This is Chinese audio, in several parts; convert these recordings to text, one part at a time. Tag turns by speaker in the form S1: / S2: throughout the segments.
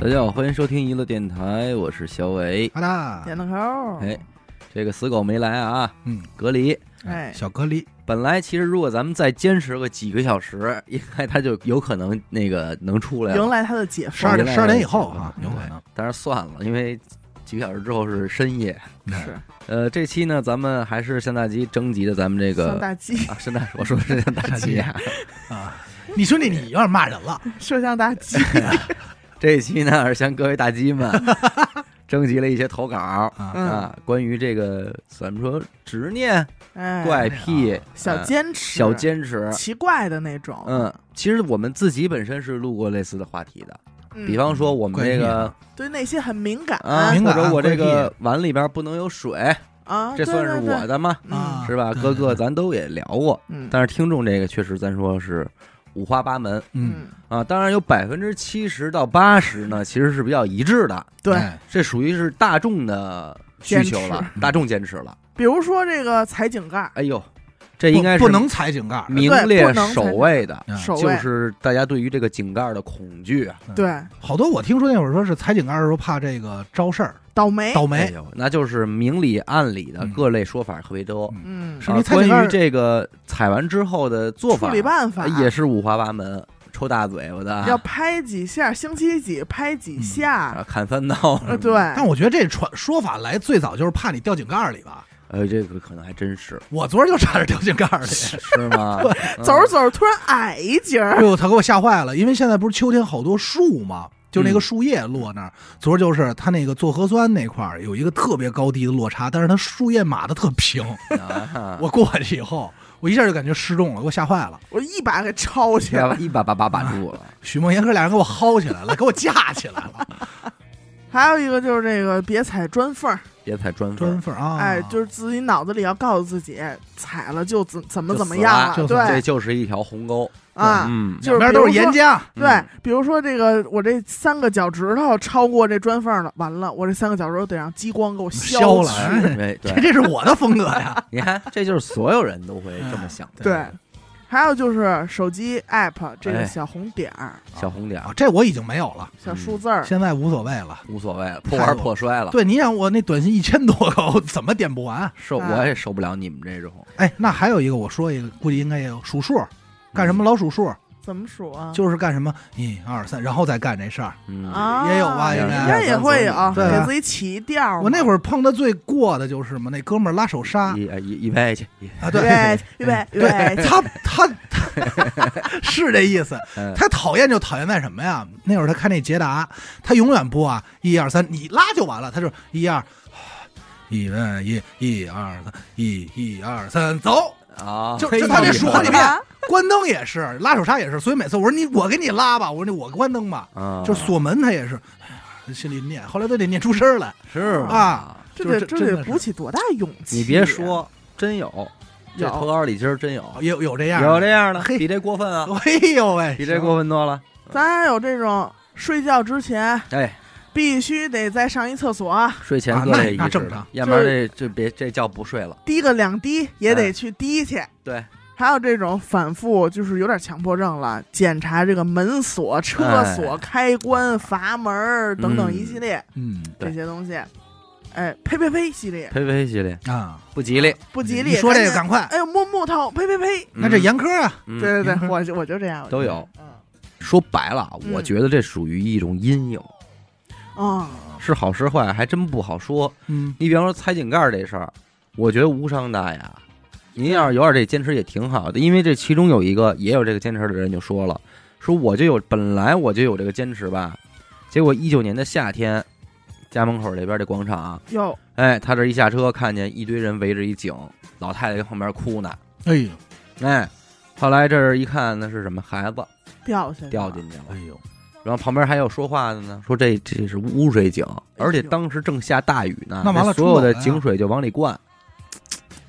S1: 大家好，欢迎收听娱乐电台，我是小伟。
S2: 阿大，
S3: 点个头儿，
S1: 哎，这个死狗没来啊，
S2: 嗯，
S1: 隔离。
S3: 哎，
S2: 小隔离，
S1: 本来其实如果咱们再坚持个几个小时，应该他就有可能那个能出来
S3: 迎
S1: 了。
S3: 来他的解
S2: 十
S3: 放
S2: 二
S1: 原来
S2: 点十二点以后啊，
S1: 对
S2: 有可能
S1: 但是算了，因为几个小时之后是深夜。
S3: 是
S1: 呃，这期呢，咱们还是向大吉征集的咱们这
S3: 上
S1: 个
S3: 大鸡，
S1: 啊，向大我说是向大吉啊。
S2: 啊。你兄弟，你有点骂人了，
S1: 嗯
S3: 摄像大鸡，
S1: 这一期呢，是向各位大鸡 们征集了一些投稿
S3: 嗯
S2: 啊
S1: 啊，关于这个怎么说执念、
S3: 哎，
S1: 怪癖、
S3: 小
S1: 呃
S3: 坚持，
S1: 小，坚持。
S3: 奇怪的那种，
S1: 嗯，其实我们自己本身是录过类似的话题的，
S3: 嗯，
S1: 比方说我们这个
S3: 对那些很敏感
S1: 啊，
S2: 啊敏
S1: 或
S2: 感
S1: 者我这
S2: 怪
S1: 个碗里边不能有水，
S3: 啊
S1: 这算是我，的吗？
S3: 对对对
S2: 啊，
S1: 是吧？哥哥，咱都也聊过，
S3: 嗯
S1: 但是听众这个确实咱说是五花八门
S2: 嗯，
S3: 嗯，
S1: 啊。当然有百分之七十到八十呢，其实是比较一致的，
S3: 对，
S2: 哎，
S1: 这属于是大众的需求了
S3: 坚，
S1: 大众坚持了。
S3: 比如说这个踩井盖儿，
S1: 哎呦，这应该是
S2: 不不能踩井盖儿，
S1: 名
S3: 对
S1: 列
S3: 不能
S1: 首位的，
S2: 嗯
S3: 手
S1: 啊就
S3: 位，
S1: 是大家对于这个井盖的恐惧啊。
S3: 对，
S2: 好多我听说那会儿说是踩井盖儿的时候怕这个招事儿、
S3: 倒霉，
S2: 倒
S1: 哎
S2: 霉，
S1: 呦，那就是明里暗里的
S2: 嗯
S1: 各类说法特别多。
S3: 嗯，
S2: 是
S1: 啊
S2: 不是踩
S1: 关
S2: 井盖
S1: 于
S2: 儿
S1: 这个踩完之后的做
S3: 处
S1: 法
S3: 理办法
S1: 哎也是五花八门，抽大嘴巴的
S3: 要
S1: 啊，嗯
S3: 拍几下，星期几拍几下，
S1: 砍翻刀，
S3: 呃，对，
S2: 但我觉得这传说法来最早就是怕你掉井盖儿里吧。
S1: 哎，这个可能还真是
S2: 我昨儿就差点掉井盖儿里，
S1: 是 吗？嗯
S3: 走着走着突然矮一截儿
S2: 哎，呦，他给我吓坏了，因为现在不是秋天好多树嘛，就
S1: 嗯
S2: 那个树叶落那儿。昨儿就是他那个做核酸那块儿有一个特别高低的落差，但是他树叶码的特 平，
S1: 啊
S2: 我过去以后，我一下就感觉失重了，给我吓坏了。
S3: 我一把给抄起来了。
S1: 一把把把把住 了，
S2: 许梦妍哥俩人给我薅起来了，给我架起来了，
S3: 还有一个就是这个别踩砖缝儿，
S1: 别踩砖缝
S2: 砖
S1: 儿，
S2: 缝啊！
S3: 哎，就是自己脑子里要告诉自己，踩了就怎怎么
S1: 就
S3: 怎么
S1: 死
S3: 样啊
S1: 了
S2: 就
S1: 这
S3: 对
S1: 就是一条鸿沟。
S3: 啊，
S1: 嗯，
S3: 就是
S2: 两边都是岩浆，
S1: 嗯
S3: 对，比如说这个，我这三个脚趾头超过这砖缝了，完了，我这三个脚趾头得让激光给我
S2: 削
S3: 削
S2: 了，
S3: 去。
S2: 哎
S1: 对
S2: 这
S1: 对，
S2: 这是我的风格 呀。
S1: 你看，这就是所有人都会这么想的。
S3: 对，还有就是手机 app 这
S1: 哎
S3: 个小红点儿、
S1: 小红点
S2: 啊
S1: 儿，
S2: 这我已经没有了，
S3: 小数字儿，
S2: 现在无所谓了。
S1: 无所谓了，破罐破摔了，
S2: 对，你想我那短信一千多个，我怎么点不完？啊
S1: 受
S3: 啊
S1: 我也受不了你们这种。
S2: 哎，那还有一个，我说一个，估计应该也有数数，干
S3: 嗯
S2: 什么老数数，
S3: 怎么数啊？
S2: 就是干什么一二三，然后再干这事儿。
S1: 嗯
S3: 啊，
S2: 也有吧
S3: 应
S2: 应该
S3: 该也会有，
S1: 对
S2: 啊
S3: 给自己起一调儿嘛。
S2: 我那会
S3: 儿
S2: 儿碰的最过的就是什么，那哥们儿拉手刹
S3: 嗯
S1: 一呃一一杯去，一
S2: 啊，
S3: 预
S2: 对
S3: 备，预备，预
S2: 对，
S3: 备，
S2: 他他他是这意思，
S1: 嗯
S2: 他讨厌就讨厌在什么呀？那会儿他开那捷达，他永远播啊，一二三，你拉就完了，他就一二，一二一一二三，一一二三，走。
S1: 啊，
S2: 就就他这数好几遍
S3: 啊，
S2: 关灯也是，拉手刹也是，所以每次我说你我给你拉吧，我说你我关灯吧，
S1: 啊，
S2: 就锁门他也是，哎呀心里念，后来都得念出声来。
S1: 是吧
S2: 啊，
S3: 这
S2: 就是这
S3: 得这
S2: 真
S3: 得
S2: 的是
S3: 鼓起多大勇气？
S1: 你别，说，真有，这
S3: 有
S1: 投稿里今儿真有，
S2: 有哦有这样的
S1: 有这样的，
S2: 嘿啊
S1: 比这过分啊，
S2: 哎呦喂，
S1: 比这过分多了。
S3: 咱还有这种睡觉之前
S1: 哎，
S3: 必须得再上一厕所，
S1: 睡前
S2: 啊
S1: 各
S2: 那
S1: 类仪
S2: 那
S1: 式
S2: 正
S1: 的
S2: 常，
S1: 要不然
S3: 就
S1: 这这别这觉不睡了。
S3: 滴个两滴也
S1: 哎
S3: 得去滴去。
S1: 对，
S3: 还有这种反复，就是有点强迫症了，检查这个门锁、车锁、
S1: 哎
S3: 开关、阀门儿等等
S1: 嗯
S3: 一系列
S2: 嗯
S1: 对
S3: 这些东西。哎，呸呸呸系列
S1: 呸呸系列
S2: 啊，
S1: 不吉利，
S3: 不吉
S2: 你
S3: 利。
S2: 说这个
S3: 赶紧
S2: 赶快，
S3: 哎呦摸木头，呸呸呸！
S2: 那这
S1: 嗯
S2: 严苛啊，
S1: 嗯
S3: 对对对，
S2: 嗯
S3: 我就我就这样
S1: 都有。
S3: 嗯
S1: 说白了啊，
S3: 嗯
S1: 我觉得这属于一种阴影，
S3: 嗯，
S1: 是好是坏还真不好说。
S2: 嗯，
S1: 你比方说踩井盖儿这事儿，我觉得无伤大雅。您要是有点这坚持也挺好的，因为这其中有一个也有这个坚持的人就说了，说我就有本来我就有这个坚持吧，结果一九年的夏天，家门口这边这广场啊，
S3: 有
S1: 哎，他这一下车看见一堆人围着一井，老太太在旁边哭呢，
S2: 哎呦
S1: 哎，后来这儿一看那是什么孩子
S3: 掉下去了
S1: 掉进去了，
S2: 哎呦，
S1: 然后旁边还有说话的呢，说这这是污水井，
S3: 呦
S1: 而且当时正下大雨呢，
S2: 哎那完了
S1: 这所有的
S2: 出不来啊
S1: 井水就往里灌，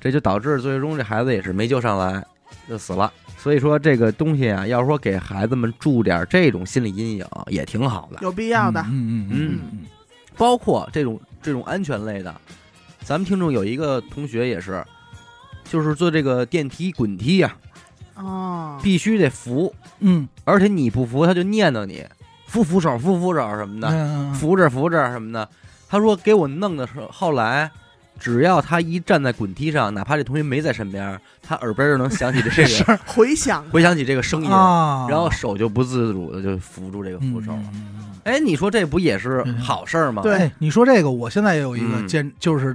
S1: 这就导致最终这孩子也是没救上来，就死了。所以说这个东西啊，要是说给孩子们注点这种心理阴影也挺好的，
S3: 有必要的。
S2: 嗯嗯嗯嗯
S1: 包括这种这种安全类的，咱们听众有一个同学也是，就是坐这个电梯滚梯啊，
S3: 哦，
S1: 必须得扶，
S2: 嗯，
S1: 而且你不服他就念叨你，扶扶手，扶扶手什么的，
S2: 嗯，
S1: 扶着扶着什么的。他说给我弄的时候，后来只要他一站在滚梯上，哪怕这同学没在身边，他耳边就能想起 这
S2: 是
S1: 个，
S3: 回想
S1: 回想起这个声音，
S2: 啊，
S1: 然后手就不自主的就扶住这个扶手
S2: 嗯
S1: 了。
S2: 嗯嗯嗯
S1: 哎，你说这不也是
S2: 嗯
S1: 好事儿吗？
S3: 对
S2: 哎，你说这个，我现在也有一个
S1: 嗯
S2: 兼，就是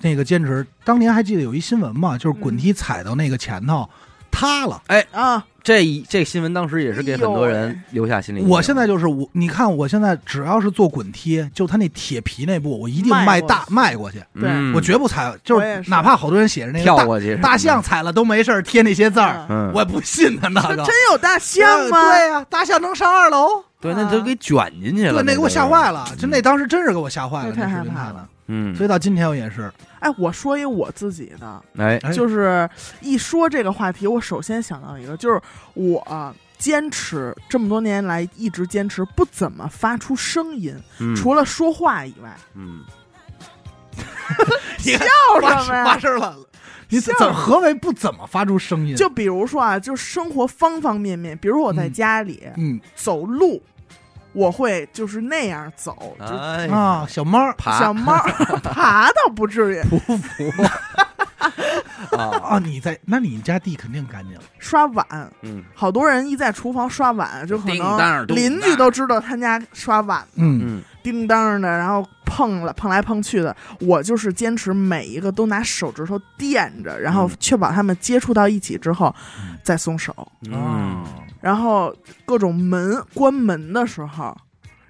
S2: 那个兼职。当年还记得有一新闻嘛，就是滚
S3: 嗯
S2: 梯踩到那个前头塌了。
S3: 啊，
S1: 这一这新闻当时也是给很多
S3: 哎呦
S1: 人留下心理阴影。
S2: 我现在就是我，你看我现在只要是坐滚梯，就它那铁皮那步，我一定
S3: 迈
S2: 迈
S3: 过
S2: 大
S3: 去
S2: 迈过去，
S3: 对
S1: 嗯
S2: 我绝不踩，就
S3: 我也
S2: 是
S3: 是
S2: 哪怕好多人写着那个
S1: 跳
S2: 大
S1: 过去，
S2: 大象，踩了都没事儿贴那些字儿，
S1: 嗯，
S2: 我也不信他那
S3: 这
S2: 个
S3: 真有大象吗？
S2: 对呀、大象能上二楼？
S1: 对，那就给卷进去了，
S2: 对，那给我吓坏了，就那当时真是给我吓坏了，
S3: 那太
S2: 那视
S3: 害
S2: 频
S3: 怕
S2: 看
S3: 了
S2: 了。
S1: 嗯，
S2: 所以到今天我也 是，
S3: 哎，我说一我自己的，
S1: 哎，
S2: 哎
S3: 就是一说这个话题，我首先想到一个，就是我坚持这么多年来一直坚持不怎么发出声音，
S1: 嗯
S3: 除了说话以外，
S1: 嗯，
S2: 你看
S3: 叫
S2: 发
S3: 什么
S2: 发
S3: 呀？
S2: 声 了，你
S3: 笑
S2: 怎么何为不怎么发出声音？
S3: 就比如说啊，就生活方方面面，比如我在
S2: 嗯
S3: 家里
S2: 嗯
S3: 走路，我会就是那样走，就
S1: 哎
S2: 啊，小猫儿
S1: 爬
S3: 小猫儿 爬倒不至于，
S1: 匍匐啊，
S2: 啊，你在那你家地肯定干净，
S3: 刷碗，
S1: 嗯
S3: 好多人一在厨房刷碗，就可
S1: 叮当儿
S3: 能
S1: 咚当儿
S3: 邻居都知道他家刷碗
S2: 嗯
S1: 嗯
S3: 叮当的，然后碰了碰来碰去的。我就是坚持每一个都拿手指头垫着，然后
S1: 嗯
S3: 确保它们接触到一起之后
S2: 嗯
S3: 再松手。
S2: 啊
S1: 嗯，
S3: 然后各种门关门的时候，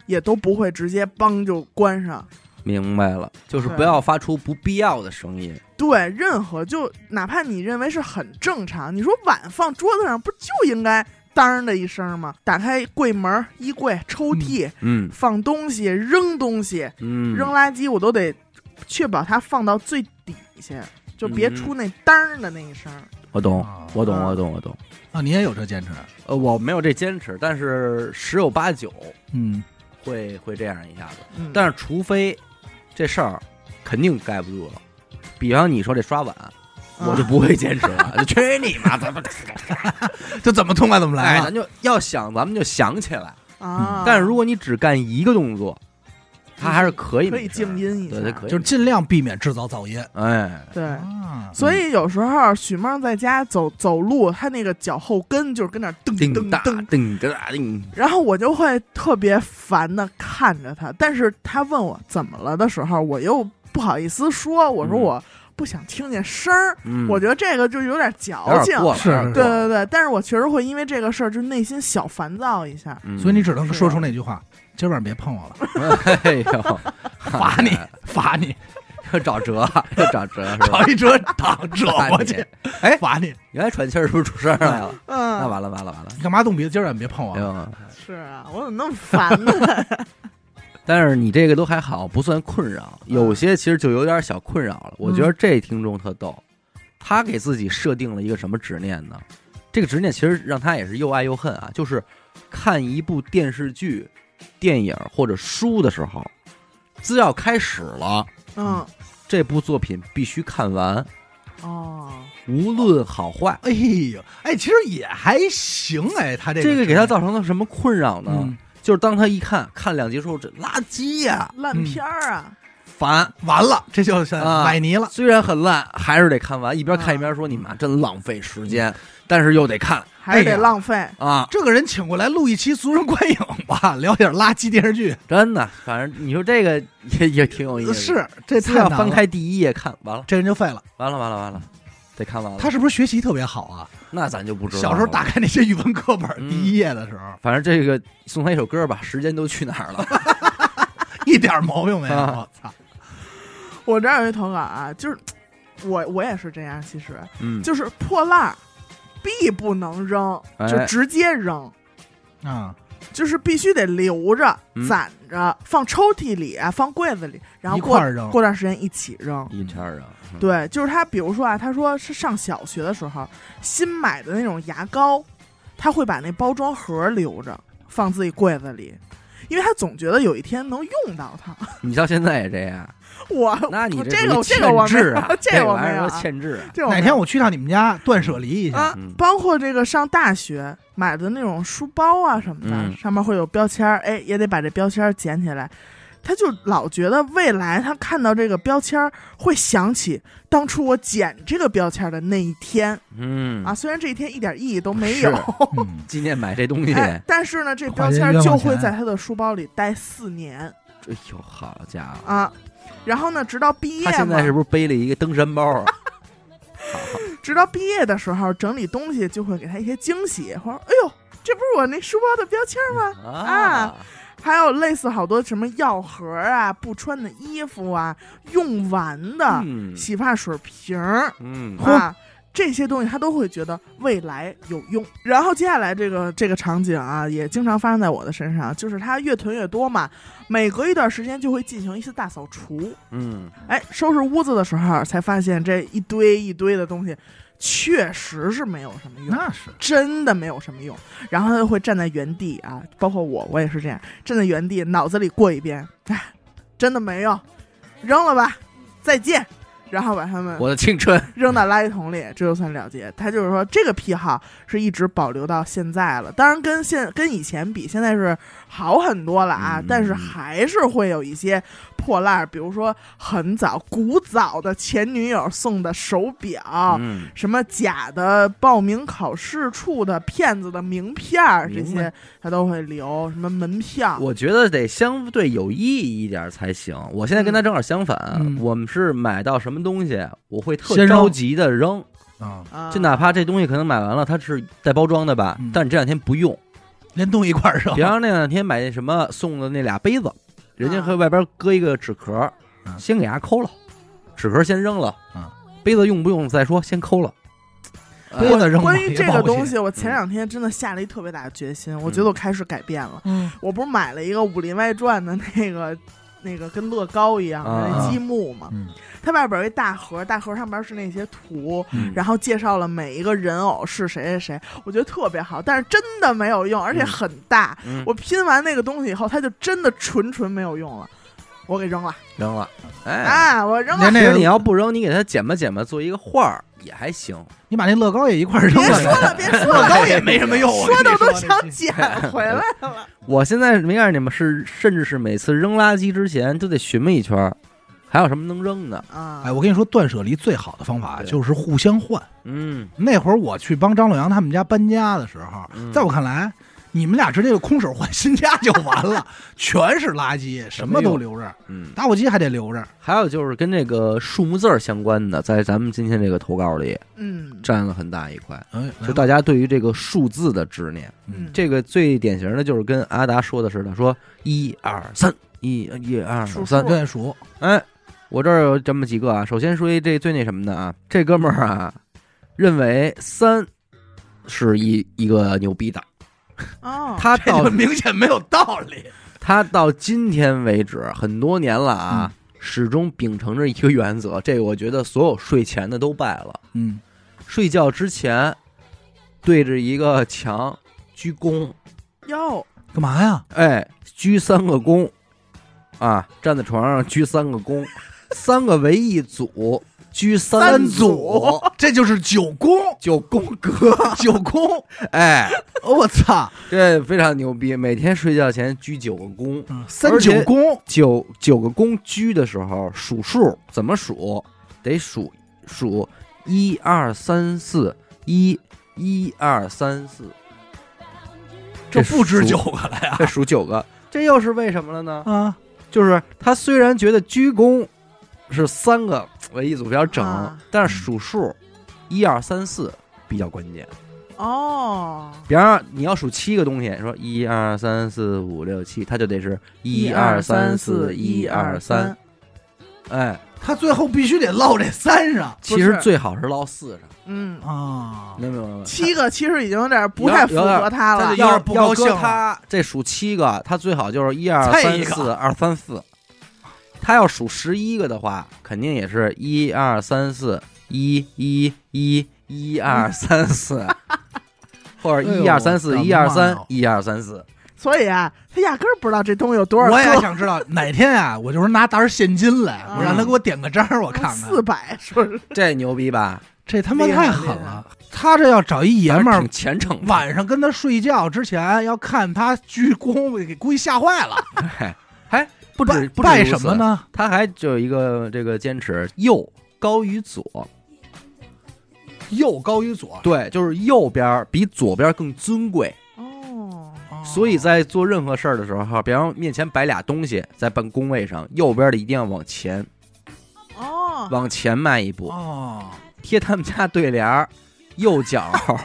S3: 也都不会直接梆就关上。
S1: 明白了，就是
S3: 对
S1: 不要发出不必要的声音，
S3: 对，任何就哪怕你认为是很正常，你说碗放桌子上不就应该当的一声吗？打开柜门、衣柜、抽屉，
S1: 嗯
S3: 放东西、扔东西、
S1: 嗯，
S3: 扔垃圾，我都得确保它放到最底下，就别
S1: 嗯
S3: 出那当的那一声。
S1: 我懂，
S2: 啊
S1: 嗯我懂，
S3: 啊
S1: 我懂，我懂。
S2: 啊，你也有这坚持，
S1: 呃，我没有这坚持，但是十有八九
S2: 嗯
S1: 会会这样一下子。
S3: 嗯，
S1: 但是除非这事儿肯定盖不住了，比方你说这刷碗，我就
S3: 啊
S1: 不会坚持 了，就 去你妈！咱们
S2: 就怎么痛快怎么
S1: 哎，
S2: 来
S1: 咱
S2: 啊。
S1: 就要想，咱们就想起来。
S3: 啊，
S1: 但是如果你只干一个动作，它还是可以
S3: 可以
S1: 没事儿
S3: 静音一下
S1: 对，它可以，
S2: 就是尽量避免制造噪 音。
S1: 哎，
S3: 对。
S2: 啊
S3: 所以有时候许梦在家走走路，她那个脚后跟就是跟那儿噔
S1: 叮
S3: 噔
S1: 哒
S3: 噔，
S1: 叮哒叮，
S3: 然后我就会特别烦的看着她。但是她问我怎么了的时候，我又不好意思说，我说
S1: 嗯
S3: 我不想听见声儿，
S1: 嗯，
S3: 我觉得这个就有点矫
S1: 有
S3: 情
S1: 点。过了，
S2: 是
S1: 有点
S3: 对
S1: 过了
S3: 对对，但是我确实会因为这个事儿就内心小烦躁一下。
S1: 嗯
S2: 所以你只能说
S3: 啊
S2: 出那句话：今儿晚上别碰 我了，
S1: 哎呦，
S2: 罚你，罚 你，
S1: 又找辙，又找辙是 吧？
S2: 找一折挡折过去，
S1: 哎
S2: 罚你。
S1: 原来喘气儿是不是出声儿来了？
S3: 嗯，
S1: 那完了完了完了！
S2: 你干嘛动鼻子？今儿晚上别碰我
S1: 哎
S2: 了。
S1: 呦，
S3: 是啊，我怎么那么烦呢？
S1: 但是你这个都还好，不算困扰，有些其实就有点小困扰了。我觉得这听众特逗，他给自己设定了一个什么执念呢？这个执念其实让他也是又爱又恨啊，就是看一部电视剧、电影或者书的时候，只要开始了，
S3: 嗯，
S1: 这部作品必须看完，
S3: 哦，
S1: 无论好坏。
S2: 哎呦，哎，其实也还行哎，他这
S1: 这
S2: 个
S1: 个给他造成了什么困扰呢？
S2: 嗯
S1: 就是当他一看看两集之后，这垃圾呀、
S3: 烂片儿啊，
S2: 嗯
S1: 烦。
S2: 完了，这就是
S1: 啊
S2: 崴泥了。
S1: 虽然很烂，还是得看完，一边看一边说：“
S2: 啊
S1: 你妈真浪费时间。”但是又得看
S3: 还是
S2: 哎
S3: 得
S2: 呀
S3: 浪费。
S1: 啊，
S2: 这个人请过来录一期《俗人观影》吧， 聊点垃圾电视剧。
S1: 真的。反正你说这个也也挺有意思，
S2: 是，这
S1: 只
S2: 太
S1: 要
S2: 难了
S1: 翻，开第一页看，完了，
S2: 这人就废了。
S1: 完了，完了，完了，得看完了。
S2: 他是不是学习特别好啊？
S1: 那咱哦就不知道了。
S2: 小时候打开那些语文课本
S1: 嗯
S2: 第一页的时候，
S1: 反正这个送他一首歌吧，《时间都去哪儿了》
S2: 一点毛病没有。
S1: 啊
S2: 我操！
S3: 我这儿有一投稿啊，就是我我也是这样，其实
S1: 嗯，
S3: 就是破烂儿必不能扔，
S1: 哎
S3: 就直接扔，
S2: 啊，
S3: 就是必须得留着、
S1: 嗯
S3: 攒着，放抽屉里啊，放柜子里，然后
S2: 一
S3: 过
S2: 块儿扔
S3: 过段时间一起扔。
S1: 一圈儿啊，嗯，
S3: 对，就是他，比如说啊，他说是上小学的时候新买的那种牙膏，他会把那包装盒留着，放自己柜子里。因为他总觉得有一天能用到它。
S1: 嗯你到现在也这样，
S3: 我
S1: 那你
S3: 这
S1: 属
S3: 个
S1: 于
S3: 这个我没
S1: 欠制
S3: 有
S1: 啊，，
S3: 这我
S1: 玩
S3: 没
S1: 意
S3: 有
S1: 儿
S3: 啊，
S1: 欠制啊。
S3: 这
S2: 哪
S3: 没
S2: 天
S3: 有
S2: 我去趟你们家断舍离一下，
S3: 啊
S1: 嗯，
S3: 包括这个上大学买的那种书包啊什么的，
S1: 嗯
S3: 上面会有标签儿，哎，也得把这标签儿捡起来。他就老觉得未来他看到这个标签儿会想起当初我捡这个标签儿的那一天、
S1: 嗯
S3: 啊，虽然这一天一点意义都没有，
S2: 嗯，
S1: 纪念买这东西，
S3: 哎
S1: 哎，
S3: 但是呢，这
S2: 花
S3: 标
S2: 些
S3: 签儿
S2: 冤
S3: 就
S2: 枉
S3: 会
S2: 钱
S3: 在他的书包里待四年
S1: 哎呦，好家伙！
S3: 啊。然后呢，直到毕业
S1: 他现
S3: 嘛
S1: 在，是不是背了一个登山包啊？
S3: 直到毕业的时候整理东西就会给他一些惊喜，或者哎呦，这不是我那书包的标签儿吗？啊，还有类似好多什么药盒啊、不穿的衣服啊、用完的、
S2: 啊
S1: 嗯
S3: 洗发水瓶儿
S1: 嗯
S2: 嚯
S3: 啊，这些东西他都会觉得未来有用。然后接下来这个这个场景啊，也经常发生在我的身上，就是他越囤越多嘛，每隔一段时间就会进行一次大扫除。
S1: 嗯，
S3: 哎，收拾屋子的时候才发现这一堆一堆的东西，确实是没有什么用。
S2: 那是
S3: 真的没有什么用。然后他就会站在原地啊，包括我，我也是这样，站在原地，脑子里过一遍，哎，真的没用，扔了吧，再见。然后把它们
S1: 我的青春，
S3: 扔到垃圾桶里，这就算了结。他就是说，这个癖好是一直保留到现在了。当然，跟现跟以前比，现在是好很多了啊。
S1: 嗯
S3: 但是还是会有一些破烂儿，比如说很早、古早的前女友送的手表，
S2: 啊
S1: 嗯，
S3: 什么假的报名考试处的骗子的名片儿，这
S1: 明白
S3: 些他都会留。什么门票？
S1: 我觉得得相对有意义一点才行。我现在跟他正好相反，
S2: 嗯
S1: 我们是买到什么东西，我会特
S2: 先扔
S1: 着急的扔，
S2: 啊，
S3: 啊
S1: 就哪怕这东西可能买完了，它是带包装的吧，
S2: 嗯
S1: 但你这两天不用。
S2: 连东西一块儿 扔
S1: 比，方说那两天买那什么送的那俩杯子，人家和外边搁一个纸壳，
S2: 嗯
S1: 先给它抠了，纸壳先扔了，
S2: 嗯
S1: 杯子用不用再说，先抠了。
S2: 杯子扔了
S3: 关于
S2: 也
S3: 这
S2: 抱
S3: 个
S2: 不起
S3: 东，西，我前
S1: 嗯
S3: 两天真的下了一特别大的决心，我觉得我开始改变了。
S2: 嗯，
S3: 我不是买了一个《武林外传》的那个那个跟乐高一样的
S1: 啊
S3: 那积木嘛
S2: 嗯，
S3: 它外边有一大盒，大盒上边是那些图，
S1: 嗯
S3: 然后介绍了每一个人偶是谁谁谁，我觉得特别好，但是真的没有用，而且
S1: 嗯
S3: 很大。
S1: 嗯
S3: 我拼完那个东西以后，它就真的纯纯没有用了，我给扔了
S1: 扔了，哎，
S3: 啊！我扔
S2: 连，
S3: 了
S1: 其
S2: 那
S1: 实你
S2: 个
S1: 要不扔，你给它剪吧剪吧，做一个画儿也还行。
S2: 你把那乐高也一块儿扔
S3: 别
S2: 了，
S3: 说了，别 说
S2: 乐
S3: 了，
S2: 高也没什么用，我
S3: 说
S2: 跟
S3: 的
S2: 你
S3: 都
S2: 这
S3: 想捡回来了。
S1: 我现在没告诉你们，是甚至是每次扔垃圾之前都得寻摸一圈儿，还有什么能扔的？
S3: 啊，
S2: 哎，我跟你说，断舍离最好的方法
S1: 对
S2: 就是互相换。
S1: 嗯，
S2: 那会儿我去帮张洛阳他们家搬家的时候，
S1: 嗯
S2: 在我看来，你们俩直接就空手换新家就完了，全是垃圾，什么都留着，
S1: 嗯，
S2: 打火机还得留着。
S1: 还有就是跟这个数目字儿相关的，在咱们今天这个投稿里
S3: 嗯
S1: 占了很大一块，
S2: 哎，
S1: 就大家对于这个数字的执念。
S3: 嗯，
S1: 这个最典型的就是跟阿达说的似的，说一二三，一一二
S3: 数
S1: 三
S3: 数，
S2: 对数，
S1: 哎，我这儿有这么几个啊。首先说一这最那什么的啊，这哥们儿啊，认为三是一一个牛逼的，
S3: 哦，
S1: 他
S2: 哎这
S1: 到
S2: 就明显没有道理。
S1: 他到今天为止很多年了啊，始终秉承着一个原则，这个我觉得所有睡前的都败了。
S2: 嗯，
S1: 睡觉之前对着一个墙鞠躬，
S3: 哟，
S2: 干嘛呀？
S1: 哎，鞠三个躬，啊，站在床上鞠三个躬，三个为一组，鞠三
S3: 三组
S2: 这就是九宫，
S1: 九宫 格，
S2: 九宫，
S1: 哎，
S2: 我操，
S1: 这非常牛逼。每天睡觉前鞠九个躬，
S2: 嗯三
S1: 而且
S2: 九宫，
S1: 九九个躬鞠的时候数数，怎么数？得数数一二三四一。一二三四，这
S2: 这不止
S1: 数
S2: 九个了 呀？
S1: 再数九个，啊这又是为什么了呢？
S2: 啊，
S1: 就是他虽然觉得鞠躬是三个为一组比较整，
S3: 啊
S1: 但是数数一二三四比较关键。
S3: 哦，
S1: 比方说你要数七个东西，说一二三四五六七，他就得是一二三四一二三。，哎，
S2: 他最后必须得落这三上
S1: 其实最好是捞四上，
S3: 嗯，
S2: 啊。
S1: 明白吗？
S3: 七个其实已经有点不太符合他
S2: 有点。有
S3: 了
S1: 要
S2: 点不高兴了
S1: 要搁他这数七个，他最好就是一二
S2: 猜一
S1: 三
S2: 个
S1: 四二三四。他要数十一个的话，肯定也是一二三四一一一一二三四，或者
S2: 哎呦
S1: 一二三四一
S2: 干
S1: 二
S2: 嘛呀
S1: 三一二三四。
S3: 所以啊，他压根儿不知道这东西有多少
S2: 我也
S3: 克，
S2: 想知道哪天啊，我就是拿沓现金来，我让他给我点个章，我看看。
S3: 四百说是
S1: 这牛逼吧？
S2: 这他妈
S3: 厉害
S2: 太
S3: 厉
S2: 狠
S3: 害
S2: 了！他这要找一爷们
S1: 还是
S2: 儿
S1: 挺，虔诚的，
S2: 晚上跟他睡觉之前要看他鞠躬，给估计吓坏了。
S1: 哎还不止
S2: 拜
S1: 不止
S2: 拜
S1: 如
S2: 什
S1: 此
S2: 么？呢？
S1: 他还就有一个这个坚持，右高于左，
S2: 右高于左，
S1: 对，就是右边儿比左边儿更尊贵，
S3: 哦，
S1: 所以在做任何事儿的时候，比方面前摆俩东西在办工位上，右边的一定要往前，
S3: 哦，
S1: 往前迈一步，
S2: 哦，
S1: 贴他们家对联儿，右脚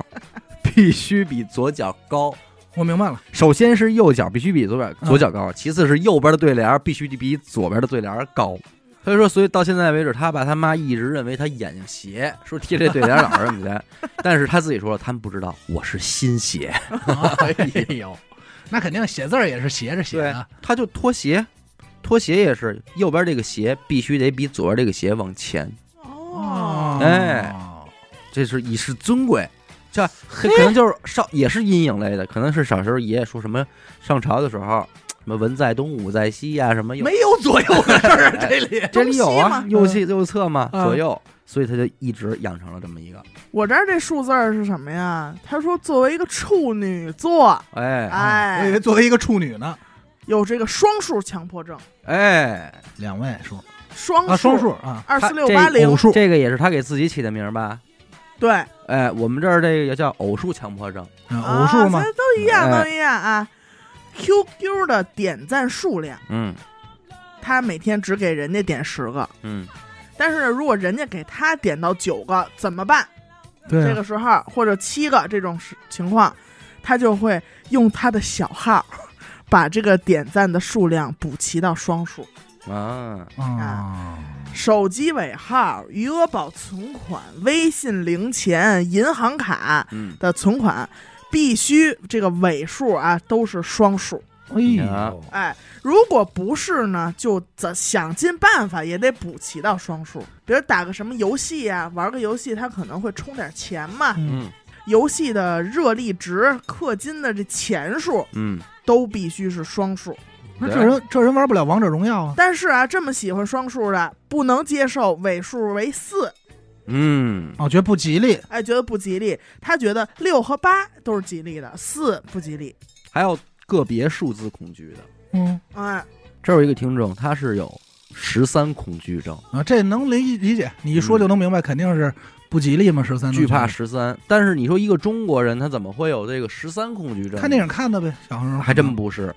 S1: 必须比左脚高。
S2: 我明白了。
S1: 首先是右脚必须比左边左脚
S3: 嗯
S1: 高，其次是右边的对联儿必须比左边的对联儿高。所以说，所以到现在为止，他爸他妈一直认为他眼睛斜，说贴这对联儿老认不 起来。但是他自己说了，他们不知道我是新斜，
S2: 哎呦，那肯定写字儿也是斜着写的。
S1: 他就脱鞋，脱鞋也是右边这个鞋必须得比左边这个鞋往前，
S3: 哦，
S1: 哎，这是以示尊贵。这可可能就是少也是阴影类的，可能是小时候爷爷说什么上朝的时候，什么文在东武在西呀、什么有
S2: 没有左右的事儿啊，这里
S1: 这里有啊，
S3: 东西嘛
S1: 右侧右侧嘛，
S2: 嗯
S1: 左右，所以他就一直养成了这么一个，
S3: 我这儿这数字儿是什么呀？他说作为一个处女座，
S1: 哎
S2: 啊我以
S3: 哎
S2: 为，作为一个处女呢，
S3: 有这个双数强迫症，
S1: 哎，
S2: 两位数
S3: 双
S2: 啊，双数啊，
S3: 二四
S1: 他
S3: 六八
S1: 这
S3: 零
S2: 偶，数
S1: 这个也是他给自己起的名儿吧？
S3: 对，
S1: 哎，我们这儿这个叫偶数强迫症，
S2: 嗯
S3: 啊
S2: 偶数嘛
S3: 咱，都一样，
S1: 哎
S3: 都一样啊。QQ 的点赞数量，
S1: 嗯
S3: 他每天只给人家点十个，
S1: 嗯，
S3: 但是呢如果人家给他点到九个怎么办？
S2: 对
S3: 这
S2: 啊，
S3: 个时候或者七个这种时情况，他就会用他的小号把这个点赞的数量补齐到双数。
S1: 啊，
S2: 啊
S3: 手机尾号、余额宝存款、微信零钱、银行卡
S1: 嗯，
S3: 的存款，必须这个尾数啊都是双数。
S2: 哎
S1: 啊
S2: 呦，
S3: 哎，如果不是呢，就怎想尽办法也得补齐到双数。比如打个什么游戏啊，玩个游戏，它可能会充点钱嘛，
S1: 嗯
S3: 游戏的热力值、氪金的这钱数
S1: 嗯，
S3: 都必须是双数。
S2: 那
S1: 对
S2: 这人这人玩不了王者荣耀啊，
S3: 但是啊，这么喜欢双数的，不能接受尾数为四，
S1: 嗯
S2: 哦，觉得不吉利，
S3: 哎，觉得不吉利。他觉得六和八都是吉利的，四不吉利。
S1: 还有个别数字恐惧的，
S2: 嗯
S3: 哎，
S1: 这儿有一个听众，他是有十三恐惧症，
S2: 啊，这能理理解，你一说就能明白，肯定是不吉利嘛，十三
S1: 嗯惧怕十三，但是你说一个中国人他怎么会有这个十三恐惧症呢？
S2: 看电影看的呗，小时候
S1: 还真不是，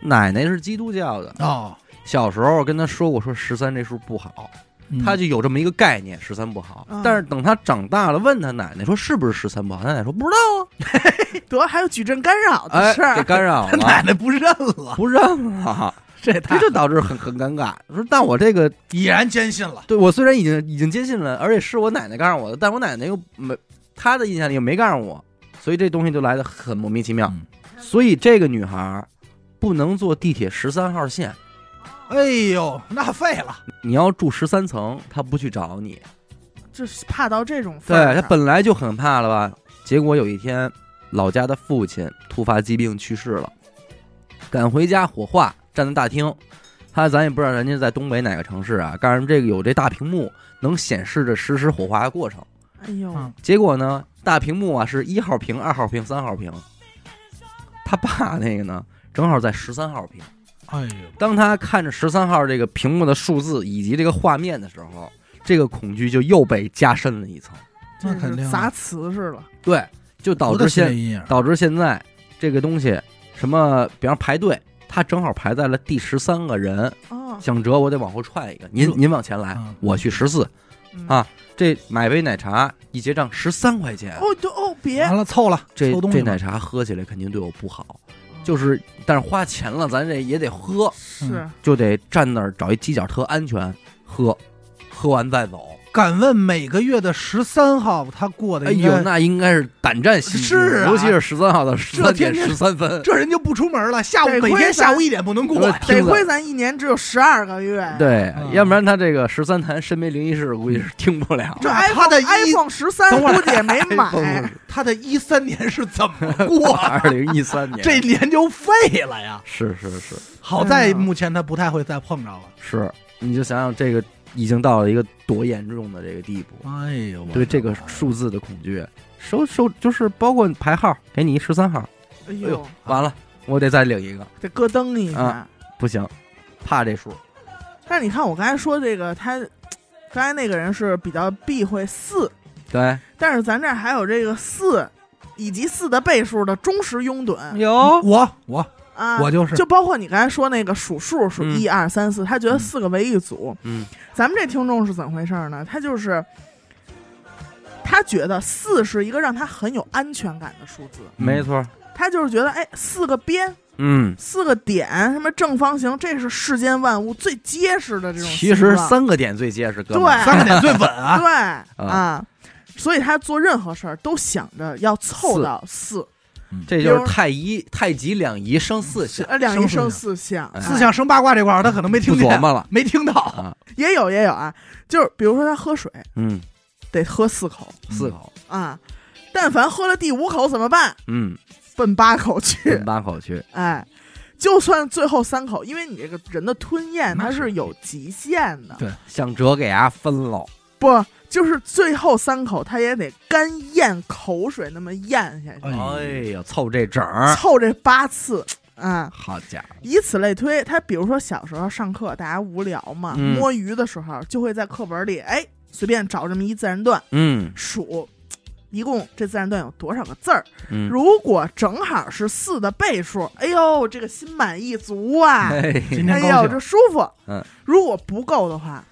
S1: 奶奶是基督教的。
S2: 哦，
S1: 小时候跟他说过，说十三这数不好，
S2: 嗯
S1: 他就有这么一个概念，十三不好
S3: 嗯。
S1: 但是等他长大了，问他奶奶说是不是十三不好，他奶奶说不知道
S3: 得还有矩阵干扰
S1: 啊，
S3: 的事
S1: 哎，
S3: 儿。
S1: 给干扰
S2: 奶
S1: 了，
S2: 奶不认了，
S1: 不认了，
S2: 这 他
S1: 这就导致很很尴尬。 说但我这个
S2: 已然坚信了，
S1: 对我虽然已经已经坚信了，而且是我奶奶告诉我的，但我奶奶又没她的印象里又没告诉我，所以这东西就来的很莫名其妙。
S2: 嗯
S1: 所以这个女孩儿不能坐地铁十三号线，
S2: 哎呦，那废了，
S1: 你要住十三层，她不去找你。
S3: 这是怕到这种份儿
S1: 对
S3: 上
S1: 她本来就很怕了吧？结果有一天，老家的父亲突发疾病去世了，赶回家火化，站在大厅。他咱也不知道人家在东北哪个城市啊，告诉这个有这大屏幕能显示着实时火化的过程。
S3: 哎呦，
S2: 嗯
S1: 结果呢，大屏幕啊是一号屏、二号屏、三号屏，他爸那个呢正好在十三号屏。
S2: 哎呦，
S1: 当他看着十三号这个屏幕的数字以及这个画面的时候，这个恐惧就又被加深了一层。
S2: 那
S3: 真
S2: 肯定啊
S3: 是砸瓷实了。
S1: 对，就导
S2: 多大
S1: 致
S2: 心理
S1: 现
S2: 阴影，
S1: 导致现在这个东西什么，比方排队，他正好排在了第十三个人，
S3: 哦，
S1: 想折我得往后踹一个，您您往前来
S2: 嗯，
S1: 我去十四。
S3: 嗯
S1: 啊这买杯奶茶一结账十三块钱，
S3: 哦，对哦，别
S2: 完了凑了，
S1: 这
S2: 凑东西
S1: 这
S2: 吧
S1: 奶茶喝起来肯定对我不好。就是，嗯但是花钱了，咱这也得喝，
S3: 是
S1: 就得站那儿找一犄角特安全喝，喝完再走。
S2: 敢问每个月的十三号他过的
S1: 哎
S2: 应该
S1: 呦，那应该是胆战心惊，
S2: 是啊
S1: 尤其是十三号的十三点
S2: 天天
S1: 十三分，
S2: 这人就不出门了，下午
S3: 得亏
S2: 每天下午
S3: 咱
S2: 一点不能过
S1: 我
S2: 呀。
S1: 听
S3: 得
S1: 着
S3: 亏咱一年只有十二个月。，
S1: 对
S2: 啊，
S1: 要不然他这个十三潭身为灵异事，估计是听不了。
S3: 这
S2: 哪怕他
S3: iPhone
S2: 一
S3: iPhone 十三
S2: 等会儿
S3: 估计也没买，
S2: 他的一三年是怎么 过？
S1: 二零一三年，
S2: 这年就废了呀！
S1: 是是是
S2: 好在
S3: 嗯
S2: 目前他不太会再碰着了。
S1: 是，你就想想这个已经到了一个多严重的这个地步，
S2: 哎呦，我
S1: 对
S2: 的
S1: 这个
S2: 妈呀
S1: 数字的恐惧，收收就是包括排号，给你十三号，哎
S3: 哎
S1: 呦
S3: 呦，
S1: 完了我得再领一个，
S3: 得咯噔一下
S1: 啊。不行，怕这数，
S3: 但是你看我刚才说这个，他刚才那个人是比较避讳四，
S1: 对，
S3: 但是咱这儿还有这个四以及四的倍数的忠实拥趸
S1: 有
S2: 我我
S3: 啊，
S2: 我就是
S3: 就包括你刚才说那个数数数
S1: 嗯
S3: 一二三四，他觉得
S1: 嗯
S3: 四个为一组。
S1: 嗯
S3: 咱们这听众是怎么回事儿呢？他就是他觉得四是一个让他很有安全感的数字，
S1: 没错，
S3: 他就是觉得哎，四个边、
S1: 嗯，
S3: 四个点、什么正方形，这是世间万物最结实的这种
S1: 其
S3: 形状。
S1: 实三个点最结实，哥们儿
S3: 对
S2: 三个点最稳 啊！
S3: 对啊，所以他做任何事儿都想着要凑到四，
S1: 这就是太一太极两仪生四象
S3: 呃，两仪
S2: 生
S3: 生四象，
S1: 哎
S3: 啊
S2: 四象生八卦这块儿，他可能没听
S1: 不琢
S2: 见，
S1: 磨了
S2: 没听到。
S1: 啊，
S3: 也有也有啊，就是比如说他喝水
S1: 嗯，
S3: 得喝四口
S1: 四口，
S3: 啊，但凡喝了第五口怎么办？
S1: 嗯，
S3: 奔八口去
S1: 分，八口去，
S3: 哎。就算最后三口，因为你这个人的吞咽
S2: 那
S3: 它
S2: 是
S3: 是有极限的
S2: 对，
S1: 想辙给伢分了，
S3: 不就是最后三口，它也得干咽口水那么咽下去，
S2: 哎
S1: 哎呀，凑这整儿，
S3: 凑这八次啊。
S1: 好家伙，
S3: 以此类推，他比如说小时候上课，大家无聊嘛，
S1: 嗯
S3: 摸鱼的时候，就会在课本里，哎，随便找这么一自然段
S1: 嗯
S3: 数，一共这自然段有多少个字儿？
S1: 嗯，
S3: 如果正好是四的倍数，哎呦，这个心满意足啊，
S2: 今
S3: 哎
S2: 天
S3: 呦，
S2: 高兴
S3: 这，舒服。
S1: 嗯，
S3: 如果不够的话，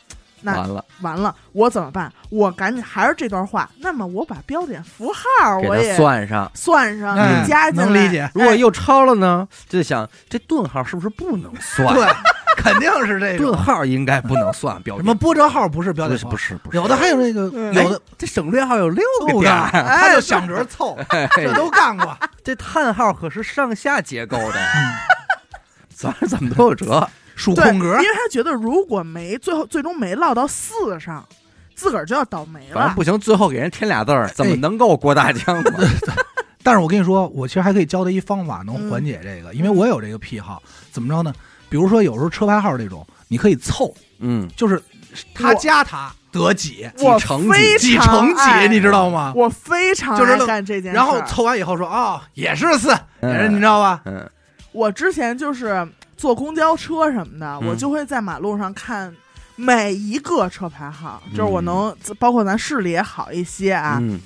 S3: 那
S1: 完了，
S3: 完了，我怎么办？我赶紧还是这段话，那么我把标点符号
S1: 给
S3: 我
S1: 他
S3: 也
S1: 算上。
S3: 算上，
S2: 哎
S3: 给加进来，
S2: 能理解
S1: 如果
S3: 哎
S1: 又超了呢，就想这顿号是不是不能算？
S2: 对，肯定是这
S1: 顿
S2: 个。
S1: 号应该不能算标
S2: 什
S1: 准。
S2: 么波折号不是标
S1: 不
S2: 点
S1: 是
S2: 符号
S1: 不是不是，
S2: 有的还有那个
S3: 嗯
S2: 有的
S1: 这省略号有六
S2: 凑
S1: 个
S2: 的
S1: 点儿，，
S2: 他就想着凑，
S1: 哎
S2: 这都干过。
S1: 这叹号可是上下结构的，咱怎么都有辙。
S2: 数
S3: 对，
S2: 空格
S3: 因为他觉得如果没最后最终没落到四上，自个儿就要倒霉
S1: 反
S3: 了
S1: 正。不行，最后给人添俩字儿，怎么能够过大江呢？
S2: 但是我跟你说，我其实还可以教他一方法，
S3: 嗯
S2: 能缓解这个，因为我有这个癖好。怎么着呢？比如说有时候车牌号这种，你可以凑，
S1: 嗯，
S2: 就是他
S3: 我
S2: 加他得几
S3: 我
S1: 几乘几
S3: 非
S2: 几
S3: 常
S2: 乘几，
S3: 爱
S2: 你知道吗？
S3: 我非常
S2: 就是
S3: 爱
S2: 愣
S3: 干这件事儿。
S2: 然后凑完以后说哦，也是四，
S1: 嗯
S2: 也是哎你知道吧？
S1: 嗯
S3: 我之前就是坐公交车什么的，
S1: 嗯
S3: 我就会在马路上看每一个车牌号，就是我
S1: 嗯
S3: 能包括咱市里也好一些啊，
S1: 嗯，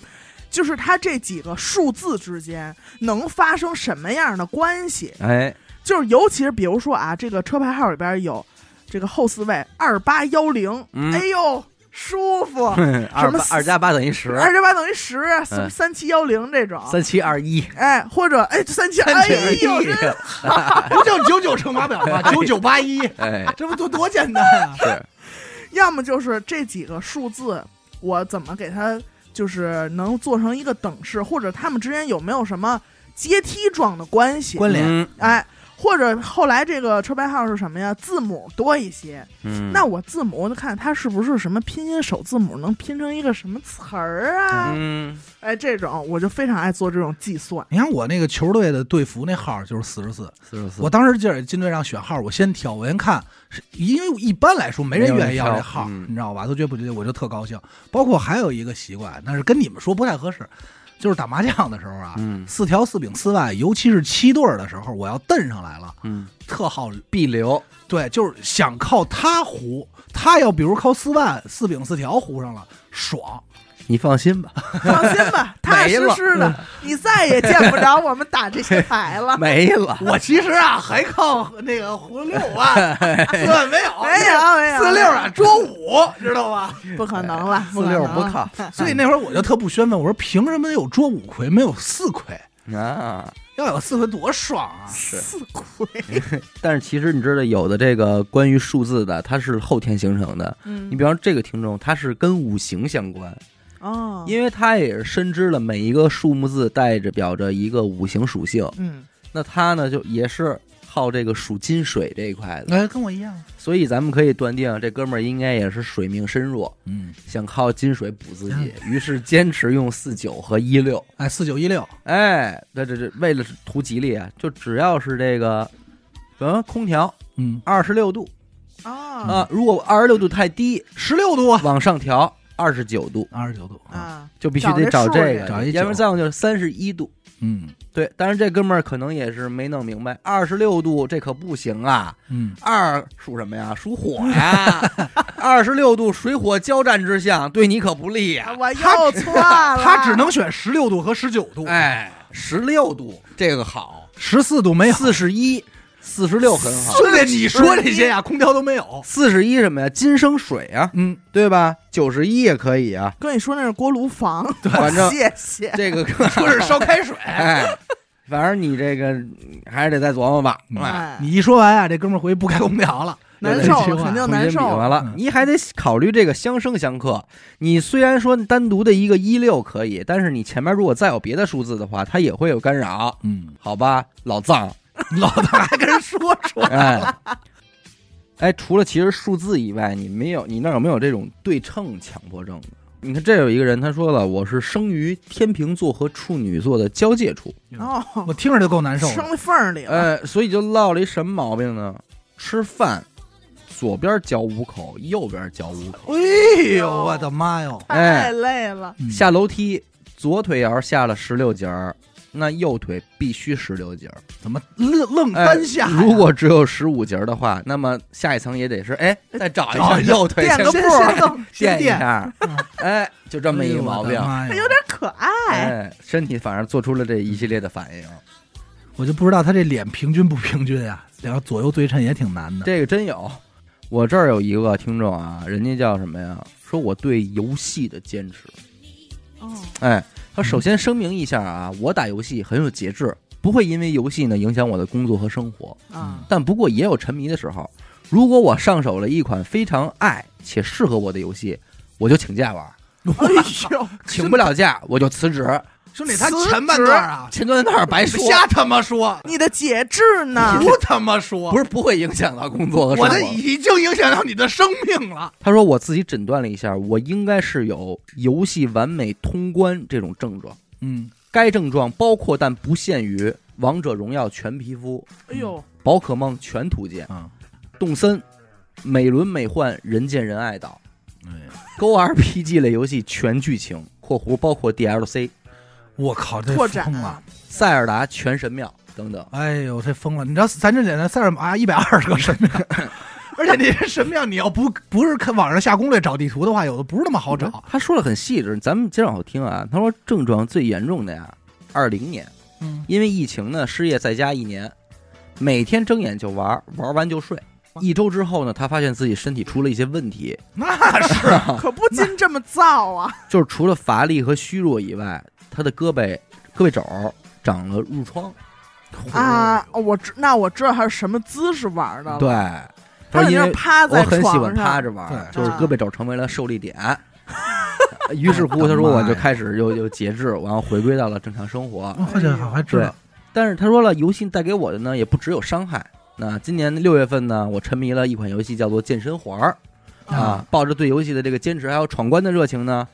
S3: 就是它这几个数字之间能发生什么样的关系？
S1: 哎，
S3: 就是尤其是比如说啊，这个车牌号里边有这个后四位二八幺零，
S1: 嗯
S3: 哎呦舒服，
S1: 二八
S3: 四
S1: 二加八等于十，
S3: 二加八等于十，什么
S1: 嗯
S3: 三七幺零这种，
S1: 三七二一，
S3: 哎或者哎三七，
S1: 三
S3: 哎
S1: 七二
S3: 呦
S1: 一
S3: 真，
S2: 不就九九乘法表 吗？九九八一，
S1: 哎，
S2: 这不多多简单啊呀！
S1: 是，
S3: 要么就是这几个数字，我怎么给它就是能做成一个等式，或者他们之间有没有什么阶梯状的关系？
S2: 关联
S1: 嗯
S3: 哎，或者后来这个车牌号是什么呀？字母多一些，
S1: 嗯，
S3: 那我字母我就看它是不是什么拼音首字母能拼成一个什么词儿啊？
S1: 嗯，
S3: 哎，这种我就非常爱做这种计算。
S2: 你看我那个球队的队服那号就是四十四，
S1: 四十四，
S2: 我当时就是进队让选号，我先挑，我先看，是因为一般来说没人愿意要这号，
S1: 没有人挑嗯
S2: 你知道吧？都觉得不觉得，我就特高兴。包括还有一个习惯，但是跟你们说不太合适，就是打麻将的时候啊，
S1: 嗯
S2: 四条四饼四外，尤其是七对儿的时候，我要瞪上来了，
S1: 嗯，
S2: 特好
S1: 必留，
S2: 对，就是想靠他胡，他要比如靠四万四饼四条胡上了，爽。
S1: 你放心吧，
S3: 放心吧，踏 踏
S1: 没
S3: 实
S1: 了。
S3: 实的，你再也见不着我们打这些牌了
S1: 没了，
S2: 我其实啊， 还靠那个胡六万， 四万没有，
S3: 没有没有
S2: 四六啊，捉五，知道吧？
S3: 不可能了，
S1: 四六
S3: 可能
S1: 不
S3: 了
S2: 啊
S1: 靠，
S2: 嗯所以那会儿我就特不宣愤，我说凭什么有捉五魁没有四魁？
S1: 啊，
S2: 要有四魂多爽啊！
S1: 是
S3: 四鬼，
S1: 但是其实你知道，有的这个关于数字的，它是后天形成的。
S3: 嗯
S1: 你比方这个听众，他是跟五行相关，
S3: 哦，
S1: 因为他也是深知了每一个数目字代着表着一个五行属性。
S3: 嗯
S1: 那他呢，就也是靠这个属金水这一块的，
S2: 哎，跟我一样，
S1: 所以咱们可以断定，啊这哥们儿应该也是水命深弱，
S2: 嗯，
S1: 想靠金水补自己，
S3: 嗯
S1: 于是坚持用四九和一六。
S2: 哎，四九一六，
S1: 哎，这这这，为了图吉利啊，就只要是这个，嗯，空调
S2: 嗯，
S1: 二十六度
S3: 啊
S1: 啊，如果二十六度太低，
S2: 十六度，
S1: 往上调二十九度，
S2: 二十九度，
S3: 啊，
S1: 就必须得
S3: 找
S1: 找
S3: 这
S1: 这个，
S3: 数去
S2: 找一
S1: 要不
S2: 九
S1: 然再往就是三十一度。
S2: 嗯
S1: 对，但是这哥们儿可能也是没弄明白，二十六度这可不行啊！
S2: 嗯，
S1: 二属什么呀？属火呀！ 二十六度水火交战之象，对你可不利呀、
S3: 啊我又错了，
S2: 他只能选十六度和十九度，，
S1: 哎，十六度这个好，
S2: 十四度没有。
S1: 四十一、四十六很好。
S2: 兄弟，你说这些呀，空调都没有。
S1: 四十一什么呀？金生水啊，
S2: 嗯，
S1: 对吧？九十一也可以啊。
S3: 跟你说那是锅炉房，
S1: 反正
S3: 谢谢，
S1: 这个
S2: 说是烧开水。
S1: 哎，反正你这个还是得再琢磨吧。
S2: 嗯
S1: 哎，
S3: 哎，
S2: 你一说完啊，这哥们儿回去不开空调了。
S3: 难受
S2: 这句
S3: 了，
S2: 话
S3: 肯定
S1: 重新
S3: 难
S1: 比
S3: 受
S1: 划
S3: 了，
S1: 了
S2: 嗯，
S1: 你还得考虑这个相生相克。你虽然说单独的一个一六可以，但是你前面如果再有别的数字的话，它也会有干扰，
S2: 嗯，
S1: 好吧？老藏，
S2: 老大还跟人说说，
S1: 哎，哎，除了其实数字以外，你没有，你那儿有没有这种对称强迫症的？你看这有一个人，他说了，我是生于天秤座和处女座的交界处，
S3: 哦，
S2: 我听着就够难受
S3: 生
S2: 的。
S3: 在缝儿里了，
S1: 哎，所以就落了一什么毛病呢？吃饭左边嚼五口，右边嚼五口，
S2: 哎呦，我的妈哟！
S1: 哎
S3: 太累了，
S2: 嗯
S1: 下楼梯左腿要是下了十六节儿，那右腿必须十六 节儿。
S2: 怎么愣愣
S1: 哎
S2: 单下呀？
S1: 如果只有十五节儿的话，那么下一层也得是哎，再找一
S2: 找
S1: 下
S2: 一下
S1: 右腿
S3: 垫
S1: 先
S3: 个
S1: 先
S3: 步儿
S1: 先动
S2: 先
S1: 垫一下
S2: 垫嗯，
S1: 哎，就这么一个毛病。
S2: 哎呦我的妈
S3: 他
S2: 呀
S3: 有点可爱，
S1: 哎，身体反而做出了这一系列的反应，
S2: 我就不知道他这脸平均不平均啊，然后左右对称也挺难的。
S1: 这个真有。我这儿有一个听众啊，人家叫什么呀？说我对游戏的坚持，
S3: 哦，
S1: 哎，他首先声明一下啊，我打游戏很有节制，不会因为游戏呢影响我的工作和生活。
S3: 啊，
S1: 但不过也有沉迷的时候。如果我上手了一款非常爱且适合我的游戏，我就请假玩儿；
S3: 哎 呦，
S1: 请不了假，我就辞职。
S2: 兄
S3: 弟
S2: 弟，
S3: 他
S2: 他
S3: 前
S2: 前
S3: 半
S2: 半
S3: 段
S2: 段
S3: 啊
S2: 啊，
S1: 前段那儿白说，
S2: 瞎他妈说，
S3: 你的节制呢？
S2: 胡他妈说，
S1: 不
S2: 是
S1: 是不会影响到工作和
S2: 我
S1: 生
S2: 这
S1: 活。
S2: 已经影响到你的生命了。
S1: 他说我自己诊断了一下，我应该是有游戏完美通关这种症状。
S2: 嗯，
S1: 该症状包括但不限于《王者荣耀》全皮肤、
S3: 哎呦，
S1: 宝可梦全图鉴、
S2: 啊，
S1: 动森、美轮美奂、人见人爱岛、
S2: 哎呀
S1: Go RPG 类游戏全剧情（括弧包括 DLC）。
S2: 我靠，这
S3: 拓展
S2: 疯了！，
S1: 塞尔达全神庙等等。
S2: 哎呦，这疯了！你知道咱这脸上塞尔玛一百二十个神庙， 而且这些神庙你要不不是看网上下攻略找地图的话，有的不是那么好找。
S1: 他说的很细致，咱们接着往后听啊。他说症状最严重的呀，二零年，
S2: 嗯，
S1: 因为疫情呢，失业在家一年，每天睁眼就玩，玩完就睡。一周之后呢，他发现自己身体出了一些问题，
S2: 那是
S1: 啊
S3: 可不禁这么造啊！
S1: 就是除了乏力和虚弱以外，他的胳膊胳膊肘长了褥疮。嗯
S3: 啊，我知那我知道他是什么姿势玩的了，
S1: 对，他
S3: 他
S1: 说因
S3: 肯定是
S1: 为
S3: 趴
S1: 我
S3: 在
S1: 很
S3: 床
S1: 喜
S3: 上，
S1: 欢
S3: 啊
S1: 趴着玩，
S2: 对
S1: 就是胳膊肘成为了受力 点。于是乎，他说我就开始又又节制，然后回归到了正常生活。
S2: 哦好家伙，还知道。
S1: 但是他说了，游戏带给我的呢，也不只有伤害。那今年六月份呢，我沉迷了一款游戏，叫做《健身环儿》啊，抱着对游戏的这个坚持还有闯关的热情呢，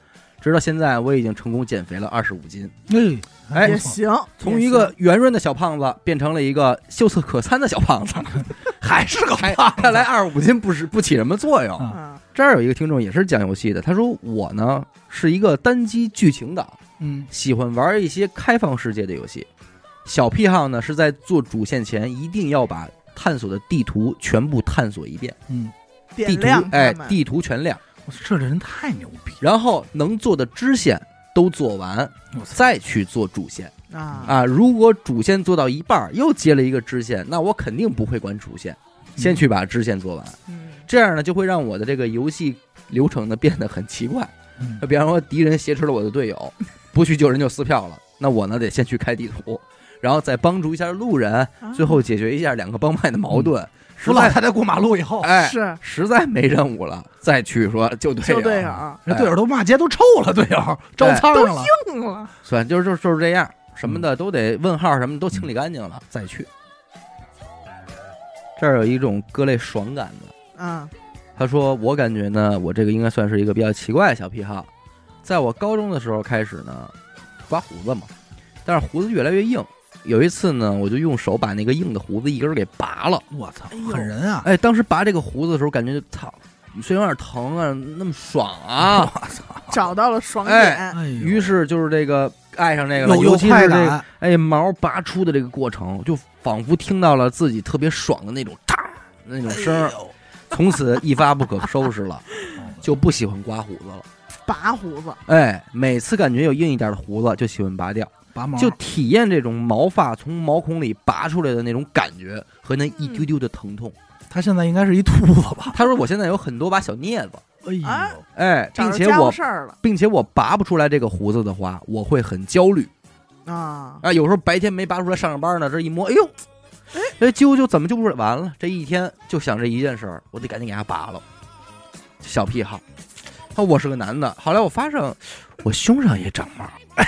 S1: 直到现在我已经成功减肥了二十五斤，
S2: 哎，还
S3: 也
S2: 不错
S3: 行，
S1: 从一个圆润的小胖子变成了一个秀色可餐的小胖子，
S2: 还是个
S1: 还
S2: 胖子
S1: 看来二十五斤不是不起什么作用。
S2: 啊
S3: 啊，
S1: 这儿有一个听众也是讲游戏的，他说我呢是一个单机剧情党，
S2: 嗯，
S1: 喜欢玩一些开放世界的游戏。小癖好呢是在做主线前一定要把探索的地图全部探索一遍，
S2: 嗯，
S1: 地
S3: 点
S1: 图
S3: 亮
S1: 哎
S3: 他们
S1: 地图全亮，
S2: 我说这人太牛逼了，
S1: 然后能做的支线都做完，
S2: 我操！
S1: 再去做主线
S3: 啊，
S1: 啊。如果主线做到一半儿又接了一个支线，那我肯定不会管主线，先去把支线做完。
S3: 嗯
S1: 这样呢就会让我的这个游戏流程呢变得很奇怪。
S2: 嗯
S1: 呃比方说敌人挟持了我的队友，不去救人就撕票了，那我呢得先去开地图，然后再帮助一下路人，最
S3: 啊
S1: 后解决一下两个帮派的矛盾。嗯实
S2: 扶老
S1: 在
S2: 太太过马路以后，
S1: 哎，
S3: 是
S1: 实在没任务了，再去说救队
S3: 就啊队
S1: 友。
S3: 友
S2: 人队友都骂街都臭了，队友招苍
S3: 都
S2: 蝇了，
S3: 硬了，
S1: 算就是就是就是这样，什么的都得问号，什么都清理干净了再去。这儿有一种各类爽感的。
S3: 嗯
S1: 他说：“我感觉呢，我这个应该算是一个比较奇怪的小癖好。在我高中的时候开始呢，刮胡子嘛，但是胡子越来越硬。有一次呢，我就用手把那个硬的胡子一根儿给拔了。
S2: 我操
S3: 哎，呦
S2: 狠人啊！
S1: 哎，当时拔这个胡子的时候，感觉就操，虽然有点疼啊，那么爽 啊。
S2: 我操，
S3: 找到了爽
S1: 哎
S3: 点，
S2: 哎哎呦
S1: 于是就是这个爱上这个了，
S2: 有
S1: 尤
S2: 有
S1: 其是
S2: 快
S1: 这个
S2: 感，
S1: 哎毛拔出的这个过程，就仿佛听到了自己特别爽的那种哒那种声
S2: 哎
S1: 儿，
S2: 呦哦
S1: 从此一发不可收拾 了，就不喜欢刮胡子了。”
S3: 拔胡子，
S1: 哎，每次感觉有硬一点的胡子就喜欢拔掉，
S2: 拔毛
S1: 就体验这种毛发从毛孔里拔出来的那种感觉和那一丢丢的疼痛。
S2: 他现在应该是一秃子吧？
S1: 他说我现在有很多把小镊子，
S2: 哎呦，
S3: 啊
S1: 哎，
S3: 找
S1: 并
S3: 着
S1: 且
S3: 家伙
S1: 我
S3: 事儿了
S1: 并且我拔不出来这个胡子的话，我会很焦虑
S3: 啊，
S1: 啊。有时候白天没拔出来，上着班呢，这一摸，哎呦，哎揪揪怎么揪不出来？完了，这一天就想这一件事儿，我得赶紧给它拔了。小癖好，啊，我是个男的。后来我发现我胸上也长毛。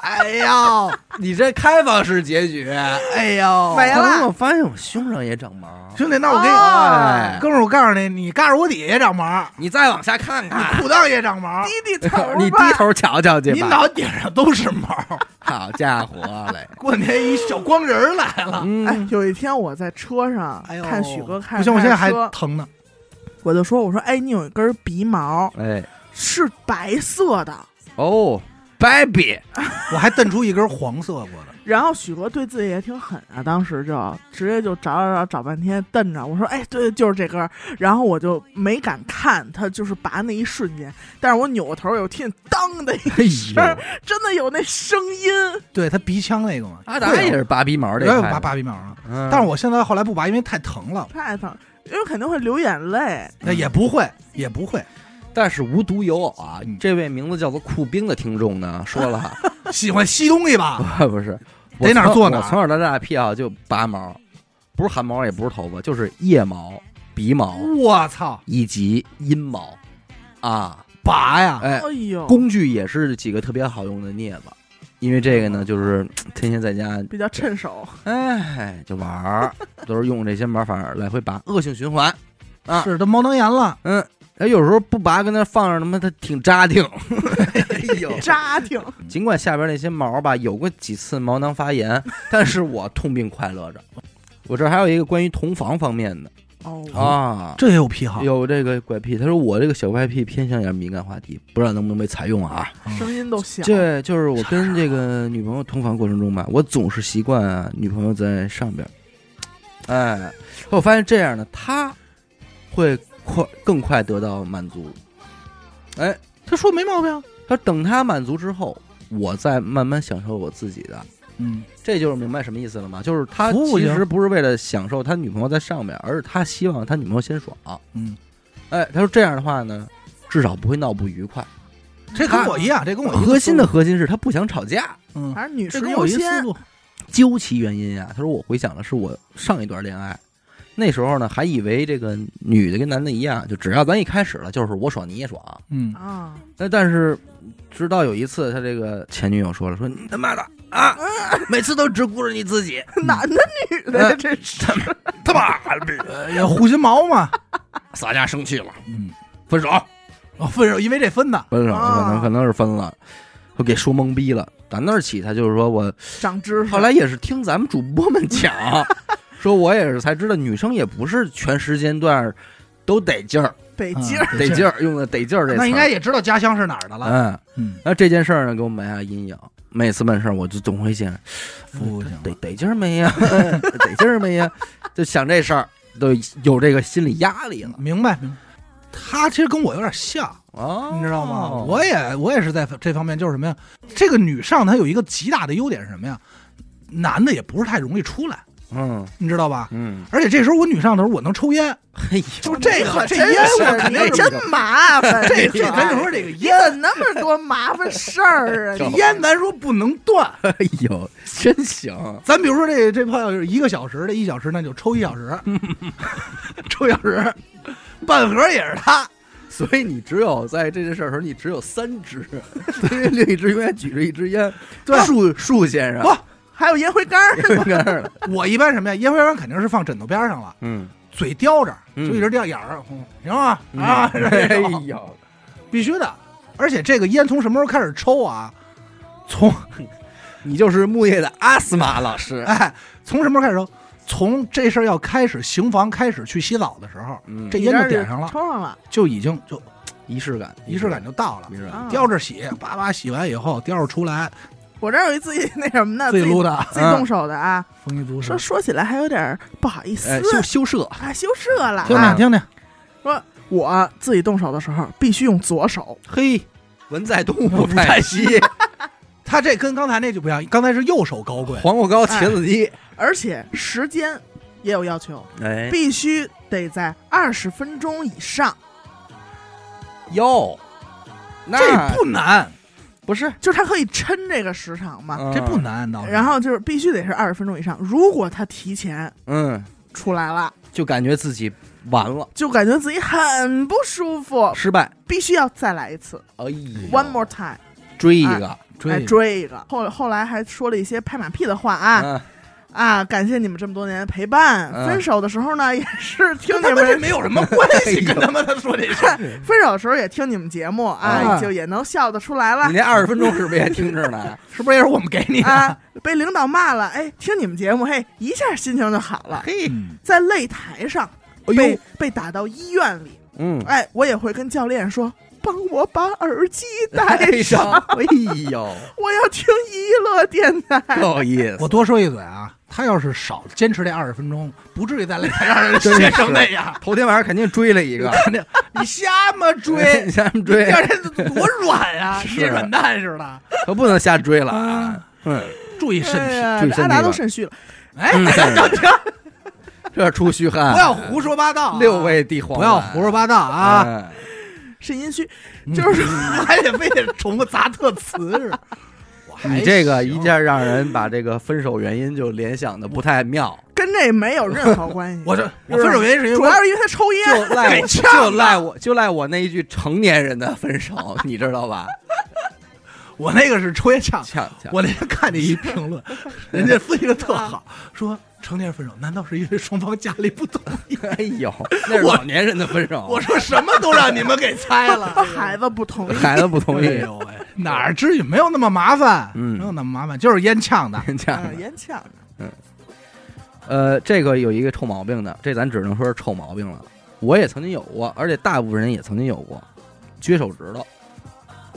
S2: 哎呦，哎呦，
S1: 你这开放式结 局，哦
S2: 哎呦，
S3: 没
S1: 后来
S3: 了
S1: 我发现我胸上也长毛，
S2: 兄弟，那我给你，
S3: 哎
S1: 哎
S2: 哥们儿，我告诉你，你嘎着我底下也长毛，
S1: 你再往下看
S2: 你， 裤裆也长毛，
S3: 低低头吧，
S1: 啊你低头瞧瞧去
S2: 你
S1: 吧。
S2: 脑顶上都是毛，
S1: 好家伙嘞，
S2: 过年一小光人儿 来了。
S3: 哎
S1: 嗯，，
S3: 有一天我在车上
S2: 哎呦，
S3: 看许哥开
S2: 不
S3: 着
S2: 行，我现在还
S3: 车
S2: 疼呢。
S3: 我就说我说哎，你有一根鼻毛
S1: 哎，
S3: 是白色的，
S1: 哦，baby，
S2: 我还瞪出一根黄色过的，
S3: 然后许哥对自己也挺狠啊，当时就直接就找找找找半天，瞪着我说：“哎，对，就是这根儿。”然后我就没敢看他，就是拔那一瞬间，但是我扭过头有听见当的一
S1: 哎
S3: 声儿，真的有那声音，
S2: 对他鼻腔那个嘛，
S1: 阿达也是拔鼻毛
S2: 我
S1: 这
S2: 也
S1: 一
S2: 有
S1: 派
S2: 拔
S1: 的，
S2: 拔鼻毛啊。
S1: 嗯
S2: 但是我现在后来不拔，因为太疼了。
S3: 太疼，因为肯定会流眼泪。
S2: 那也不会，也不会，
S1: 但是无独有偶啊
S2: 嗯，
S1: 这位名字叫做酷冰的听众呢，说了啊，
S2: 喜欢吸东西吧？
S1: 不是，
S2: 得哪儿
S1: 我从
S2: 坐哪儿
S1: 我从小到大癖好就拔毛，不是汗毛，也不是头发，就是腋毛、鼻毛
S2: 我操，
S1: 以及阴毛，啊，
S2: 拔呀！
S1: 哎
S3: 哎，呦，
S1: 工具也是几个特别好用的镊子，因为这个呢，就是嘖天天在家，
S3: 比较趁手，
S1: 哎，就玩儿，都是用这些玩法儿来回拔，恶性循环。啊
S2: 是都猫囊炎了，
S1: 嗯，哎，有时候不拔跟那放着，他妈它挺扎挺。哎 呦，
S3: 扎挺，
S1: 尽管下边那些毛吧有过几次毛囊发炎，但是我痛并快乐着。我这儿还有一个关于同房方面的
S3: 哦，
S1: 啊，
S2: 这也有癖好，
S1: 有这个怪癖，他说我这个小怪癖偏向点敏感话题，不知道能不能被采用啊。
S3: 声音都小，
S1: 这就是我跟这个女朋友同房过程中吧，我总是习惯啊，女朋友在上边儿，哎，我发现这样呢，她会快更快得到满足。哎，
S2: 他说没毛病。
S1: 她等她满足之后，我再慢慢享受我自己的，
S2: 嗯，
S1: 这就是明白什么意思了吗？就是他
S2: 服务
S1: 其
S2: 型
S1: 实不是为了享受他女朋友在上面，而是他希望他女朋友先爽。
S2: 嗯，
S1: 哎，他说这样的话呢，至少不会闹不愉快。
S2: 这跟我一样，这跟我一个
S1: 核心的
S2: 思
S1: 核心是他不想吵架。
S2: 路，嗯，
S3: 还是女
S2: 这
S3: 士
S2: 跟
S3: 优
S2: 我一个
S3: 先
S2: 思，路。
S1: 究其原因啊，他说我回想的是我上一段恋爱，那时候呢还以为这个女的跟男的一样，就只要咱一开始了，就是我爽你也爽。
S2: 嗯，
S3: 啊，
S1: 但但是直到有一次，他这个前女友说了，说你他妈的 啊，每次都只顾着你自己，
S3: 男的女
S2: 哎
S3: 的，这是
S1: 他妈的
S2: 呃也护心毛嘛。
S1: 撒家生气了，
S2: 嗯，
S1: 分手，
S2: 哦，分手因为这分的，
S1: 分手，
S3: 啊
S1: 可能可能是分了，我给说懵逼了。打那儿起，他就是说我
S3: 长知识，
S1: 后来也是听咱们主播们 讲，说我也是才知道，女生也不是全时间段儿都得劲儿，
S3: 北
S2: 嗯
S3: 京儿，
S1: 得劲儿，用的得劲儿这词儿。
S2: 那应该也知道家乡是哪儿的了。
S1: 嗯，
S2: 嗯，
S1: 那这件事儿呢，给我埋下阴影。每次办事儿，我就总会想，
S2: 服行
S1: 得得劲儿没呀， 得劲儿没呀，就想这事儿，都有这个心理压力了
S2: 明白明白。他其实跟我有点像，
S1: 啊，
S2: 你知道吗？
S3: 哦
S2: 我也我也是在这方面，就是什么呀？这个女上她有一个极大的优点是什么呀？男的也不是太容易出来，
S1: 嗯
S2: 你知道吧？
S1: 嗯，
S2: 而且这时候我女上头，我能抽烟，
S1: 嘿呦，
S2: 就这个这
S3: 真
S2: 烟
S3: 是
S2: 我肯定
S3: 你
S2: 是
S3: 真麻烦，啊
S2: 这
S3: 你
S2: 这咱就说这个
S3: 你怎么那么多麻烦事儿啊？
S1: 这
S3: 你
S2: 烟，咱说不能断。
S1: 哎呦，真行，
S2: 咱比如说这这朋友是一个小时的，一小时那就抽一小时，抽一小时，半盒也是他。
S1: 所以你只有在这件事儿时候，你只有三支， 因为另一只永远举着一支烟。
S2: 对
S1: 树树先生，
S2: 不，
S3: 还有烟灰缸儿，
S1: 应该是的，
S2: 我一般什么呀？烟灰缸肯定是放枕头边上了，
S1: 嗯，
S2: 嘴叼着，就
S1: 嗯
S2: 一直叼眼儿，嗯行啊
S1: 嗯
S2: 啊，
S1: 哎
S2: 这种
S1: 呦，
S2: 必须的。而且这个烟从什么时候开始抽啊？从
S1: 你就是木叶的阿斯玛老师，
S2: 哎，从什么时候开始抽？从这事儿要开始行房开始去洗澡的时候，
S1: 嗯，
S2: 这烟就点上了，
S3: 抽上了，
S2: 就已经就
S1: 仪式感，
S2: 仪式感就到了
S1: 仪。式感
S3: 啊，
S2: 叼着洗，叭叭洗完以后，叼着出来，
S3: 我这儿有一自己那什么的，
S2: 自己嗯
S3: 自己
S2: 撸的，
S3: 自己动手的啊。
S2: 丰衣足食
S3: 说。说起来还有点儿不好意思
S1: 哎，羞羞涩，
S3: 啊，羞涩了
S2: 听
S3: 啊
S2: 听。听听，
S3: 我自己动手的时候必须用左手，
S1: 嘿，文在东，武
S2: 在
S1: 在西，
S2: 他这跟刚才那就不一样，刚才是右手高贵，
S1: 黄瓜糕，茄子鸡，
S3: 而且时间也有要求，
S1: 哎
S3: 必须得在二十分钟以上。
S1: 哟，那
S2: 这不难，
S1: 不是，
S3: 就是他可以抻这个时长嘛，
S1: 嗯
S2: 这不，难，倒是。
S3: 然后就是必须得是二十分钟以上。如果他提前
S1: 嗯，
S3: 出来了，
S1: 就感觉自己完了，
S3: 就感觉自己很不舒服，
S1: 失败，
S3: 必须要再来一次
S1: 哎呦
S3: ，one more time，
S1: 追一个，
S2: 哎追
S3: 来哎追一个。后后来还说了一些拍马屁的话啊、
S1: 嗯
S3: 啊！感谢你们这么多年的陪伴。
S1: 嗯
S3: 分手的时候呢，也是听
S2: 跟
S3: 你
S2: 他 们这
S3: 们
S2: 没有什么关 系，跟他们他说这事儿，
S3: 分手的时候也听你们节目啊，
S1: 啊
S3: 就也能笑得出来了
S2: 啊
S1: 你。那二十分钟是不是也听着 呢？
S2: 是不是也是我们给你的？
S3: 啊，被领导骂了，哎，听你们节目，嘿，一下心情就好了。
S1: 嘿，
S2: 嗯
S3: 在擂台上
S1: 哎
S3: 被、
S1: 呦，
S3: 被打到医院里，
S1: 嗯，
S3: 哎，我也会跟教练说，帮我把耳机戴
S1: 带上，
S3: 上，
S1: 哎呦，
S3: 我要听一乐电台。
S1: 够意思，
S2: 我多说一嘴啊，他要是少坚持这二十分钟，不至于在擂台上让人写成那样。
S1: 头天晚上肯定追了一个，？
S2: 你瞎吗 追
S1: 你瞎
S2: 第
S1: 追，
S2: 二天多软呀，
S1: 是
S2: 捏软蛋似的。
S1: 可不能瞎追了啊！嗯，
S2: 注意身
S3: 哎
S2: 体。
S3: 呀
S1: 注意身体
S3: 阿达都
S1: 吧
S3: 肾虚了，
S2: 哎，
S1: 嗯这出虚汗，
S2: 不要胡说八道啊，
S1: 六位帝皇，
S2: 不要胡说八道啊！
S1: 哎！
S3: 肾阴虚，就是说
S2: 还得非得重复砸特词似的。我还
S1: 你这个
S2: 行
S1: 一，下让人把这个分手原因就联想的不太妙，
S3: 跟这没有任何关系。
S2: 我这我分手原因是因为
S3: 主
S2: 我
S3: 要是因为他抽烟，
S1: 就 赖
S2: 给
S1: 我
S2: 呛了
S1: 就赖我就赖我那一句成年人的分 手，你知道吧？
S2: 我那个是抽烟呛。
S1: 呛呛，
S2: 我那天看见一评论，人家分析的特好，说成年人分手难道是因为双方家里不同意？
S1: 哎 呦，那是老年人的分手，
S2: 我说什么都让你们给猜了，
S3: 孩子 不同意，
S1: 孩子不同
S2: 哎
S1: 意，
S2: 呦喂，哪儿至于没有那么麻烦，
S1: 嗯
S2: 没有那么麻烦，就是烟呛的。
S1: 呛
S3: 嗯，烟呛着，
S1: 呃，这个有一个臭毛病的，这咱只能说是臭毛病了。我也曾经有过，而且大部分人也曾经有过，撅手指头，
S2: 嗯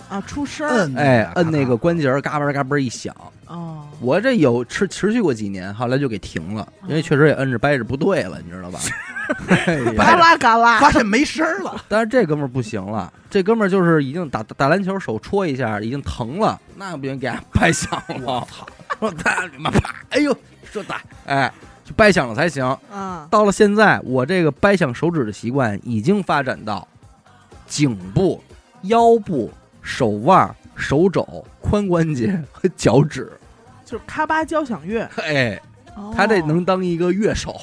S3: 啊，出声儿
S2: 摁
S1: 哎，摁那个
S2: 咔
S1: 关节儿，嘎嘣儿嘎嘣儿一响。
S3: 哦，
S1: 我这有持持续过几年，后来就给停了，因为确实也摁着掰着不对了，你知道吧？哎呀
S2: 掰
S3: 嘎啦嘎
S2: 咔，
S3: 啦，
S2: 发现没声儿了，
S1: 但是这哥们儿不行了，这哥们儿就是已经打打篮球手戳一下已经疼了，那不行，给他掰响了。
S2: 操！
S1: 我操你妈！啪！哎呦，说打，哎，就掰响了才行。
S3: 嗯，
S1: 到了现在，我这个掰响手指的习惯已经发展到颈部、腰部、手腕、手肘、髋关节和脚趾。
S3: 就是咔吧交响乐，
S1: 哎，
S3: 哦
S1: 他这能当一个乐手，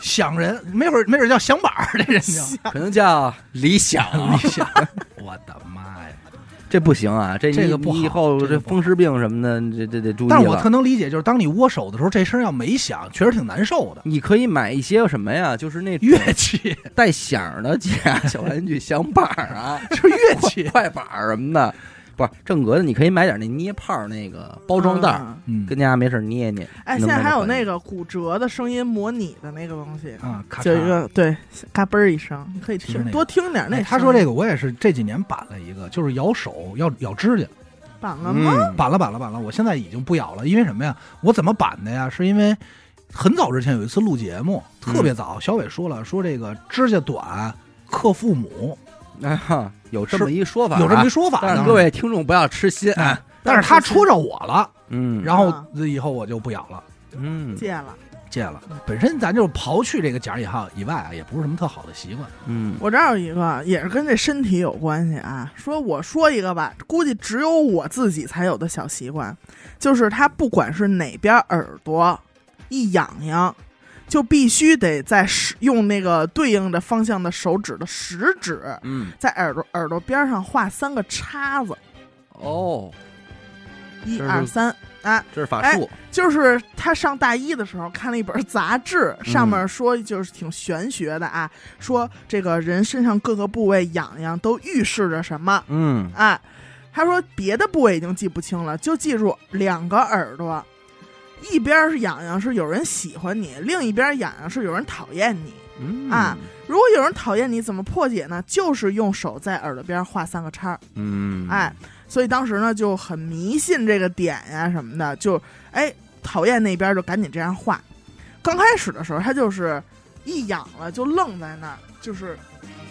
S2: 响人，没准没准叫响板儿，这人叫
S3: 响
S1: 可能叫理想。
S2: 你想， 我的妈呀！
S1: 这不行啊，这你
S2: 这个不好
S1: 你以后
S2: 这个
S1: 这
S2: 不好
S1: 风湿病什么的，这这得注意了。
S2: 但是我特能理解，就是当你握手的时候，这声儿要没响，确实挺难受的。
S1: 你可以买一些什么呀？就是那种
S2: 乐 器，
S1: 带响儿的 假小玩具，响板儿 啊，
S2: 就是乐
S1: 快
S2: 器。
S1: 快板儿什么的。不是正格的，你可以买点那捏泡儿那个包装袋儿，
S3: 嗯
S2: 嗯
S1: 跟家没事儿捏捏。
S3: 哎，
S1: 能不
S3: 现在
S1: 能
S3: 还有
S1: 管
S3: 那个骨折的声音模拟的那个东西，
S2: 啊，咔
S3: 就一
S2: 嚓。
S3: 个对嘎嘣儿一声，你可以
S2: 其实那
S3: 听
S2: 个
S3: 多听点儿那。
S2: 哎他说这个，我也是这几年板了一个，就是咬手，要咬指甲，
S3: 板了吗？
S1: 嗯，
S2: 板了板了板了。我现在已经不咬了，因为什么呀？我怎么板的呀？是因为很早之前有一次录节目，特别早，小伟说了，说这个指甲短克父母，
S1: 啊，有这么一说法啊，
S2: 有这么一说法。
S1: 但
S2: 当
S1: 是
S2: 时
S1: 各，位听众不要痴心啊
S2: 哎。但是他戳着我了，
S1: 嗯，
S2: 然后
S3: 啊
S2: 以后我就不咬了，
S1: 嗯，
S3: 戒了，
S2: 戒戒了。本身咱就刨去这个假以后以外啊，也不是什么特好的习惯。
S1: 嗯，
S3: 我这儿有一个，也是跟这身体有关系啊。说我说一个吧，估计只有我自己才有的小习惯，就是他不管是哪边耳朵一痒痒，就必须得在使用那个对应的方向的手指的食指，
S1: 嗯，
S3: 在耳朵耳朵边上画三个叉子，
S1: 哦，
S3: 一
S1: 这是
S3: 二三啊，
S1: 这是法术，
S3: 就是他上大一的时候看了一本杂志，上面说就是挺玄学的啊，说这个人身上各个部位痒痒都预示着什么
S1: 嗯，
S3: 啊？他说别的部位已经记不清了，就记住两个耳朵，一边是痒痒是有人喜欢你，另一边痒痒是有人讨厌你。
S1: 嗯
S3: 啊，如果有人讨厌你，怎么破解呢？就是用手在耳朵边画三个叉儿。
S1: 嗯，
S3: 哎，所以当时呢就很迷信这个点呀、什么的，就哎讨厌那边就赶紧这样画。刚开始的时候，他就是一痒了就愣在那儿，就是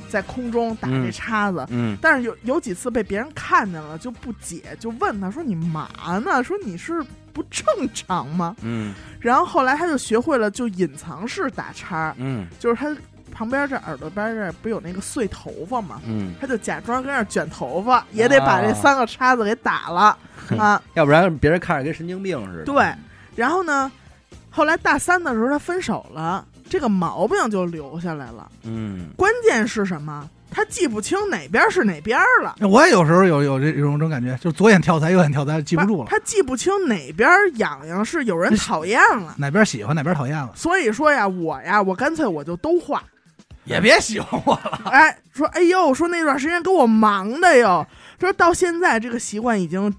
S3: 在空中打这
S1: 嗯
S3: 叉子。
S1: 嗯，
S3: 但是有有几次被别人看见了，就不解，就问他说：“你嘛呢？说你是不正常吗
S1: 嗯，？”
S3: 然后后来他就学会了就隐藏式打叉，
S1: 嗯，
S3: 就是他旁边这耳朵边这儿不有那个碎头发吗？
S1: 嗯，
S3: 他就假装跟那儿卷头发，也得
S2: 啊
S3: 把这三个叉子给 打了啊。
S1: 要不然别人看着跟神经病似的。
S3: 对，然后呢，后来大三的时候他分手了，这个毛病就留下来了。
S1: 嗯，
S3: 关键是什么？他记不清哪边是哪边了，
S2: 我也有时候有有这种这种感觉，就左眼跳财，右眼跳财，记不住了，
S3: 他记不清哪边痒痒是有人讨厌了。
S2: 哪边喜欢哪边讨厌了，
S3: 所以说呀，我呀，我干脆我就都 画。
S2: 也别喜欢我了。
S3: 哎，说哎呦，说那段时间给我忙的哟。说到现在这个习惯已经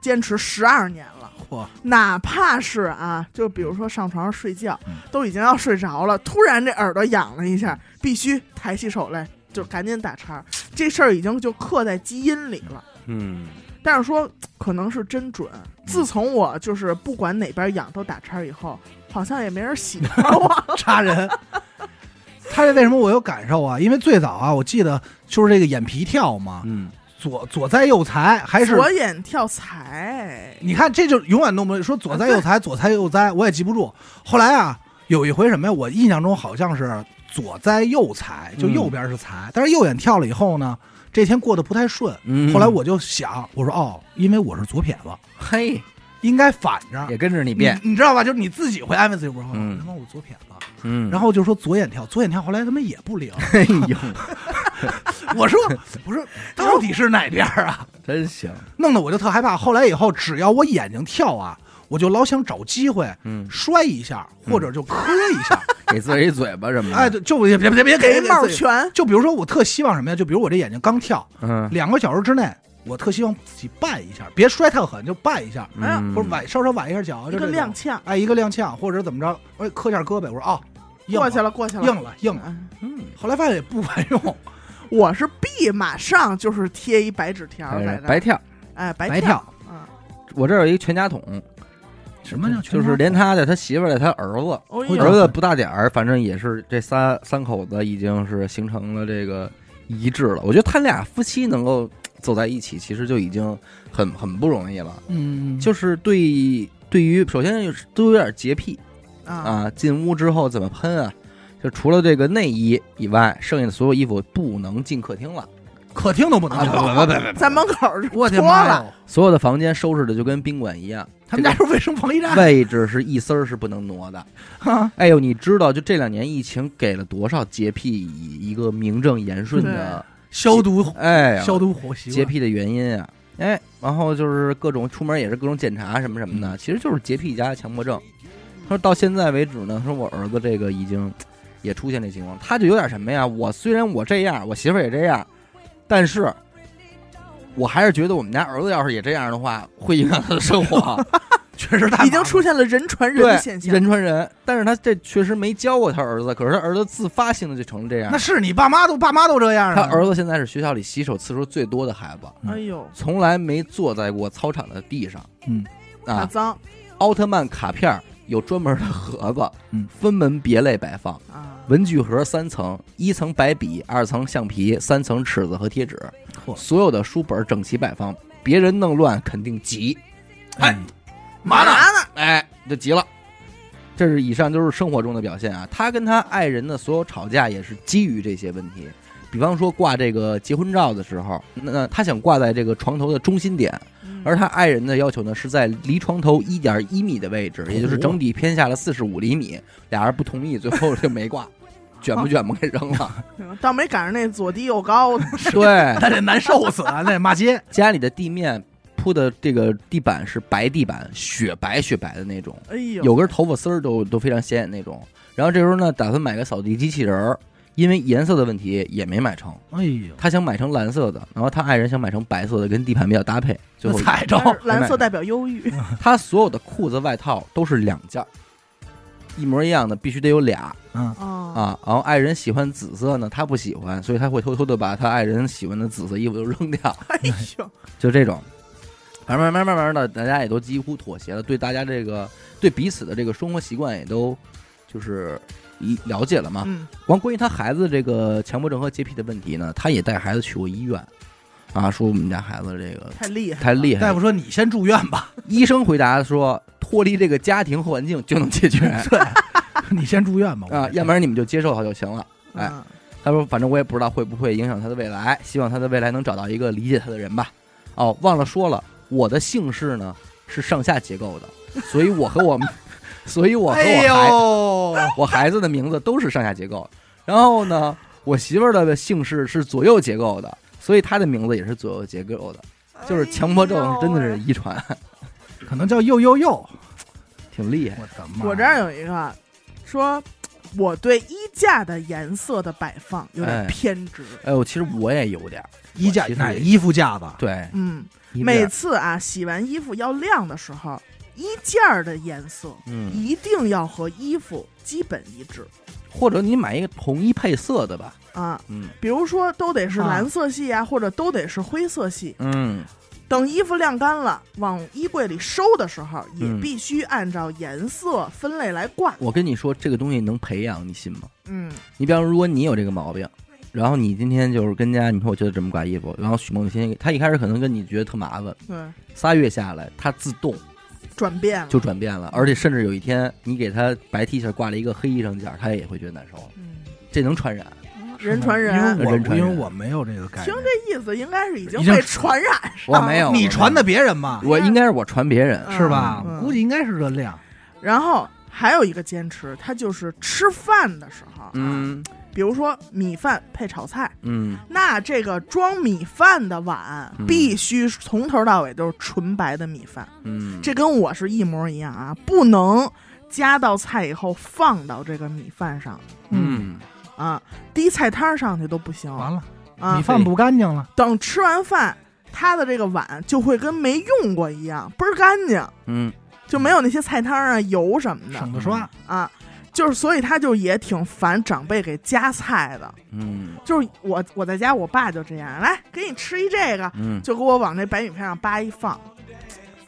S3: 坚持十二年了。
S2: 嚯，
S3: 哪怕是啊，就比如说上床上睡觉
S2: 嗯，
S3: 都已经要睡着了，突然这耳朵痒了一下，必须抬起手来，就赶紧打叉儿。这事儿已经就刻在基因里了。
S1: 嗯，
S3: 但是说可能是真准，自从我就是不管哪边痒都打叉儿以后，好像也没人喜欢我。
S2: 插人。他这为什么我有感受啊？因为最早啊，我记得就是这个眼皮跳嘛，
S1: 嗯，
S2: 左左栽右财，还哎是
S3: 左眼跳财，
S2: 你看这就永远弄不说左栽 右财，左栽右栽，我也记不住。后来啊，有一回什么呀？我印象中好像是左栽右财，就
S1: 嗯
S2: 右边是财，但是右眼跳了以后呢，这天过得不太顺。
S1: 嗯。
S2: 后来我就想，我说哦，因为我是左撇子，
S1: 嘿，
S2: 应该反着
S1: 也。跟着你
S2: 你
S1: 变，
S2: 你知道吧？就是你自己会安慰自己，我说哦
S1: 嗯
S2: 他妈我左撇子，
S1: 嗯
S2: 然
S1: 后
S2: 后就说左眼跳，左眼跳，后来他妈也不灵。
S1: 哎呦，
S2: 我说，我说到底是哪边儿啊？
S1: 真行，
S2: 弄得我就特害怕。后来以后，只要我眼睛跳啊，我就老想找机会
S1: 嗯，
S2: 摔一下，或者就磕一下。
S1: 给自己一嘴巴什么的，
S2: 哎，，就就别别别别
S3: 给
S2: 给
S3: 帽
S2: 自己
S3: 拳，
S2: 就比如说，我特希望什么呀？就比如我这眼睛刚跳
S1: 嗯，
S2: 两个小时之内，我特希望自己绊一下，别摔太狠，就绊一下，
S3: 哎呀
S1: 嗯
S2: 或者崴稍稍崴一下脚，
S3: 一
S2: 就
S3: 个
S2: 这种
S3: 踉，跄，
S2: 哎，一个踉跄，或者怎么着，哎，磕一下胳膊。我说哦，硬
S3: 过去
S2: 了，
S3: 了，过去了，
S2: 硬了，硬了。
S3: 嗯
S1: 嗯，
S2: 后来发现也不管用，
S3: 我是必马上就是贴一白纸条在这儿，
S1: 哎白跳，
S3: 哎白
S2: 白
S3: 跳，
S2: 跳。
S3: 嗯，
S1: 我这儿有一全家桶，
S2: 什么叫全
S1: 就是
S2: 家
S1: 连他的他媳妇儿的他儿子，
S3: 哦
S2: 回
S1: 儿
S2: 头
S3: 呦，
S1: 子不大点儿，反正也是这仨三口子已经是形成了这个一致了。我觉得他俩夫妻能够走在一起，其实就已经很很不容易了。
S2: 嗯，
S1: 就是对对于首先就是都有点洁癖
S3: 啊，
S1: 啊，进屋之后怎么喷啊？就除了这个内衣以外，剩下的所有衣服不能进客厅了，
S2: 客厅都不
S1: 啊
S2: 能跳。
S1: 不不
S3: 在门口儿就
S2: 我的
S3: 脱
S2: 妈呀！
S3: 了，
S1: 所有的房间收拾的就跟宾馆一样，
S2: 他们家是卫生防疫站
S1: 位置是一丝儿是不能挪的。
S2: 啊！
S1: 哎呦，你知道，就这两年疫情给了多少洁癖以一个名正言顺的，
S2: 消毒
S1: 哎呀，
S2: 消毒活习惯
S1: 洁癖的原因啊，哎，然后就是各种出门也是各种检查什么什么
S3: 嗯
S1: 的，其实就是洁癖加强迫症。他说到现在为止呢，说我儿子这个已经也出现这情况，他就有点什么呀？我虽然我这样，我媳妇儿也这样，但是我还是觉得我们家儿子要是也这样的话，会影响他的生活。
S2: 确实大麻烦，
S3: 已经出现了人传 人
S1: 对
S3: 的现，象，
S1: 人传人，但是他这确实没教过他儿子，可是他儿子自发性的就成了这样
S2: 那。是你爸妈都爸妈都这样
S1: 他
S2: 了，
S1: 儿子现在是学校里洗手次数最多的孩子，
S2: 嗯
S3: 哎呦，
S1: 从来没坐在过操场的地上。
S2: 嗯
S3: 好
S1: 啊，
S3: 脏
S1: 奥特曼卡片儿有专门的盒子，
S2: 嗯
S1: 分门别类摆放。
S3: 啊，
S1: 文具盒三层，一层白笔，二层橡皮，三层尺子和贴纸。
S2: 嚯
S1: 所有的书本整齐摆放，别人弄乱肯定急。
S2: 哎
S1: 嗯，
S2: 嘛呢？
S3: 呢？
S1: 哎，就急了。这是以上都是生活中的表现啊。他跟他爱人的所有吵架也是基于这些问题，比方说挂这个结婚照的时候，那那他想挂在这个床头的中心点，
S3: 嗯
S1: 而他爱人的要求呢是在离床头一点一米的位置，也就是整体偏下了四十五厘米。俩人不同意，最后就没挂，卷不卷不给扔了。
S3: 嗯倒没赶上那左低 右高的，
S1: 对，
S2: 那得难受死啊，那得 骂街。
S1: 家里的地面铺的这个地板是白地板，雪白雪白的那种，
S3: 哎呦，
S1: 有根头发丝儿都都非常显眼那种。然后这时候呢，打算买个扫地机器人儿，因为颜色的问题也没买成。
S2: 哎呦，
S1: 他想买成蓝色的，然后他爱人想买成白色的，跟地板比较搭配。最
S2: 那
S1: 后，
S2: 踩着
S3: 但是蓝色代表忧郁，
S1: 他所有的裤子、外套都是两件儿，一模一样的，必须得有俩
S2: 嗯
S3: 啊，
S1: 啊。然后爱人喜欢紫色呢，他不喜欢，所以他会偷偷的把他爱人喜欢的紫色衣服都扔掉。
S3: 哎呦，
S1: 就这种，慢慢慢慢慢慢的，大家也都几乎妥协了，对大家这个对彼此的这个生活习惯也都就是了解了嘛。
S3: 嗯，
S1: 完，关于他孩子这个强迫症和洁癖的问题呢，他也带孩子去过医院，啊，说我们家孩子这个
S3: 太厉害，
S1: 太厉害
S2: 大
S1: 了。
S2: 夫说你先住院吧，
S1: 医生回答说，脱离这个家庭环境就能 解决
S2: 你先住院吧。我
S1: 啊，要不然你们就接受他就行了。哎
S3: 嗯，
S1: 他说：“反正我也不知道会不会影响他的未来，希望他的未来能找到一个理解他的人吧。”哦，忘了说了，我的姓氏呢是上下结构 的，所以我和我，所以我和
S2: 哎
S1: 我孩、
S2: 呦，
S1: 我孩子的名字都是上下结构。然后呢，我媳妇儿的姓氏是左右结构的，所以她的名字也是左右结构的。就是强迫
S3: 哎
S1: 症真的是遗传，
S2: 可能叫又又又，
S1: 挺厉害。
S2: 我的妈！
S3: 我这儿有一个说，我对衣架的颜色的摆放有
S1: 哎
S3: 点偏执。
S1: 哎呦，其实我也有点儿
S2: 衣架
S1: 我其实
S2: 哪
S1: 也
S2: 衣服架子？
S1: 对，
S3: 嗯，
S1: 一面
S3: 每
S1: 儿
S3: 次啊洗完衣服要晾的时候，衣架儿的颜色
S1: 嗯，
S3: 一定要和衣服基本一致
S1: 或者你买一个统一配色的吧，
S3: 啊，
S1: 嗯
S3: 比如说都得是
S2: 啊
S3: 蓝色系啊，或者都得是灰色系。
S1: 嗯，
S3: 等衣服晾干了，往衣柜里收的时候，也
S1: 嗯
S3: 必须按照颜色分类来挂。
S1: 我跟你说，这个东西能培养，你信吗？
S3: 嗯，
S1: 你比方说，如果你有这个毛病，然后你今天就是跟家，你说我就这么挂衣服，然后许梦就天天给他一开始可能跟你觉得特麻烦，
S3: 对，
S1: 仨月下来，他自动
S3: 转变了。
S1: 就转变
S2: 嗯
S1: 了，而且甚至有一天你给他白 T 恤挂了一个黑衣裳角，他也会觉得难受了，
S3: 嗯，
S1: 这能传染。
S3: 人传人啊
S2: 因，为
S1: 人
S2: 我
S1: 传
S2: 因
S1: 人
S2: 为我没有这个概
S3: 听
S2: 念。
S3: 这意思应该是已经
S2: 已经
S3: 被
S2: 是啊
S3: 传染
S1: 我
S3: 上了。
S1: 没有，
S2: 你
S1: 我
S2: 传
S1: 没
S2: 的别人嘛，
S1: 有，我应该是我传别人，
S3: 嗯
S2: 是吧？
S3: 嗯
S2: 估计应该是这量。
S3: 然后还有一个坚持，他就是吃饭的时候啊，
S1: 嗯
S3: 比如说米饭配炒菜，
S1: 嗯，
S3: 那这个装米饭的碗
S1: 嗯
S3: 必须从头到尾都是纯白的米饭，
S1: 嗯，
S3: 这跟我是一模一样啊，不能夹到菜以后放到这个米饭上
S1: 嗯
S3: 啊，滴菜摊上去都不行
S2: 完
S3: 啊。
S2: 了，米饭不干净了，
S3: 等吃完饭，他的这个碗就会跟没用过一样，倍儿干净，
S1: 嗯
S3: 就没有那些菜摊儿啊油什么的。
S2: 省着刷。
S3: 啊，就是所以他就也挺烦长辈给夹菜的。
S1: 嗯
S3: 就是我我在家，我爸就这样，来给你吃一这个，
S1: 嗯，
S3: 就给我往那白米饭上扒一放，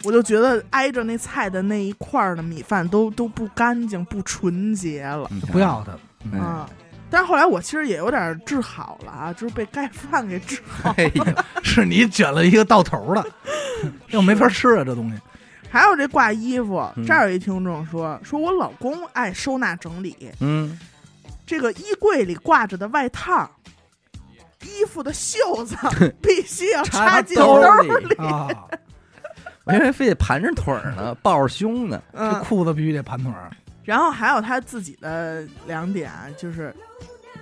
S3: 我就觉得挨着那菜的那一块儿的米饭都都不干净、不纯洁了
S1: 你
S2: 就
S1: 看
S2: 不要它。
S1: 嗯
S3: 啊。但是后来我其实也有点治好了啊，就是被盖饭给治好。
S1: 哎呀，
S2: 是你卷了一 个到头的，又没法吃啊，这东西。
S3: 还有这挂衣服
S1: 嗯，
S3: 这儿有一听众说，说我老公爱收纳整理，
S1: 嗯，
S3: 这个衣柜里挂着的外套、衣服的袖子必须要插进兜
S1: 兜
S3: 儿。
S1: 里，
S2: 啊，
S1: 我因为非得盘着腿儿呢，抱着胸呢，
S2: 这
S3: 嗯，
S2: 裤子必须得盘腿儿。
S3: 然后还有他自己的两点啊，就是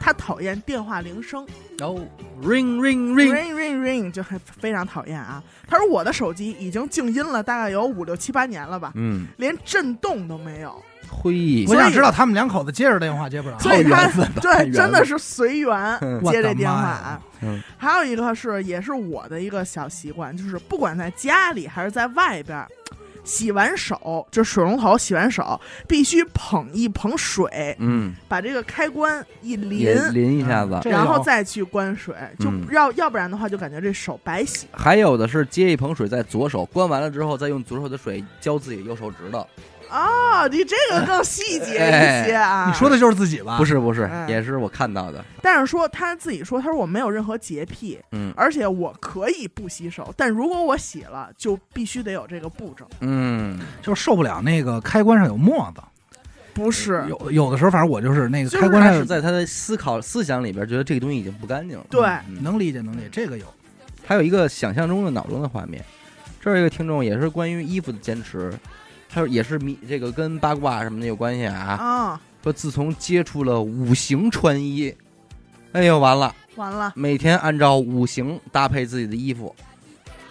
S3: 他讨厌电话铃声
S1: 然后哦 ring ring ring，
S3: ，ring ring ring 就很非常讨厌啊。他说我的手机已经静音了，大概有五六七八年了吧，
S1: 嗯，
S3: 连震动都没有，
S1: 嘿，
S2: 我
S3: 所
S2: 想
S3: 以
S2: 知道他们两口子接着电话接不着。
S3: 所以
S1: 靠
S3: 他
S1: 缘分吧看
S3: 对
S1: 缘
S3: 真的
S1: 分
S3: 是随缘
S2: 我
S3: 接
S2: 的
S3: 这电话
S2: 妈
S3: 啊
S2: 呀。
S1: 嗯
S3: 还有一个是，也是我的一个小习惯，就是不管在家里还是在外边儿，洗完手，就水龙头洗完手，必须捧一捧水，
S1: 嗯，
S3: 把这个开关一
S1: 也
S3: 淋，
S1: 淋一下子
S2: 嗯。这
S3: 然后
S2: 有
S3: 再去关水，就
S1: 嗯
S3: 要、要不然的话，就感觉这手白洗。
S1: 还有的是接一盆水在左手，关完了之后再用左手的水浇自己右手指头。
S3: 哦，你这个更细节一些啊！
S2: 哎你说的就是自己吧？
S1: 不，是不是
S3: 哎，
S1: 也是我看到的。
S3: 但是说他自己说，他说我没有任何洁癖，
S1: 嗯
S3: 而且我可以不洗手，但如果我洗了，就必须得有这个步骤。
S1: 嗯，
S2: 就是受不了那个开关上有沫子。
S3: 不是，
S2: 有有的时候，反正我就是那个
S3: 就是
S2: 开关
S1: 他是
S2: 上
S1: 在他的思考思想里边觉得这个东西已经不干净了。
S3: 对
S1: 嗯
S2: 能理解能理解，这个有
S1: 还有一个想象中的脑中的画面，这儿一个听众也是关于衣服的坚持，他说也是迷这个跟八卦什么的有关系啊。
S3: 啊，
S1: 说自从接触了五行穿衣，哎呦完了，
S3: 完了，
S1: 每天按照五行搭配自己的衣服，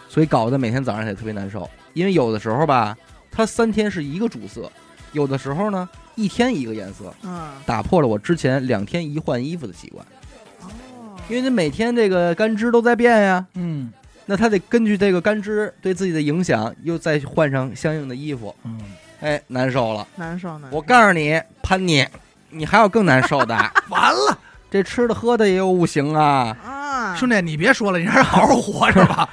S1: 所以搞得每天早上起来特别难受。因为有的时候吧，它三天是一个主色，有的时候呢一天一个颜色，
S3: 嗯，
S1: 打破了我之前两天一换衣服的习惯。
S3: 哦，
S1: 因为你每天这个干支都在变呀，
S2: 嗯
S1: 那他得根据这个干支对自己的影响，又再换上相应的衣服。
S2: 嗯，
S1: 哎，难受了！
S3: 难受难受，
S1: 我告诉你，潘妮，你还有更难受的， 啊
S2: 完了，
S1: 这吃的喝的也有五行啊！
S3: 啊，
S2: 兄弟你别说了，你还是好好活着 吧，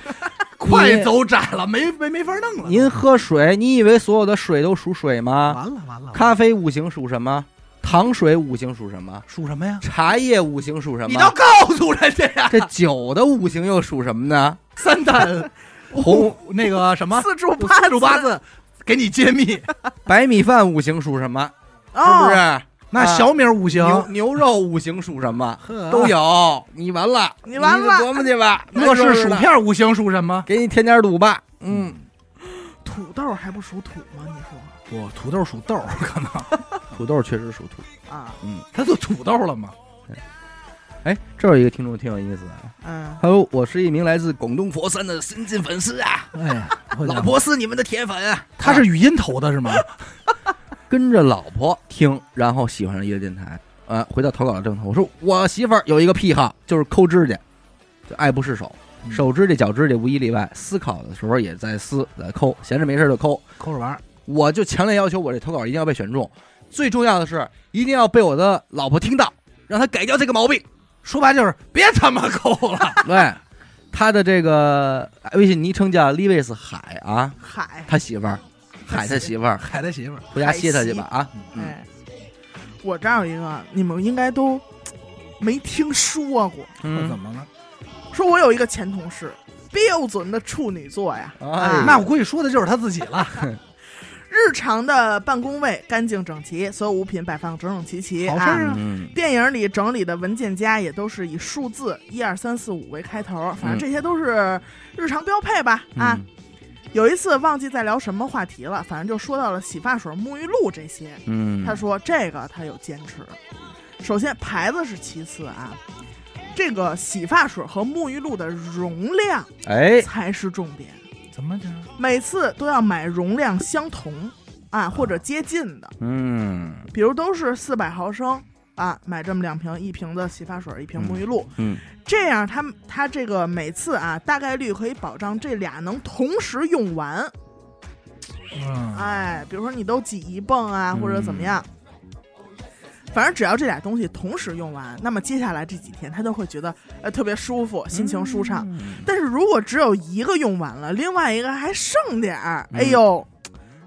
S2: 快走窄了，没没没法弄了，
S1: 您喝水，你以为所有的水都属水吗？
S2: 完了完了，
S1: 咖啡五行属什么？糖水五行属什么？
S2: 属什么呀？
S1: 茶叶五行属什
S2: 你倒
S1: 么？
S2: 告诉人家呀，
S1: 这酒的五行又属什么呢？
S2: 三蛋
S1: 红
S2: 那个什么
S3: 四柱八
S2: 四柱八字，给你揭 秘，
S1: 白米饭五行属什么？
S3: 是
S2: 哦
S1: 是不是？
S2: 那小米五行
S1: 牛牛肉五行属什么？
S2: 呵
S1: 都有，你完了，
S3: 你完了
S1: 琢磨去 吧。
S2: 乐
S1: 没
S2: 事
S1: 说
S2: 薯
S1: 了，
S2: 片五行属什么？
S1: 给你添点堵吧。嗯，
S3: 土豆还不属土吗？你说
S2: 我土豆属豆，可能
S1: 土豆确实属土。
S3: 啊，
S2: 它就土豆了嘛。
S1: 哎，这有一个听众挺有意思的，
S3: 嗯，
S1: 他说我是一名来自广东佛山的新晋粉丝啊，
S2: 哎呀， 我
S1: 老
S2: 讲
S1: 婆是你们的铁粉啊。
S2: 他是语音投的是吗？
S1: 跟着老婆听，然后喜欢上一个电台。呃，回到投稿的正头，我说我媳妇儿有一个癖好，就是抠指甲，就爱不释手，
S2: 嗯
S1: 手指甲、脚指甲无一例外。思考的时候也在思，在抠，闲着没事儿就抠。
S2: 抠着玩儿，
S1: 我就强烈要求我这投稿一定要被选中，最重要的是一定要被我的老婆听到，让她改掉这个 毛病。
S2: 说白就是别他妈抠了。
S1: 对，他的这个微信昵称叫 Lewis 海啊，
S3: 海，
S1: 他媳妇儿，海他媳妇儿，
S2: 海他媳妇儿，
S1: 回家歇他去吧啊。嗯
S3: 哎，我这儿有一个，你们应该都没听说过，
S2: 那怎
S1: 嗯，
S2: 么了？
S3: 说我有一个前同事，标准的处女座呀，
S1: 哎
S3: 啊
S2: 那我估计说的就是他自己了。
S3: 日常的办公位干净整齐，所有物品摆放整整齐齐，
S2: 好事儿
S3: 啊。
S2: 啊！
S1: 嗯，
S3: 电影里整理的文件夹也都是以数字一二三四五为开头，反
S2: 嗯
S3: 正这些都是日常标配吧。
S1: 嗯
S3: 啊，有一次忘记在聊什么话题了，反正就说到了洗发水、沐浴露这些。
S1: 嗯，
S3: 他说这个他有坚持，首先牌子是其次啊，这个洗发水和沐浴露的容量
S1: 哎，
S3: 才是重点。
S2: 怎么讲？
S3: 每次都要买容量相同啊或者接近的，
S1: 嗯
S3: 比如都是四百毫升啊，买这么两瓶，一瓶的洗发水，一瓶沐浴露，
S1: 嗯
S3: 这样它它这个每次啊，大概率可以保障这俩能同时用完。
S2: 嗯，
S3: 哎，比如说你都挤一泵啊，
S1: 嗯
S3: 或者怎么样。反正只要这俩东西同时用完，那么接下来这几天他都会觉得呃特别舒
S1: 嗯
S3: 服，心情舒畅。但是如果只有一个用完了，另外一个还剩点儿，
S1: 嗯
S3: 哎呦，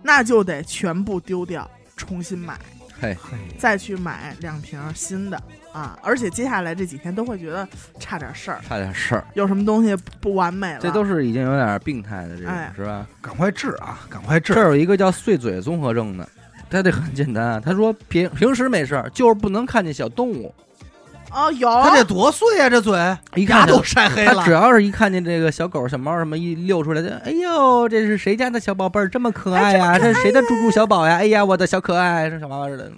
S3: 那就得全部丢掉，重新买，
S1: 嘿，
S2: 嘿，
S3: 再去买两瓶新的啊！而且接下来这几天都会觉得差点事儿，
S1: 差点事儿，
S3: 有什么东西不完美了，
S1: 这都是已经有点病态的这
S3: 哎
S1: 种是吧？
S2: 赶快治啊！赶快治
S1: 这！儿有一个叫碎嘴综合症的。他这很简单啊，他说平平时没事儿，就是不能看见小动物，
S3: 哦有
S2: 他这多碎啊呀，这嘴
S1: 一
S2: 牙
S1: 看就
S2: 都晒黑
S1: 他
S2: 了
S1: 只。要是一看见这个小狗、小猫什么一溜出来，就哎呦，这是谁家的小宝贝儿，这么可爱呀、
S3: 哎
S1: 这是谁的猪猪小宝呀？哎呀，我的小可爱，这小娃娃似的，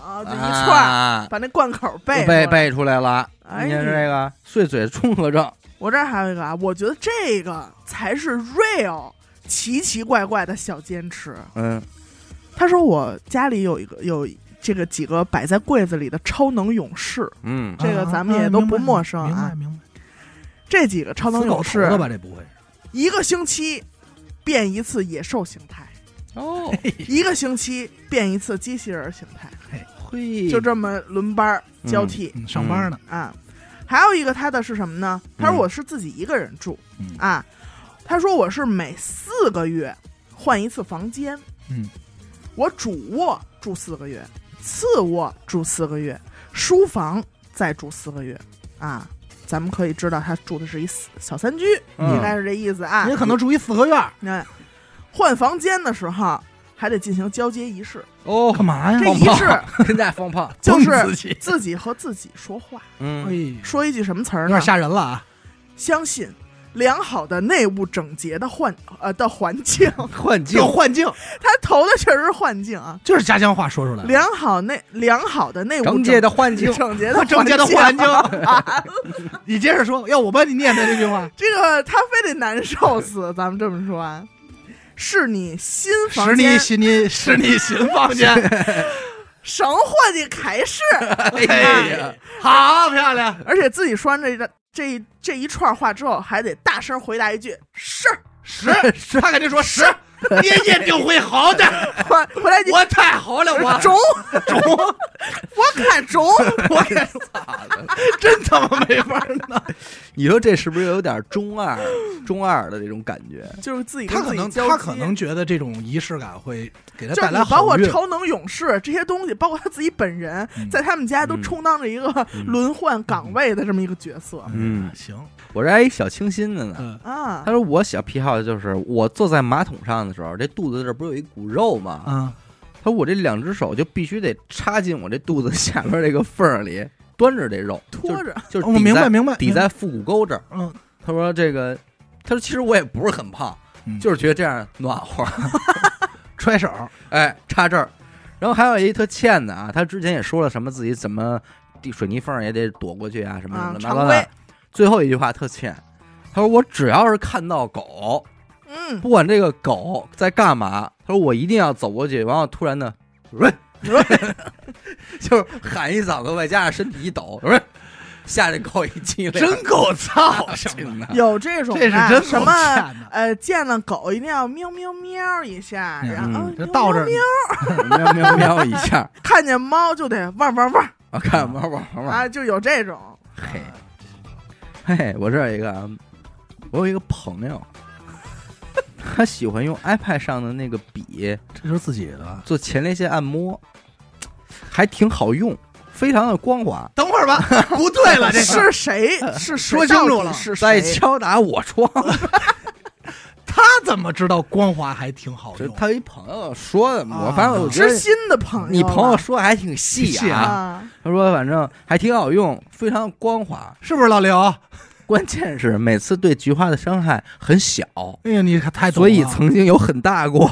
S3: 啊这一串儿，
S1: 啊，
S3: 把那贯口背
S1: 背
S3: 背。
S1: 背出来了。
S3: 哎
S1: 你看是这个碎嘴综合症，
S3: 我这儿还有一个啊，我觉得这个才是 real 奇奇怪怪的小坚持。
S1: 嗯，
S3: 他说我家里有一个有这个几个摆在柜子里的超能勇士，
S1: 嗯
S3: 这个
S2: 啊
S3: 咱们也都不陌生啊
S2: 明白明白。
S3: 这几个超能
S2: 死狗
S3: 勇
S2: 头子
S3: 士
S2: 吧，这不会是？
S3: 一个星期变一次野兽形 态，
S1: 哦，
S3: 一个星期变一次机器人形态，
S1: 嘿，
S3: 就这么轮班儿交替、
S2: 嗯，上班呢。
S3: 啊。还有一个他的是什么呢？他说
S1: 嗯
S3: 我是自己一个人住、
S2: 嗯
S3: 啊，他说我是每四个月换一次房间，
S2: 嗯，
S3: 我主卧住四个月，次卧住四个月，书房再住四个月啊。咱们可以知道他住的是一四小三居，
S1: 嗯
S2: 嗯
S3: 应该是这意思啊
S2: 也。可能住一四合院儿。
S3: 那、换房间的时候，还得进行交接仪式。
S1: 哦
S2: 干嘛呀？
S3: 这
S1: 放
S3: 仪
S1: 炮
S3: 式
S1: 现在放炮，
S3: 就
S2: 碰
S3: 是
S2: 自己，
S3: 自己和自己说话，
S2: 哎
S1: 嗯，
S2: 呦，
S3: 说一句什么词
S2: 有
S3: 儿呢
S2: 点？吓人了啊！
S3: 相信良好的内务整洁的环呃的环 境，
S1: 幻境
S2: 有幻境，
S3: 他投的确实是环境啊。
S2: 就是家乡话说出来的。
S3: 良好内良好的内务
S1: 整洁的幻境
S3: 整，整洁的
S2: 整洁的环
S3: 环
S2: 境
S3: 境，
S2: 你接着说，要我帮你念的这句 话
S3: ，这个他非得难受死。咱们这么说啊，是你新
S2: 使
S3: 房
S2: 你
S3: 间
S2: 心你使你心房间。
S3: 省伙计开市，
S2: 哎呀，好漂亮！
S3: 而且自己说完这个这一这一串话之后，还得大声回答一句“是
S2: 十十，他肯定说十，爷一定会好 的。”，
S3: 回回来一句
S2: 我太好了，我
S3: “中中”， 我看中，
S2: 我也真他妈没法 弄。
S1: 你说这是不是有点中二、中二的这种感觉？
S3: 就是自己跟
S2: 他可
S3: 自己
S2: 能
S3: 交接
S2: 他可能觉得这种仪式感会给他
S3: 就是
S2: 带
S3: 你
S2: 来
S3: 包
S2: 好
S3: 括
S2: 运。
S3: 超能勇士这些东西，包括他自己本人，
S2: 嗯
S3: 在他们家都
S1: 嗯
S3: 充当着一个
S1: 嗯
S3: 轮换岗位的这么一个角色、
S1: 嗯
S2: 行，
S1: 我这还一小清新的呢。
S2: 嗯
S3: 啊
S1: 他。说我小癖好就是我坐在马桶上的时候，这肚子这不是有一股肉吗？
S2: 啊，
S1: 他说我这两只手就必须得插进我这肚子下边这个缝儿里，端着这肉，
S3: 拖
S1: 就是
S3: 着，
S1: 就是
S2: 哦我
S1: 抵
S2: 明白
S1: 在
S2: 明白，
S1: 抵在腹股沟这儿。
S2: 嗯，
S1: 他说这个，他说其实我也不是很胖，
S2: 嗯
S1: 就是觉得这样暖和，
S2: 揣手，
S1: 哎，插这儿。然后还有一特欠的啊，他之前也说了什么自己怎么地水泥缝儿也得躲过去啊，什么什
S3: 啊
S1: 么，
S3: 常
S1: 乱七八糟的
S3: 规。
S1: 最后一句话特欠，他说我只要是看到狗，
S3: 嗯，
S1: 不管这个狗在干嘛，他说我一定要走过去，然后突然呢，喂喂，就是喊一嗓子，外加上身体一抖，喂，吓这狗一激灵，
S2: 真够操什么
S1: 真 的
S3: 有这种
S2: 这是
S3: 的
S2: 真
S3: 什
S2: 够
S3: 么
S2: 欠的
S3: 呃，见了狗一定要喵喵喵一下，
S2: 嗯
S3: 然后哦
S1: 嗯
S2: 这
S3: 喵
S2: 倒着
S3: 喵 喵，
S1: 喵喵喵一下，
S3: 看见猫就得汪汪汪
S1: 我看玩玩玩玩，
S3: 啊，就有这种
S1: 嘿，嘿，我这儿有一个啊，我有一个朋友，他喜欢用 iPad 上的那个笔
S2: 这是自己的。
S1: 做前列腺按摩，还挺好用，非常的光滑。
S2: 等会儿吧，不对了， 这
S3: 是谁？
S1: 呃
S3: 是谁
S2: 说清楚
S3: 到底
S2: 了
S3: 是
S1: 在
S3: 谁？
S1: 敲打我窗，
S2: 他怎么知道光滑还挺好
S1: 这
S2: 用？
S1: 他一朋友说的，
S2: 啊
S1: 我反正我觉得
S3: 知心的朋友吧，
S1: 啊你朋友说还挺细
S2: 细
S1: 啊，
S3: 啊，
S1: 他说反正还挺好用，非常光滑，
S2: 是不是老刘？哎
S1: 关键是每次对菊花的伤害很小，
S2: 哎呀，你太懂
S1: 所
S2: 了
S1: 以曾经有很大 过。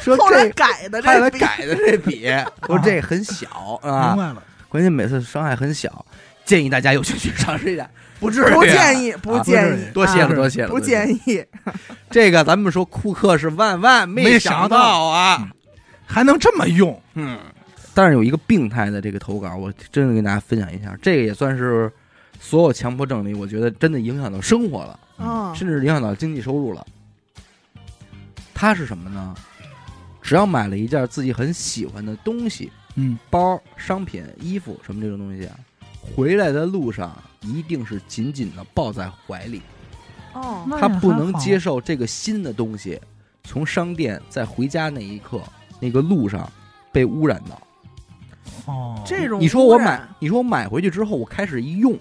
S1: 说
S3: 后来
S1: 这
S3: 改的
S1: 还
S3: 这
S1: 有
S3: 个
S1: 他改的这 笔，说这很小
S2: 明
S1: 啊，
S2: 白了。
S1: 关键每次伤害很小，建议大家有兴趣尝试一下，不至于，
S3: 不建
S1: 议，
S3: 议，不
S1: 啊
S3: 建议，
S1: 多谢
S3: 啊
S1: 了，多谢了，
S3: 不
S1: 议。
S3: 建议。
S1: 这个咱们说库克是万万
S2: 没
S1: 想
S2: 想到
S1: 啊，
S2: 还能这么用，
S1: 嗯。但是有一个病态的这个投稿，我真的跟大家分享一下，这个也算是所有强迫症里，我觉得真的影响到生活了，
S3: 嗯，
S1: 甚至影响到经济收入了。它是什么呢？只要买了一件自己很喜欢的东西，
S2: 嗯，
S1: 包、商品、衣服什么这种东西啊，回来的路上一定是紧紧的抱在怀里，
S3: 哦，
S1: 他不能接受这个新的东西从商店在回家那一刻那个路上被污染到。
S2: 哦，
S3: 这种
S1: 你说我
S3: 污染
S1: 买，你说我买回去之后，我开始一用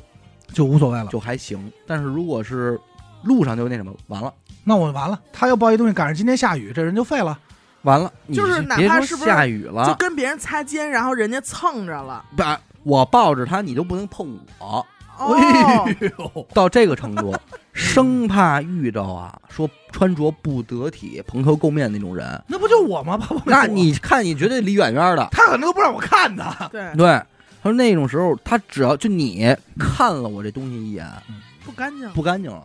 S2: 就无所谓了。
S1: 就还行，但是如果是路上就那什么，完了
S2: 那我完了，他要抱一东西，赶上今天下雨，这人就废了。
S1: 完了，你
S3: 就是哪
S1: 别
S3: 怕
S1: 说
S3: 是不是
S1: 下雨
S3: 就
S1: 了，
S3: 跟别人擦肩，然后人家蹭着了，
S1: 把我抱着它，你都不能碰我，哎
S3: 哦，
S2: 哎呦，
S1: 到这个程度，生怕遇着啊，说穿着不得体、蓬头垢面那种人，
S2: 那不就我吗？ 爸爸，
S1: 那你看你绝对离远远的。
S2: 他可能都不让我 看的，
S3: 对，
S1: 对，他说那种时候，他只要就你看了我这东西一眼，
S3: 不干净，
S1: 不干净了。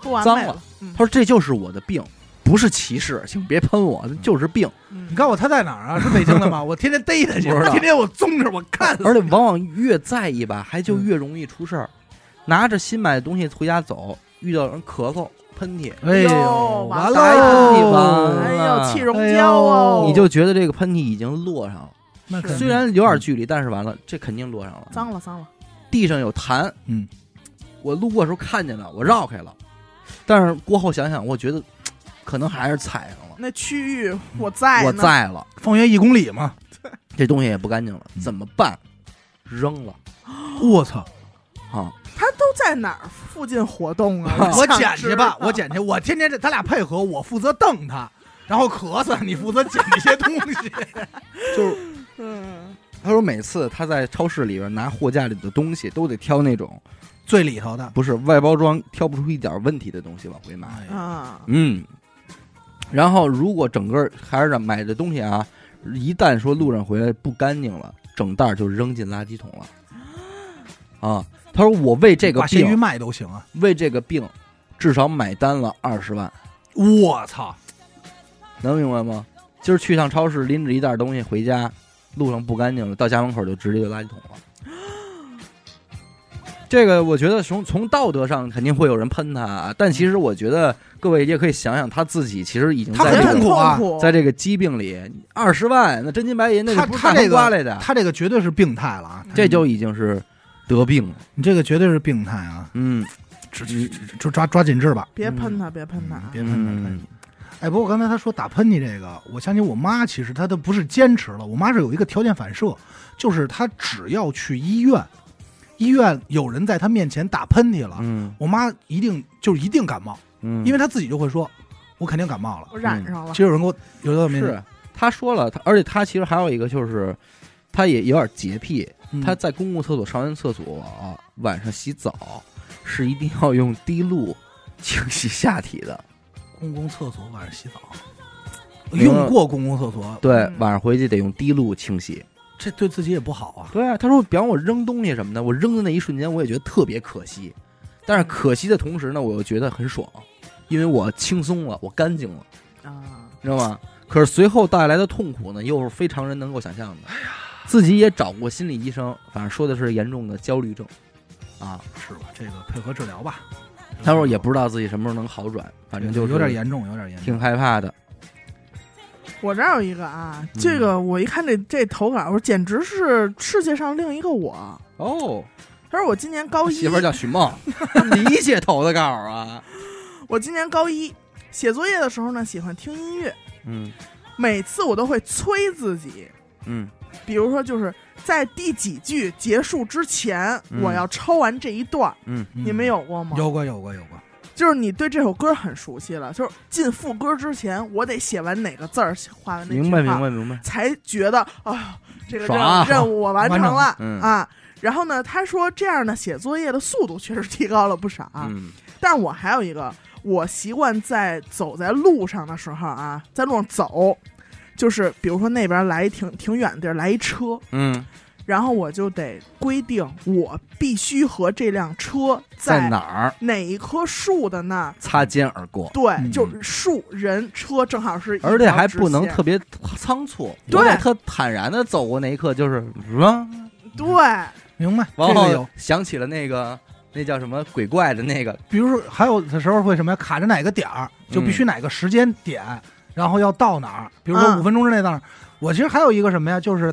S3: 不完
S1: 脏
S3: 美
S1: 了
S3: 了，嗯
S1: 他说这就是我的病，不是歧视，请别喷我，就是病。
S3: 嗯
S2: 你告诉我他在哪儿啊？是北京的 吗？我天天逮他去，
S1: 不知道
S2: 天天我纵着我看死。
S1: 而且往往越在意吧，还就越容易出事儿。拿着新买的东西回家走，遇到人咳嗽、喷嚏，
S2: 哎
S3: 哟
S2: 完
S1: 完
S2: 喽
S1: 了
S3: 哎呦，气溶
S2: 哎
S3: 胶哦
S2: 呦，
S1: 嗯你就觉得这个喷嚏已经落上了。
S2: 那
S3: 是
S2: 肯定
S1: 虽然有点距离，但是完了，这肯定落上了。
S3: 脏了脏了，
S1: 地上有痰，
S2: 嗯，
S1: 我路过的时候看见了，我绕开了，但是过后想想，我觉得可能还是踩上了。
S3: 那区域我在，
S1: 我，在了，
S2: 方圆一公里嘛，
S1: 这东西也不干净了，
S2: 嗯
S1: 怎么办？扔了
S2: 我操，
S1: 啊！
S3: 他都在哪儿附近活动 啊？
S2: 我
S3: 想
S2: 捡去
S3: 知
S2: 吧
S3: 道，
S2: 我捡去，我天天这咱俩配合，我负责瞪他，然后咳嗽，你负责捡这些东西。
S1: 就是
S3: 嗯，
S1: 他说每次他在超市里边拿货架里的东西，都得挑那种
S2: 最里头的，
S1: 不是外包装挑不出一点问题的东西往回买。
S2: 哎呀
S3: 啊，
S1: 嗯，然后如果整个还是买的东西啊，一旦说路上回来不干净了，整袋儿就扔进垃圾桶了。啊，他说我为这个
S2: 把咸鱼
S1: 病，
S2: 卖都行啊！
S1: 为这个病，至少买单了二十万，
S2: 我操，
S1: 能明白吗？今儿去趟超市，拎着一袋东西回家，路上不干净了，到家门口就直接就垃圾桶了。这个我觉得从从道德上肯定会有人喷他啊，但其实我觉得各位也可以想想他自己，其实已经
S2: 他
S1: 在
S2: 很
S1: 这个
S3: 痛
S2: 痛苦啊
S3: 苦
S1: 在这嗯个疾病里，二十万那真金白银，那
S2: 他
S1: 不是
S2: 他
S1: 大风
S2: 这个
S1: 刮来的，
S2: 他这个绝对是病态了啊！
S1: 这就已经是得病了。
S2: 你这个绝对是病态啊！
S1: 嗯
S2: 这这这抓抓紧治吧，
S3: 别喷他，别喷他，啊
S2: 别喷别喷
S1: 嗯。，
S2: 哎，不过刚才他说打喷嚏这个，我想起我妈，其实她都不是坚持了，我妈是有一个条件反射，就是她只要去医院，医院有人在她面前打喷嚏了，
S1: 嗯
S2: 我妈一定就是一定感冒，
S1: 嗯，
S2: 因为她自己就会说，我肯定感冒了。
S3: 我染上了
S2: 其，实有人给我有的没
S1: 是他说了，他而且他其实还有一个就是，他也有点洁癖，
S2: 嗯
S1: 他在公共厕所上完厕所，晚上洗澡是一定要用滴露清洗下体的。
S2: 公共厕所晚上洗澡，
S1: 明白
S2: 用过公共厕所，
S1: 嗯对，
S3: 嗯
S1: 晚上回去得用滴露清洗。
S2: 这对自己也不好啊。
S1: 对啊，他说，比方我扔东西什么的，我扔的那一瞬间，我也觉得特别可惜，但是可惜的同时呢，我又觉得很爽，因为我轻松了，我干净了，
S3: 啊，
S1: 你知道吗？可是随后带来的痛苦呢，又是非常人能够想象的。自己也找过心理医生，反正说的是严重的焦虑症，啊，
S2: 是吧？这个配合治疗吧。
S1: 他说也不知道自己什么时候能好转，反正就是
S2: 有点，严重，有点严重。
S1: 挺害怕的。
S3: 我这儿有一个啊，
S1: 嗯
S3: 这个我一看这这投稿，我简直是世界上另一个我。
S1: 哦，
S3: 他说我今年高一，
S1: 媳妇儿叫许梦， 理解投的稿啊，
S3: 我今年高一，写作业的时候呢，喜欢听音乐，
S1: 嗯
S3: 每次我都会催自己，
S1: 嗯
S3: 比如说就是在第几句结束之前，
S1: 嗯
S3: 我要抄完这一段儿。
S1: 嗯
S2: 嗯
S3: 你们？有过吗？
S2: 有过，有过，有过。
S3: 就是你对这首歌很熟悉了，就是进副歌之前，我得写完哪个字儿，画完哪句
S1: 嗯明白
S3: 话
S1: 明白明白，
S3: 才觉得啊，这个任
S1: 爽啊
S3: 务任务我完成了
S1: 完成嗯
S3: 啊。然后呢，他说这样呢，写作业的速度确实提高了不少。啊
S1: 嗯
S3: 但是我还有一个，我习惯在走在路上的时候啊，在路上走，就是比如说那边来一挺挺远的地儿来一车，
S1: 嗯，
S3: 然后我就得规定我必须和这辆车
S1: 在
S3: 在
S1: 哪儿？
S3: 哪一棵树的那儿。
S1: 擦肩而过，
S3: 对，
S2: 嗯
S3: 就是树、人、车正好是一条直
S1: 而
S3: 线，
S1: 且还不能特别仓促，
S3: 对
S1: 我得特坦然的走过那一刻，就是什么，
S3: 对，
S2: 明白。
S1: 然
S2: 这个
S1: 后
S2: 有，
S1: 想起了那个那叫什么鬼怪的那个，
S2: 比如说还有的时候会什么呀？卡着哪个点儿，就必须哪个时间点，然后要到哪儿。比如说
S3: 嗯
S2: 五分钟之内到哪儿。我其实还有一个什么呀？就是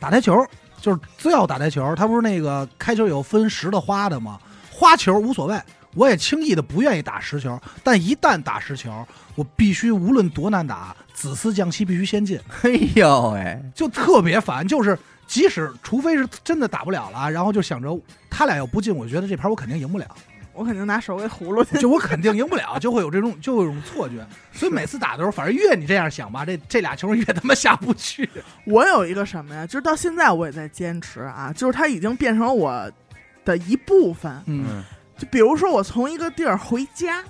S2: 打台球，就是最要打台球。他不是那个开球有分实的花的吗？花球无所谓。我也轻易的不愿意打实球，但一旦打实球，我必须无论多难打，子思降息必须先进。
S1: 哎呦喂，
S2: 就特别烦，就是即使除非是真的打不了了，然后就想着他俩要不进，我觉得这盘我肯定赢不了，
S3: 我肯定拿手给葫芦去。
S2: 就我肯定赢不了，就会有这种就会有这种错觉。所以每次打的时候，反正越你这样想吧，这这俩球越他妈下不去。
S3: 我有一个什么呀？就是到现在我也在坚持啊，就是它已经变成我的一部分。
S2: 嗯
S3: 就比如说，我从一个地儿回家，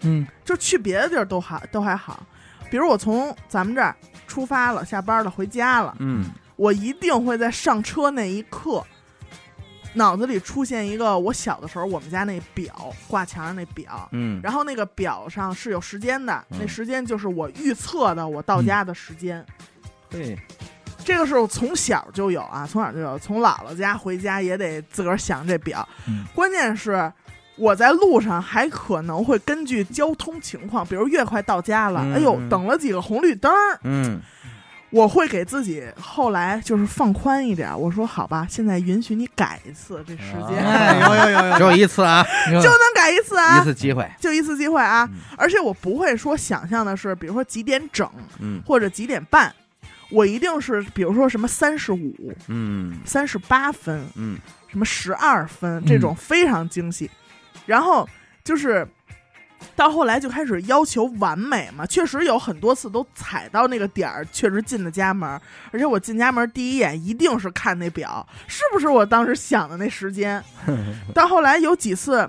S2: 嗯
S3: 就去别的地儿都还都还好。比如我从咱们这儿出发了，下班了，回家了，
S1: 嗯
S3: 我一定会在上车那一刻，脑子里出现一个我小的时候我们家那表挂墙上那表，
S1: 嗯，
S3: 然后那个表上是有时间的，
S1: 嗯
S3: 那时间就是我预测的我到家的时间。
S1: 对，
S3: 这个是我从小就有啊，从小就有，从姥姥家回家也得自个儿想这表。
S2: 嗯
S3: 关键是我在路上还可能会根据交通情况，比如越快到家了，
S1: 嗯
S3: 哎呦，
S1: 嗯
S3: 等了几个红绿灯儿，
S1: 嗯
S3: 我会给自己后来就是放宽一点，我说好吧，现在允许你改一次这时间，
S1: 啊
S2: 哎，有有有有
S1: 只有一次啊，
S2: 有，
S3: 就能改一次啊，
S1: 一次机会，
S3: 就一次机会啊。
S1: 嗯
S3: 而且我不会说想象的是，比如说几点整
S1: 嗯
S3: 或者几点半，我一定是比如说什么三十五、
S1: 嗯
S3: 三十八分。
S1: 嗯
S2: 嗯
S3: 什么十二分这种非常精细。然后就是到后来就开始要求完美嘛，确实有很多次都踩到那个点儿，确实进的家门儿，而且我进家门儿第一眼一定是看那表，是不是我当时想的那时 间？到后来有几次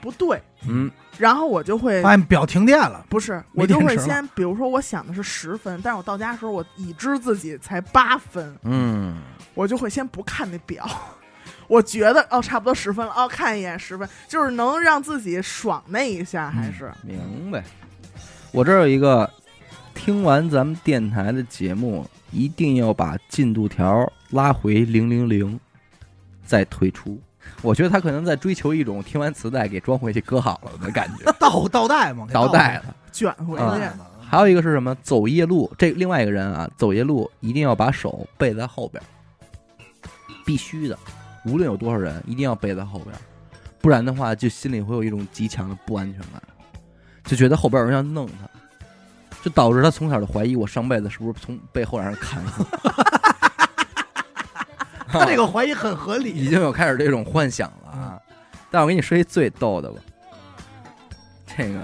S3: 不对，
S1: 嗯，
S3: 然后我就会
S2: 发现哎表停电了，
S3: 不是，
S2: 没
S3: 我就
S2: 电
S3: 会
S2: 池了
S3: 先，比如说我想的是十分，但是我到家的时候，我已知自己才八分，
S1: 嗯，
S3: 我就会先不看那表， 我觉得哦，差不多十分了，哦，看一眼十分，就是能让自己爽那一下，还是、
S1: 嗯明白。我这儿有一个，听完咱们电台的节目，一定要把进度条拉回零零零，再退出。我觉得他可能在追求一种听完磁带给装回去搁好了的感 觉，
S2: 倒倒带嘛，给
S1: 倒带
S2: 带
S1: 了。
S3: 卷回
S1: 啊
S3: 去。
S2: 嗯
S1: 还有一个是什么？走夜路，这另外一个人啊，走夜路一定要把手背在后边儿，必须的，无论有多少人，一定要背在后边儿，不然的话，就心里会有一种极强的不安全感，就觉得后边有人要弄他，就导致他从小就怀疑我上辈子是不是从背后让人砍死。
S2: 他这个怀疑很合
S1: 已
S2: 理，
S1: 经有开始这种幻想了啊！但我跟你说一最逗的吧，这个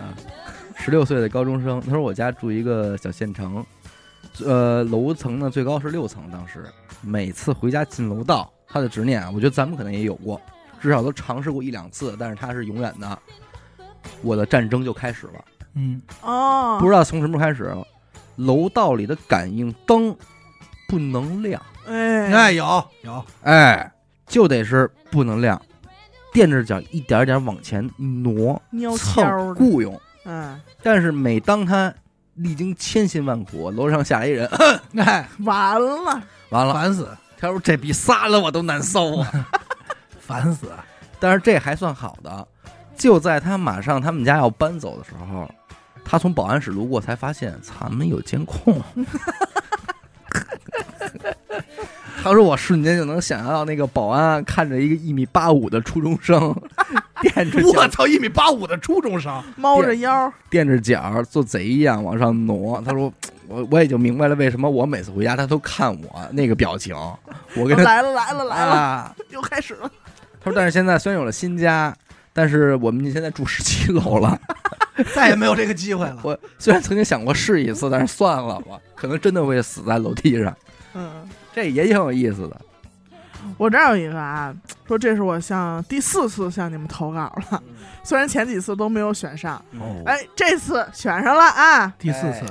S1: 十六岁的高中生，他说我家住一个小县城，呃，楼层呢最高是六层，当时每次回家进楼道，他的执念啊，我觉得咱们可能也有过，至少都尝试过一两次，但是他是永远的，我的战争就开始了，
S2: 嗯，
S3: 哦，
S1: 不知道从什么时候开始，楼道里的感应灯不能亮。
S3: 哎，
S2: 哎，有有，
S1: 哎，就得是不能亮，垫着脚一点儿点儿往前挪，
S3: 喵悄
S1: 蹭
S3: 的，
S1: 雇佣。
S3: 嗯，
S1: 但是每当他历经千辛万苦，楼上下来一人，
S2: 哎，
S3: 完了，
S1: 完了，
S2: 烦死，
S1: 他说这比杀了我都难受啊。
S2: 烦死，
S1: 但是这还算好的，就在他马上他们家要搬走的时候，他从保安室路过才发现咱们有监控。 他说：“我瞬间就能想象到那个保安看着一个一米八五的初中生， 垫着脚
S2: 我操，一米八五的初中生，
S3: 猫着腰，
S1: 垫着脚做贼一样往上挪。他说：“我我也就明白了，为什么我每次回家他都看我那个表情。我跟他
S3: 哦来了来了来了，
S1: 啊，
S3: 又开始了，
S1: 他说：“但是现在虽然有了新家，但是我们现在住十七楼了。
S2: 再也没有这个机会了。
S1: 我虽然曾经想过试一次，但是算了吧，可能真的会死在楼梯上。
S3: 嗯。
S1: 这也挺有意思的。
S3: 我这儿有一个啊，说这是我向第四次向你们投稿了，虽然前几次都没有选上，
S1: 哦
S3: 哎，这次选上了啊。
S2: 第四次，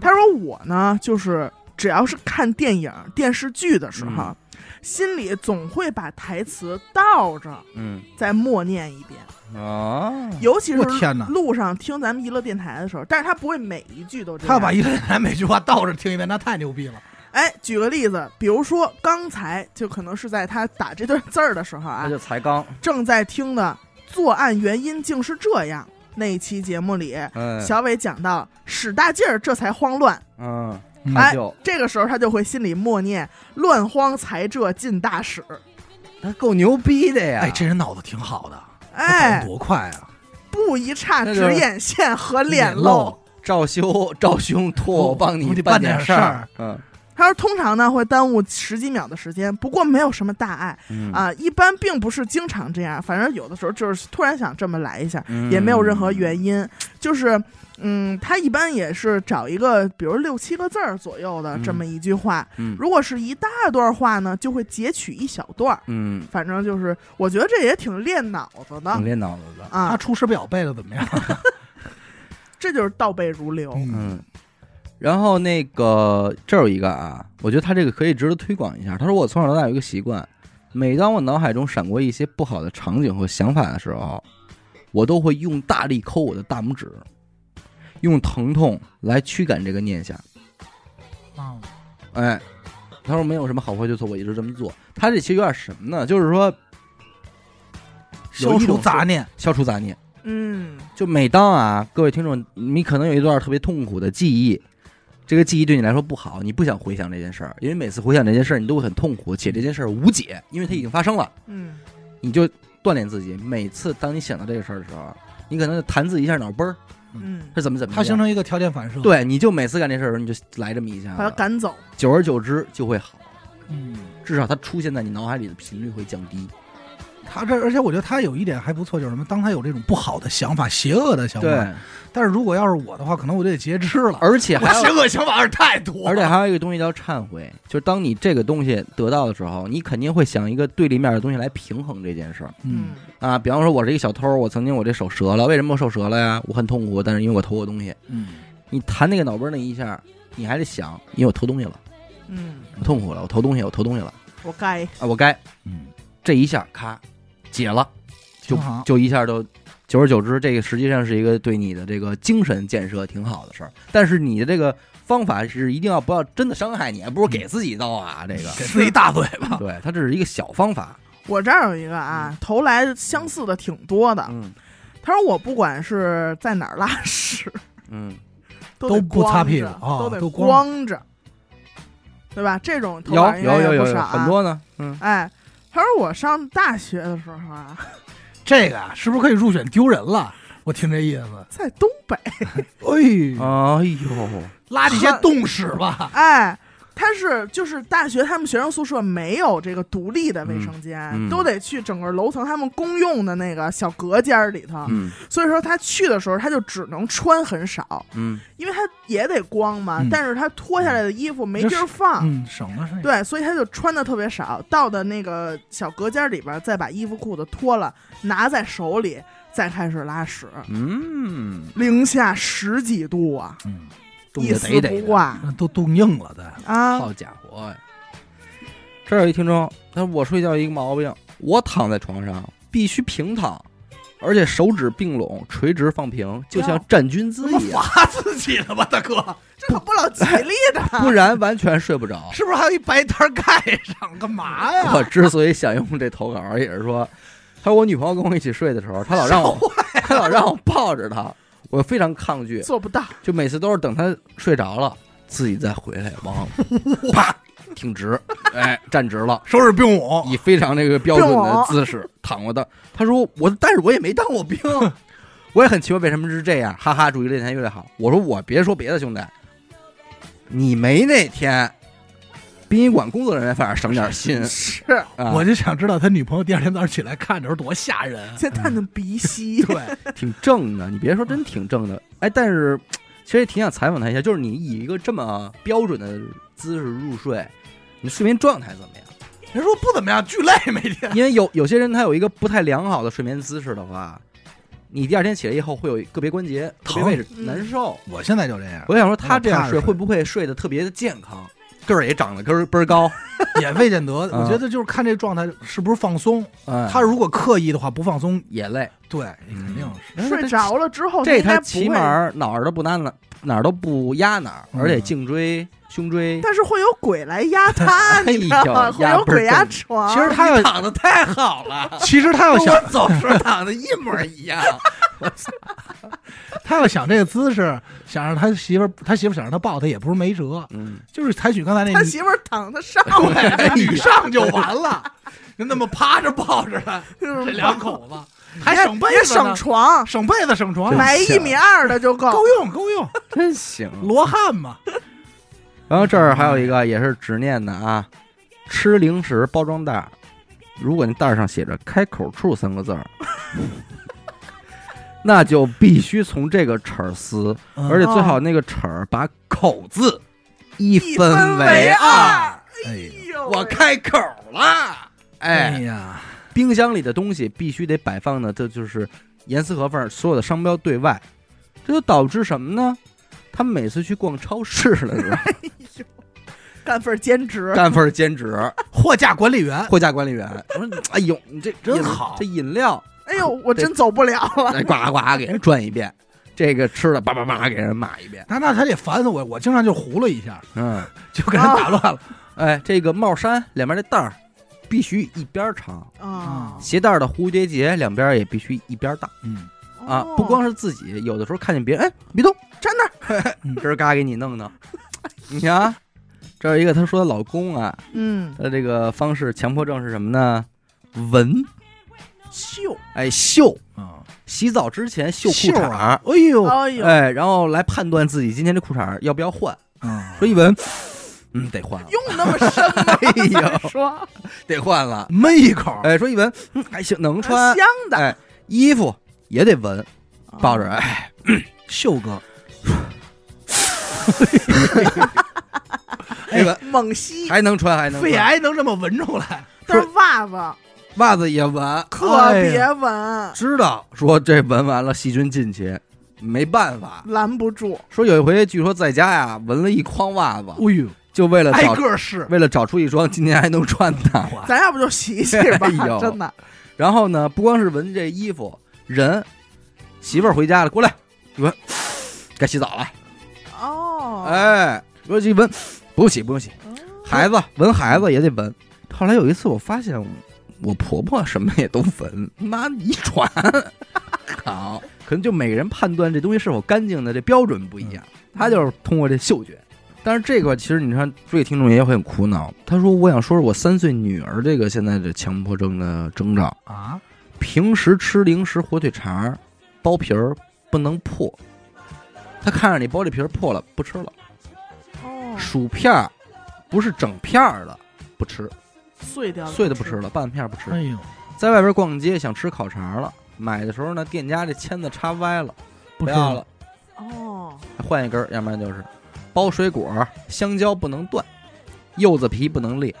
S3: 他说我呢，就是只要是看电影、电视剧的时
S2: 嗯
S3: 候，心里总会把台词倒着
S1: 嗯
S3: 再默念一遍，
S1: 啊，
S3: 尤其是
S2: 我天哪
S3: 路上听咱们娱乐电台的时候，但是他不会每一句都这
S2: 他
S3: 样。
S2: 把一个人每句话倒着听一遍，那太牛逼了。
S3: 哎，举个例子，比如说刚才就可能是在他打这段字儿的时候啊
S1: 那，就才刚
S3: 正在听的《作案原因竟是这样》那一期节目里，
S1: 嗯
S3: 小伟讲到使大劲儿这才慌乱，
S1: 嗯，
S2: 嗯
S1: 他
S3: 哎
S1: 就
S3: 这个时候他就会心里默念“乱荒才这进大使
S1: 他够牛逼的呀
S2: 哎，这人脑子挺好的，”，他反应
S3: 哎，
S2: 多快啊！
S3: 不一差
S1: 那就是
S3: 直眼线和
S2: 脸
S3: 脸漏。
S1: 赵修赵兄托我帮
S2: 我
S1: 你
S2: 得
S1: 办
S2: 办点
S1: 事
S2: 事
S1: 儿
S2: 儿，
S1: 嗯
S3: 他说通常呢会耽误十几秒的时间，不过没有什么大碍
S1: 嗯
S3: 啊、一般并不是经常这样，反正有的时候就是突然想这么来一下，
S1: 嗯
S3: 也没有任何原因，就是。嗯，他一般也是找一个，比如六七个字儿左右的
S1: 嗯
S3: 这么一句话。
S1: 嗯
S3: 如果是一大段话呢，就会截取一小段儿。
S1: 嗯，
S3: 反正就是，我觉得这也挺练脑子的
S1: 挺练脑子的，
S2: 他
S3: 啊，
S2: 出师表背的怎么样？
S3: 这就是倒背如流。
S2: 嗯，
S1: 嗯。然后那个这儿有一个啊，我觉得他这个可以值得推广一下。他说我从小到大有一个习惯，每当我脑海中闪过一些不好的场景和想法的时候，我都会用大力抠我的大拇指，用疼痛来驱赶这个念想。
S2: 啊
S1: 哎，他说没有什么好坏对错，我一直这么做。他这其实有点什么呢？就是说有
S2: 消
S1: 一
S2: 除
S1: 种
S2: 杂念，
S1: 消除杂念。
S3: 嗯，
S1: 就每当啊，各位听众，你可能有一段特别痛苦的记忆，这个记忆对你来说不好，你不想回想这件事儿，因为每次回想这件事儿，你都会很痛苦，且这件事儿无解，因为它已经发生了。
S3: 嗯，
S1: 你就锻炼自己，每次当你想到这个事儿的时候，你可能就弹自己一下脑崩儿，
S3: 嗯，
S1: 是怎么怎么样。
S2: 它形成一个条件反射。，
S1: 对，你就每次干这事儿的时候，你就来这么一下
S3: 把他
S1: 子，
S3: 赶走。
S1: 久而久之就会好，
S2: 嗯，
S1: 至少它出现在你脑海里的频率会降低。
S2: 他这，而且我觉得他有一点还不错，就是什么？当他有这种不好的想法、邪恶的想法，
S1: 对，
S2: 但是如果要是我的话，可能我就得节制了。
S1: 而且
S2: 我
S1: 还
S2: 邪
S1: 有，
S2: 恶想法是太多了，
S1: 而且还有一个东西叫忏悔，就是当你这个东西得到的时候，你肯定会想一个对立面的东西来平衡这件事儿
S2: 嗯，
S1: 啊。比方说，我是一个小偷，我曾经我这手折了，为什么我手折了呀？我很痛苦，但是因为我偷过东西。
S2: 嗯，
S1: 你弹那个脑门儿那一下，你还得想，因为我偷东西了，
S3: 嗯，
S1: 我痛苦了，我偷东西，我偷东西了
S3: 我该
S1: 啊，我该
S2: 嗯，
S1: 这一下咔解了，就
S2: 挺好。
S1: 就一下都。久而久之，这个实际上是一个对你的这个精神建设挺好的事儿，但是你的这个方法是一定要不要真的伤害你，不是给自己一刀啊，这个嗯
S2: 给自己大嘴巴，
S1: 对，它只是一个小方法。
S3: 我这儿有一个啊，投来相似的挺多的。
S1: 嗯
S3: 他说我不管是在哪儿拉屎，
S1: 嗯，
S3: 都
S2: 都
S3: 得
S2: 不擦
S3: 光
S2: 屁
S3: 着
S2: 股啊
S3: 都得
S2: 都光
S3: 光着，对吧？这种偷
S1: 有
S3: 懒应该
S1: 有有
S3: 也
S1: 有
S3: 不少
S1: 有
S3: 啊
S1: 很。多呢。嗯，
S3: 哎，他说我上大学的时候啊，
S2: 这个啊，是不是可以入选丢人了？我听这意思，
S3: 在东北，
S2: 哎，
S1: 哎呦，
S2: 拉那些冻屎吧，
S3: 哎，他是就是大学他们学生宿舍没有这个独立的卫生间，
S1: 嗯嗯
S3: 都得去整个楼层他们公用的那个小隔间儿里头。
S1: 嗯
S3: 所以说他去的时候，他就只能穿很少，
S1: 嗯，
S3: 因为他也得光嘛，
S2: 嗯
S3: 但是他脱下来的衣服没
S2: 这
S3: 地儿
S2: 是
S1: 啊
S3: 放。
S2: 嗯，省的是那个，
S3: 对，所以他就穿的特别少，到的那个小隔间里边，再把衣服裤子脱了，拿在手里，再开始拉屎。
S1: 嗯，
S3: 零下十几度啊，
S2: 嗯，
S1: 冻
S3: 一
S1: 得
S3: 丝
S1: 得得
S3: 不
S1: 的，
S3: 挂
S2: 那都冻硬了
S1: 哎
S2: 的，
S3: 啊！
S1: 好家伙呀！这儿有一听众，他说我睡觉一个毛病，我躺在床上必须平躺，而且手指并拢，垂直放平，就像站军姿一样，
S2: 罚自己了吧，大哥？
S3: 这可不 老吉利的。
S1: 不然完全睡不着。
S2: 是不是还有一白摊盖上？干嘛 呀？
S1: 我之所以想用这投稿，也是说，他说我女朋友跟我一起睡的时候，她老让我，她老让我抱着她，我非常抗拒，
S3: 做不到，
S1: 就每次都是等她睡着了，自己再回来， 往啪挺直，哎，站直了。
S2: 手指并拢，
S1: 以非常那个标准
S3: 并
S1: 的
S3: 拢
S1: 姿势躺过的，他说我，但是我也没当过 兵，我也很奇怪为什么是这样，哈哈，注意力那天越来越好。我说我别说别的，兄弟，你没那天，殡仪馆工作人员反而省点心
S3: 是
S1: 啊，
S2: 我就想知道他女朋友第二天早上起来看着是多吓人。
S3: 先探探鼻息。
S2: 对，
S1: 挺正的，你别说真
S3: 啊
S1: 挺正的，哎，但是其实也挺想采访他一下，就是你以一个这么标准的姿势入睡，你睡眠状态怎么样？
S2: 人说不怎么样，巨累每天。
S1: 因为有有些人他有一个不太良好的睡眠姿势的话，你第二天起来以后会有个别关节特
S2: 疼
S1: 别位置
S3: 嗯
S1: 难受。
S2: 我现在就这样，
S1: 我想说他这样
S2: 嗯
S1: 睡
S2: 怕是
S1: 会不会睡得特别的健康，个儿也长得根儿倍儿 高？
S2: 也未见得。
S1: 嗯
S2: 我觉得就是看这状态是不是放松。
S1: 嗯，
S2: 他如果刻意的话，不放松，
S1: 也累，
S2: 对，肯定是。
S3: 睡着了之后，
S1: 嗯这
S3: 应该
S1: 他
S3: 不
S1: 起
S3: 会，
S1: 码哪儿都不难了，哪儿都不压哪儿，
S2: 嗯
S1: 而且颈椎、胸椎
S3: 但是会有鬼来压他，
S1: 哎
S3: 你知道吗？
S1: 呦
S3: 会
S1: 压
S3: 有
S1: 倍儿
S3: 鬼压
S1: 重
S3: 床。
S2: 其实他 要，
S1: 躺的太好了，
S2: 其实他要想，
S1: 走时候躺的一模一样。
S2: 他要想这个姿势，想让他媳妇儿，他媳妇儿想让他抱他，也不是没辙，
S1: 嗯，
S2: 就是采取刚才那
S3: 他媳妇儿躺他上
S1: 哎
S3: 来，
S2: 女上就完了，就那么趴着抱着他，
S3: 这
S2: 这两口子还
S3: 也
S2: 省被
S3: 也
S2: 子呢
S3: 省床，
S2: 省被子省床，
S3: 买一米二的就
S2: 够
S3: 够。
S2: 用够用，
S1: 真行。
S2: 罗汉嘛，
S1: 然后这儿还有一个也是执念的啊，吃零食包装袋儿，如果那袋儿上写着“开口处”三个字儿， 那就必须从这个齿儿撕，嗯而且最好那个齿儿把口字一
S3: 一
S1: 分
S3: 分为
S1: 二。
S3: 二
S2: 哎
S3: 哎呦
S1: 我
S3: 喂
S1: 开口啦！哎，
S2: 呀，
S1: 冰箱里的东西必须得摆放的，这就是严丝合缝，所有的商标对外，这就导致什么呢？他们每次去逛超市的时候，
S3: 干份儿兼职，
S1: 干份儿兼职。
S2: 货架管理员，
S1: 货架管理员，我说：“哎呦，你这
S2: 真
S1: 饮
S2: 好
S1: 这饮料
S3: 哎呦，我真走不了了。
S1: 来呱呱给人转一遍，这个吃的叭叭叭给人骂一遍，
S2: 那那他得烦死我，我经常就糊了一下，
S1: 嗯，
S2: 就给人打乱了，
S1: 哎，这个帽衫两边这带儿必须一边长，
S3: 啊
S1: 鞋带儿的蝴蝶结两边也必须一边大
S2: 嗯，
S1: 啊，
S3: 哦
S1: 不光是自己，有的时候看见别人，哎，别动，
S3: 站那儿，
S1: 这儿嘎给你弄弄， 你瞧，这有一个她说的老公啊，
S3: 嗯，
S1: 他这个方式强迫症是什么呢？闻，
S3: 秀，
S1: 哎，嗅，
S2: 啊，
S1: 洗澡之前嗅裤
S2: 袖
S1: 衩
S2: 儿啊
S1: 儿。”
S2: 哎呦，
S3: 哎呦，
S1: 哎，然后来判断自己今天这裤�衩儿要不要换。
S2: 嗯
S1: 说一闻，嗯，得换了，
S3: 用那么 深吗？
S1: 哎呦，
S3: 说
S1: 得换了。
S2: 闷一口，
S1: 哎，说一闻，嗯，还行，能穿。
S3: 香的，
S1: 哎，衣服也得闻，抱着，
S3: 啊
S1: 哎，
S2: 秀哥，
S1: 哎闻，
S3: 猛吸，
S1: 还能穿，还能
S2: 肺
S1: 穿。
S2: 癌能这么闻出来，
S3: 但是袜
S1: 哎
S3: 子
S1: 袜子也闻，
S3: 可
S2: 哎呀
S3: 别闻，
S1: 知道说这闻完了细菌进去，没办法。
S3: 拦不住。
S1: 说有一回，据说在家呀闻了一筐袜子，
S2: 哎呦，
S1: 就为了
S2: 挨
S1: 找
S2: 个儿试，
S1: 为了找出一双今年还能穿的。
S2: 我
S3: 咱要不就洗一洗吧，
S1: 哎呦
S3: 真的。
S1: 然后呢，不光是闻这衣服，人媳妇儿回家了，过来一闻，该洗澡了。
S3: 哦，
S1: 哎，说一闻，不用洗，不用洗。
S3: 嗯，
S1: 孩子闻孩子也得闻。后来有一次，我发现我婆婆什么也都闻，妈遗传。好，可能就每个人判断这东西是否干净的这标准不一样，她就是通过这嗅觉。但是这个其实你看，这位听众也会很苦恼。他说：“我想说说我三岁女儿这个现在的强迫症的征兆。
S2: 啊，
S1: 平时吃零食、火腿肠儿、包皮儿不能破。他看着你包这皮儿破了，不吃了。
S2: 嗯
S3: 哦，
S1: 薯片儿不是整片儿的，不吃，
S3: 碎掉了，
S1: 碎的不吃了，半片儿不
S2: 哎
S1: 吃。
S2: 呦，
S1: 在外边逛街想吃烤肠了，买的时候呢，店家这签子插歪了，
S2: 不
S1: 不
S2: 吃
S1: 要了，，
S3: 哦，
S1: 换一根儿，要不然就是包水果，香蕉不能断，柚子皮不能裂，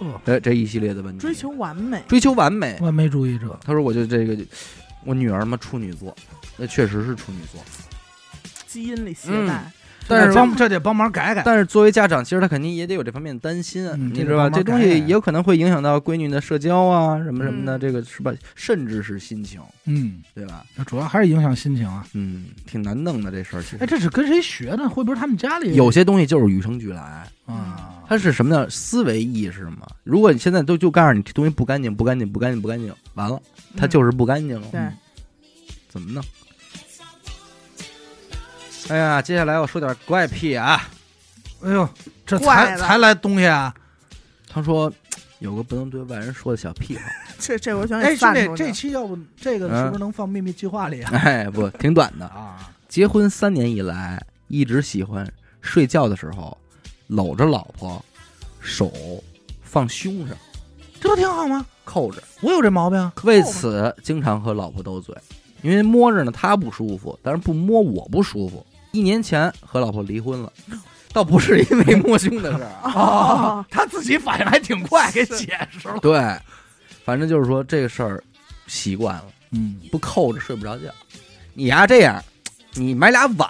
S2: 呵，
S1: 哎，这一系列的问题，
S3: 追求完美，
S1: 追求完美。
S2: 完美主义者，
S1: 他说，我就这个，我女儿嘛处女座，那确实是处女座。
S3: 基因里携
S1: 嗯
S3: 带，
S1: 但是
S2: 这得帮这得帮忙改 改，
S1: 但是作为家长，其实他肯定也得有这方面的担心，啊
S2: 嗯
S1: 你知道吧？
S2: 这
S1: 这
S2: 个慢
S1: 东
S2: 慢改
S1: 西也有可能会影响到闺女的社交啊，什么什么的，
S3: 嗯
S1: 这个是吧？甚至是心情，
S2: 嗯，
S1: 对吧？
S2: 那主要还是影响心情啊。
S1: 嗯，挺难弄的这事儿。其
S2: 哎，
S1: 实
S2: 这是跟谁学的？会不会是他们家里
S1: 有些东西就是与生俱来，
S2: 啊？
S1: 它是什么呢？思维意识嘛。如果你现在都就告诉你这东西不干净，不干净，不干净，不干净，完了，它
S3: 嗯
S1: 就是不干净了。
S3: 对
S1: 嗯怎么弄？哎呀，接下来我说点怪癖啊。
S2: 哎呦，这
S3: 怪
S2: 才
S3: 了
S2: 才来东西啊！
S1: 他说有个不能对外人说的小癖好，
S3: 这这我想
S2: 哎，
S3: 给
S2: 兄
S3: 散
S2: 弟
S3: 出，去
S2: 这
S3: 了。
S2: 期要不这个是不是能放秘密计划里啊？
S1: 哎，不挺短
S3: 嗯
S1: 的。
S2: 啊，
S1: 结婚三年以来，一直喜欢睡觉的时候搂着老婆，手放胸上
S2: 这不挺好吗？
S1: 扣着。
S2: 我有这毛病啊，
S1: 为此，经常和老婆斗嘴，因为摸着呢她不舒服，但是不摸我不舒服。一年前和老婆离婚了，倒不是因为摸胸的事儿啊。
S3: 哦，
S2: 他自己反应还挺快，给解释了。
S1: 对，反正就是说这个事儿习惯了，
S2: 嗯，
S1: 不扣着睡不着觉。你呀、这样，你买俩碗，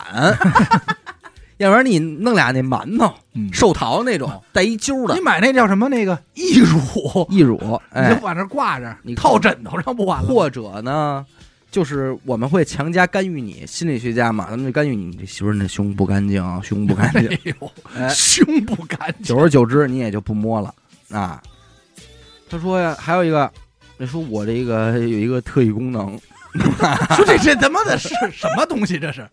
S1: 要不然你弄俩那馒头。
S2: 嗯
S1: 寿桃那种带一揪的
S2: 你买那叫什么那个义乳，
S1: 义乳，
S2: 你
S1: 哎
S2: 就，往那挂着
S1: 你，
S2: 套枕头上不完了吗？
S1: 或者呢，就是我们会强加干预你，心理学家嘛，他们就干预你，你这媳妇儿那胸不干净，啊，胸不干 净，
S2: 哎呦，
S1: 哎，
S2: 胸不干净
S1: 久而久之你也就不摸了啊。他说呀，还有一个，那说我这个有一个特异功能，
S2: 说这这他妈的是什么东西？这是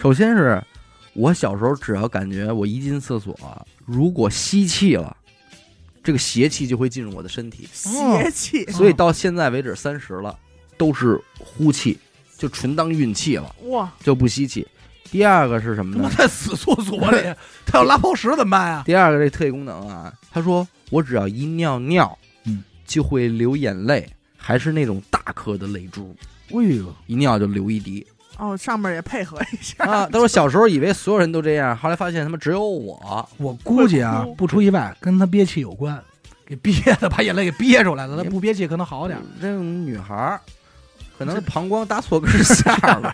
S1: 首先是我小时候只要感觉我一进厕所，如果吸气了，这个邪气就会进入我的身体，
S3: 邪气，
S2: 嗯
S1: 所以到现在为止三十了，都是呼气，就纯当运气了，
S3: 哇，
S1: 就不吸气。第二个是什么
S2: 他妈
S1: 呢？
S2: 在死厕 所里，他要拉泡屎怎么办呀？啊
S1: 第二个这特异功能啊，他说我只要一尿尿，
S2: 嗯，
S1: 就会流眼泪，还是那种大颗的泪珠，
S2: 哎呦，
S1: 一尿就流一滴
S3: 哦，上面也配合一下，
S1: 啊！他说小时候以为所有人都这样，后来发现他们只有我，
S2: 我估计啊
S3: 会哭，
S2: 不出意外跟他憋气有关，给憋的 把眼泪给憋出来了。他不憋气可能好点儿，
S1: 这种女孩儿可能膀胱搭错根儿线儿了，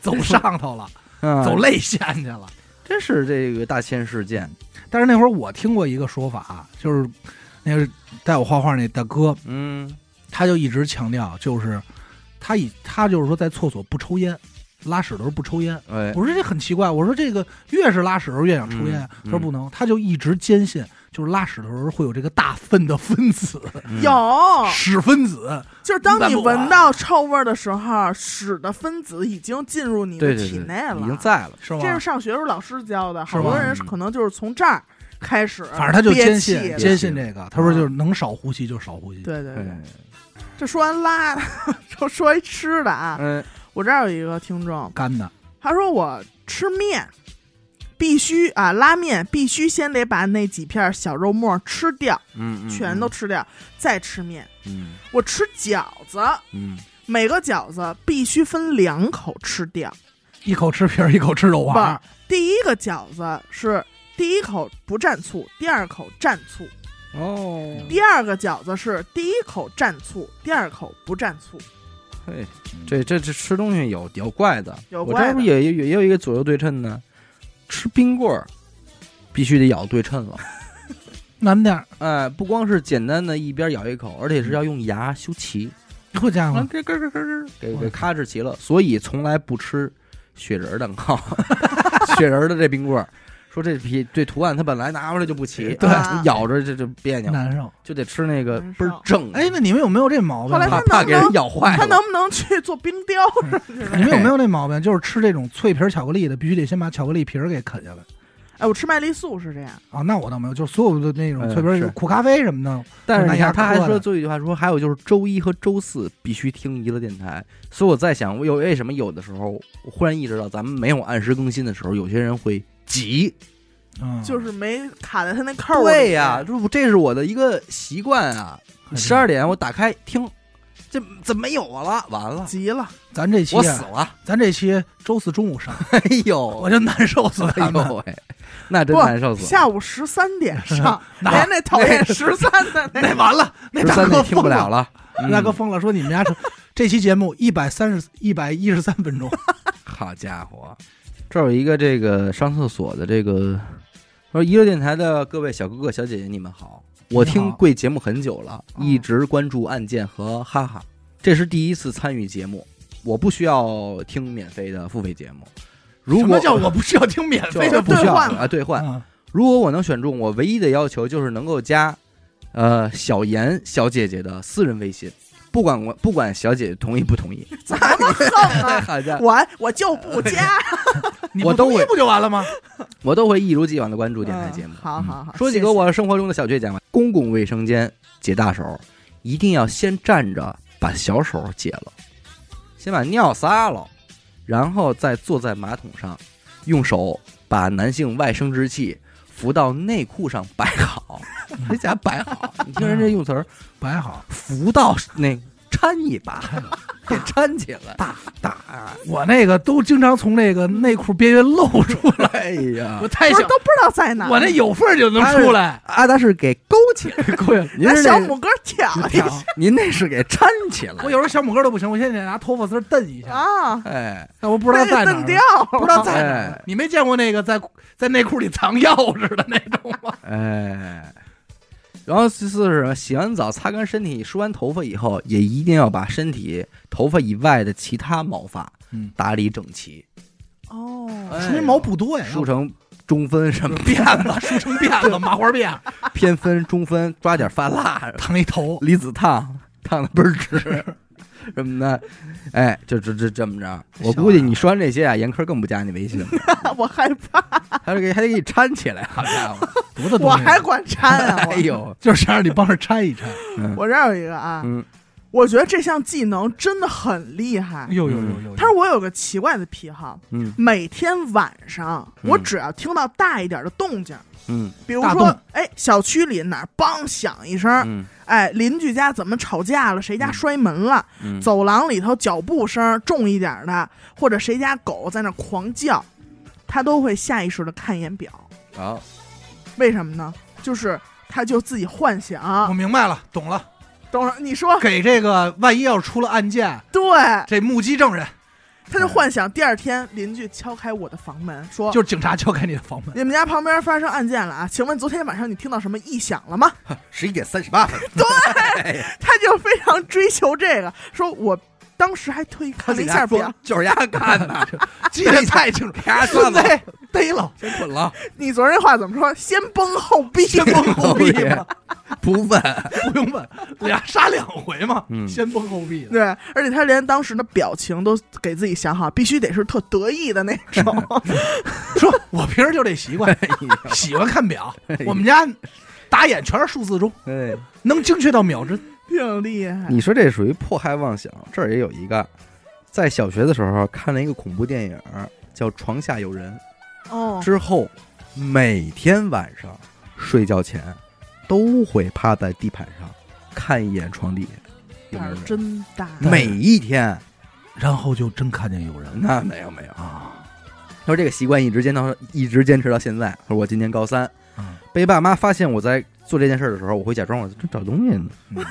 S2: 走上头了，
S1: 嗯
S2: 走泪腺去了。
S1: 真是这个大千世界，
S2: 但是那会儿我听过一个说法啊，就是那个带我画画那大哥，
S1: 嗯，
S2: 他就一直强调，就是他以他就是说在厕所不抽烟，拉屎的时候不抽烟。
S1: 哎，
S2: 我说这很奇怪，我说这个越是拉屎的时候越想抽烟，
S1: 嗯
S2: 他说不能，他就一直坚信，就是拉屎的时候会有这个大粪的分子，
S1: 嗯
S3: 有，
S2: 屎分子，
S3: 就是当你
S2: 你在录啊
S3: 闻到臭味儿的时候，屎的分子已经进入你的
S1: 对对
S3: 体
S1: 对，
S3: 内了，
S1: 已经在了。嗯
S2: 是吗？
S3: 这是上学时候老师教的，
S2: 是
S3: 好多
S2: 吧
S3: 人是可能就是从这儿开始，
S2: 反正他就坚信
S3: 憋气嗯
S2: 坚信这个，他说就是能少呼吸就少呼吸。，
S3: 对对对，
S1: 哎
S3: 这说完拉， 就说一吃的啊，
S1: 嗯，
S3: 我这儿有一个听众，
S2: 干的
S3: 他说我吃面，必须啊，拉面必须先得把那几片小肉末吃掉，
S1: 嗯，嗯
S3: 全都，吃掉，再吃面。
S1: 嗯
S3: 我吃饺子，
S1: 嗯，
S3: 每个饺子必须分两口吃掉。
S2: 一口吃皮儿，一口吃肉
S3: 不
S2: 丸儿。
S3: 第一个饺子是第一口不蘸醋，第二口蘸醋；
S1: 哦，
S3: 第二个饺子是第一口蘸醋，第二口不蘸醋。
S1: 嘿，这这这吃东西有有怪的，
S3: 有
S1: 我
S3: 怪的
S1: 这不也也也有一个左右对称呢，吃冰棍儿必须得咬对称了，
S2: 难点儿，
S1: 哎，不光是简单的一边咬一口，而且是要用牙修齐，
S2: 好家
S1: 啊
S2: 伙，，
S1: 咯咯咯咯咯，给
S2: 哇
S1: 给咔哧齐了，所以从来不吃雪人儿蛋糕， 雪人儿的这冰棍儿。说这皮这图案，它本来拿出来就不齐，
S2: 对
S1: 啊咬着这这别扭，
S2: 难受。
S1: 就得吃那个
S3: 难受
S1: 倍儿正。
S2: 哎，那你们有没有这毛病
S3: 嗯后来
S2: 啊？
S1: 怕
S3: 他能
S1: 怕给人
S3: 能
S1: 咬坏
S3: 他
S1: 了
S3: 能。不能去做冰雕 什么之类的？
S2: 你们有
S1: 哎
S2: 没有那毛病？就是吃这种脆皮儿巧克力的，必须得先把巧克力皮儿给啃下来。
S3: 哎，我吃麦丽素是这样，
S2: 啊，那我倒没有，就是所有的那种
S1: 嗯
S2: 脆皮
S1: 是
S2: 儿、苦咖啡什么的，
S1: 但是你看，
S2: 我拿牙磕
S1: 他还说
S2: 的
S1: 最后一句话，说还有就是周一和周四必须听娱乐电台。所以我在想，我有为什么有的时候，我忽然意识到，咱们没有按时更新的时候，有些人会急。
S2: 嗯，
S3: 就是没卡在他那扣儿里。
S1: 对呀、这不这是我的一个习惯啊。
S2: 很
S1: 十二点我打开听，这怎么没有了？完了，
S3: 急了，
S2: 咱这期
S1: 我
S2: 啊
S1: 死了！
S2: 咱这期周四中午上，
S1: 哎呦，
S2: 我就难受死
S1: 哎
S2: 他们。
S1: 呦喂，那真
S3: 不
S1: 难受死了。
S3: 下午十三点上，
S2: 那
S3: 连那讨厌十三的那
S2: 那哎 完了，那
S1: 十
S2: 大
S1: 三
S2: 哥
S1: 点听
S2: 疯
S1: 不了，了，嗯
S2: 大哥，疯了，说你们家是这期节目一百三十一百一十三分钟，
S1: 好家伙，这儿有一个这个上厕所的这个，说娱乐电台的各位小哥哥小姐姐，你们好，我听贵节目很久了，
S3: 嗯
S1: 一直关注案件和哈哈，这是第一次参与节目，我不需要听免费的付费节目，如
S2: 什
S1: 果
S2: 么叫我不需要听免
S1: 就
S2: 费的
S1: 不需
S3: 兑
S1: 要
S3: 换嘛
S1: 啊兑换？
S2: 嗯
S1: 如果我能选中，我唯一的要求就是能够加，呃，小妍小姐姐的私人微信，不管我不管小姐姐同意不同意，
S3: 怎么横啊？
S1: 好家伙，
S3: 我我就不加，
S2: 你
S1: 我
S2: 不
S1: 都
S2: 同意
S1: 会
S2: 不就完了吗？
S1: 我都会一如既往的关注电台节目
S3: 嗯。好好好，
S1: 说几
S3: 谢
S1: 个
S3: 谢
S1: 我生活中的小倔强吧。公共卫生间解大手，一定要先站着把小手解了，先把尿撒了，然后再坐在马桶上，用手把男性外生殖器扶到内裤上摆好。这家摆好，你听人家用词儿，
S2: 摆好，
S1: 扶到那搀一把，给搀起来。
S2: 大大，我那个都经常从那个内裤边缘露出来，
S1: 哎呀
S2: 我，太
S3: 不是
S2: 想，
S3: 都不知道在哪儿，
S2: 我那有缝儿就能出来，
S1: 阿达是给勾起来，
S2: 对，
S1: 您
S3: 拿
S1: 是
S3: 小
S1: 那
S3: 拇哥挑一
S2: 挑
S3: 下
S1: 您那是给搀起来
S2: 我。有时候小拇哥都不行，我现在得拿头发丝儿蹬一下，
S3: 啊，
S1: 哎，
S2: 但我不知道在哪
S3: 蹬掉
S2: 儿。 不知道在哪
S1: 哎
S2: 儿，你没见过那个在在内裤里藏钥匙的那种 吗？
S1: 哎，然后其次是什么？洗完澡、擦干身体、梳完头发以后，也一定要把身体、头发以外的其他毛发
S2: 嗯
S1: 打理整齐，
S3: 哦，
S2: 说明毛不啊多哎 呀，
S1: 梳成中分什 么
S2: 辫子，梳成辫子，麻花辫，
S1: 偏分、中分，抓点发蜡、
S2: 烫一头，
S1: 离子烫，烫的倍儿直。什么的，哎，就这这这么着，我估计你说完这些啊，严科更不加你微 信了，
S3: 我害怕，
S1: 还得给还得给你搀起来，好家 伙！
S2: 多大东西
S3: 我还管掺啊，
S1: 哎
S3: 我
S1: 呦，
S2: 就是想让你帮着拆 一拆。
S3: 我这儿有一个啊，
S1: 嗯
S3: 我觉得这项技能真的很厉害。
S2: 哎呦
S1: 呦呦
S2: 呦
S3: 他说我有个奇怪的癖好，
S1: 嗯
S3: 每天晚上
S1: 嗯
S3: 我只要听到大一点的动静，
S1: 嗯
S3: 比如
S2: 大
S3: 说
S2: 动，
S3: 哎，小区里哪儿梆响一声，
S1: 嗯
S3: 哎，邻居家怎么吵架了，谁家摔门了，
S1: 嗯，
S2: 啊
S3: 走廊里头脚步声重一点的，或者谁家狗在那狂叫，他都会下意识的看一眼表。
S1: 好，
S3: 为什么呢？就是他就自己幻
S2: 我
S3: 想。
S2: 明白了，懂了。
S3: 等会儿 你说
S2: 给这个万一要出了案件，
S3: 对，
S2: 这目击证人
S3: 他就幻想第二天邻居敲开我的房门说。
S2: 就是警察敲开你的房 门，
S3: 你们家旁边发生案件了啊？请问昨天晚上你听到什么异响了吗？
S1: 十一点三十八分，
S3: 他就非常追求这个，说我当时还特意看了一下表，
S1: 就是丫干的，
S2: 记得太清 楚。
S1: 啪
S2: 孙
S1: 算
S2: 子
S1: 了，
S2: 逮 了，
S1: 先滚了，
S3: 你昨天话怎么说？先崩后毙，
S2: 先崩后
S1: 闭
S2: 毙嘛，
S1: 不问，
S2: 不用问，俩杀两回嘛
S1: 嗯，
S2: 先崩后 毙的。
S3: 对，而且他连当时的表情都给自己想好，必须得是特得意的那种。
S2: 说我平时就这习 惯，喜欢看表，我们家打眼全是数字钟，
S1: 哎，
S2: 能精确到秒针。
S3: 挺厉害。
S1: 你说这属于迫害妄想，这儿也有一个，在小学的时候看了一个恐怖电影，叫《床下有人》，
S3: 哦，
S1: 之后，每天晚上睡觉前都会趴在地板上看一眼床底下有没
S3: 胆
S1: 有
S3: 儿
S1: 人，
S3: 真大，
S1: 每一天。
S2: 然后就真看见有人
S1: 那
S2: 了
S1: 没有没有，
S2: 啊，
S1: 他说这个习惯一直坚到一直坚持到现在。他说我今年高三，
S2: 嗯
S1: 被爸妈发现我在做这件事儿的时候，我会假装我正找东西呢。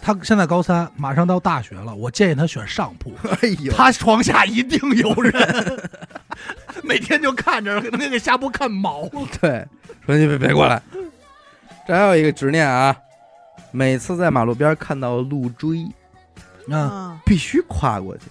S2: 他现在高三，马上到大学了，我建议他选上铺，
S1: 哎呦，
S2: 他床下一定有人， 每天就看着那个下铺看毛了。
S1: 对，说你别别过来。这还有一个执念啊，每次在马路边看到路锥，
S2: 啊
S3: 啊
S1: 必须跨过去，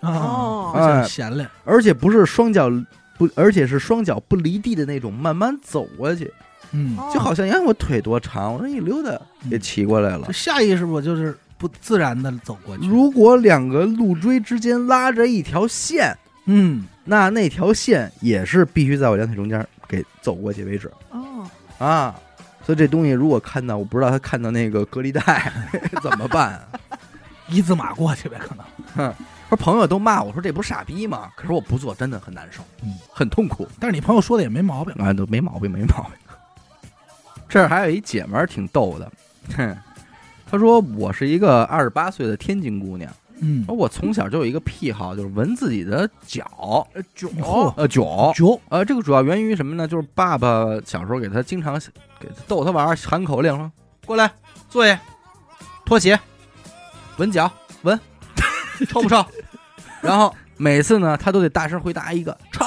S2: 啊，
S3: 哦，
S1: 哎
S2: 想闲嘞，
S1: 而且不是双脚不，而且是双脚不离地的那种，慢慢走过去，
S2: 嗯，
S3: 哦
S1: 就好像你看哎我腿多长，我这一溜达也骑过来了
S2: 就。下意识我就是不自然的走过去。
S1: 如果两个路锥之间拉着一条线，
S2: 嗯，
S1: 那那条线也是必须在我两腿中间给走过去为止
S3: 哦，
S1: 啊。所以这东西如果看到，我不知道他看到那个隔离带 怎么办、啊。
S2: 一字马过去呗，可能。
S1: 说朋友都骂我说这不是傻逼吗？可是我不做真的很难受，
S2: 嗯
S1: 很痛苦
S2: 但是你朋友说的也没毛病。
S1: 啊，都没毛病，没毛病。 这儿还有一姐们儿挺逗的，哼，她说我是一个二十八岁的天津姑娘，
S2: 嗯
S1: 说，我从小就有一个癖好，就是闻自己的脚，
S3: 呃囧，
S2: 嚯
S1: 呃脚，
S2: 九
S1: 呃，这个主要源于什么呢？就是爸爸小时候给他经常给他逗他玩儿，喊口令说：“过来，坐下，脱鞋，闻脚，闻， 臭 不臭？”然后每次呢，他都得大声回答一个“臭”，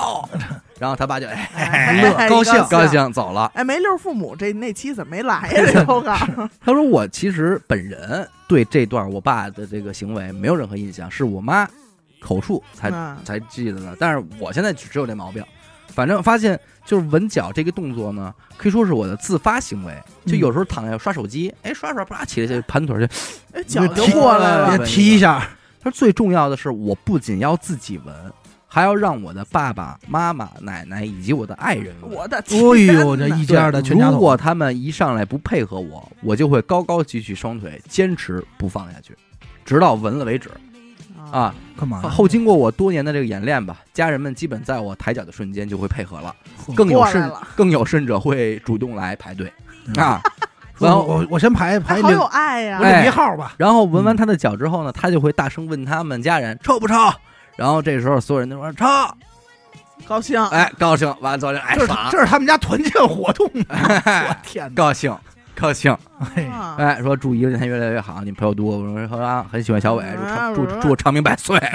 S1: 然后他爸就哎
S3: 哎
S1: 乐
S3: 哎
S1: 高兴
S3: 高
S1: 高。兴走了。
S3: 哎，没溜父母这那期怎么没来呀？这投稿
S1: 他说：“我其实本人对这段我爸的这个行为没有任何印象，是我妈口述才
S3: 嗯
S1: 才记得呢。但是我现在只有这毛病，反正发现就是闻脚这个动作呢，可以说是我的自发行为。就
S2: 嗯
S1: 有时候躺下刷手机，哎，刷刷啪起来就盘腿去。
S3: 哎，脚
S2: 别
S3: 就
S2: 提
S3: 过来了
S1: 别，
S2: 也提一下，
S1: 他说最重要的是，我不仅要自己闻，还要让我的爸爸妈妈、奶奶以及我的爱人闻。
S3: 我的
S2: 哎
S3: 天哪！
S2: 呦，这一家的全家
S1: 如
S2: 桶
S1: 果，他们一上来不配合我，我就会高高举起双腿，坚持不放下去，直到闻了为止。啊，
S2: 干嘛呀？
S1: 后经过我多年的这个演练吧，家人们基本在我抬脚的瞬间就会配合了。
S2: 嚯
S1: 更有
S3: 过来
S1: 甚
S3: 了
S1: 更有甚者会主动来排队
S2: 嗯
S1: 啊。
S2: 说
S1: 然后
S2: 我我先排
S3: 还
S2: 排
S3: 好
S2: 领
S3: 有爱呀
S2: 我！领一号吧。
S1: 然后闻完他的脚之后呢，他就会大声问他们家人臭不臭。然后这时候所有人都说臭，
S3: 高兴，
S1: 哎，高兴，完了之后就哎
S2: 这是
S1: 爽，哎
S2: 这是他们家团建活动，我天哪！
S1: 高兴。高兴，
S2: 哎
S3: 啊，
S1: 哎，说祝一个人越来越好，你朋友多，我说啊，很喜欢小伟，祝
S3: 嗯
S1: 长祝祝长命百岁，
S2: 哎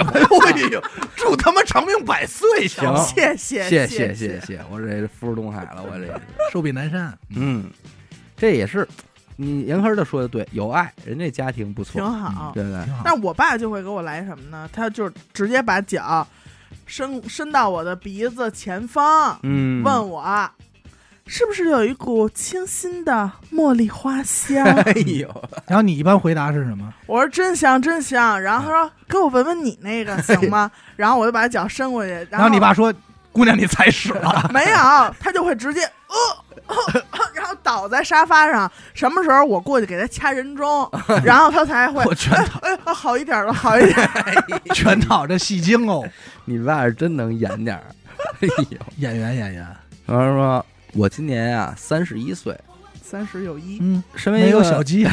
S2: 呦，祝他妈长命百岁！
S1: 行
S2: 小子
S3: 谢谢
S1: 谢谢
S3: 谢
S1: 谢，谢，我这福如东海了，我这 是，
S2: 寿比南山，
S1: 嗯，这也是，你严科的说的对，有爱，人家家庭不错嗯
S3: 挺，好。
S1: 对不对？
S2: 挺好。
S3: 但我爸就会给我来什么呢？他就直接把脚伸伸到我的鼻子前方，
S1: 嗯，
S3: 问我是不是有一股清新的茉莉花香？
S1: 哎呦，
S2: 然后你一般回答是什么？
S3: 我说真香真香。然后他
S1: 嗯
S3: 说给我闻闻你那个行 吗？然后我就把脚伸过去，然
S2: 然后你爸说：“姑娘，你踩屎了。
S3: 没有， 他就会直接呃。呃然后倒在沙发上，什么时候我过去给他掐 人中，然后他才 会
S2: 我全
S3: 哎哎哎好一点了，好一点。”
S2: 全套这戏精哦，
S1: 你爸是真能演点儿。 哎呦，
S2: 演员演员，
S1: 然后说，我今年啊三十一岁，
S3: 三十有一，
S2: 嗯，
S1: 身为
S2: 没
S1: 一
S2: 有小
S1: 个
S2: 鸡，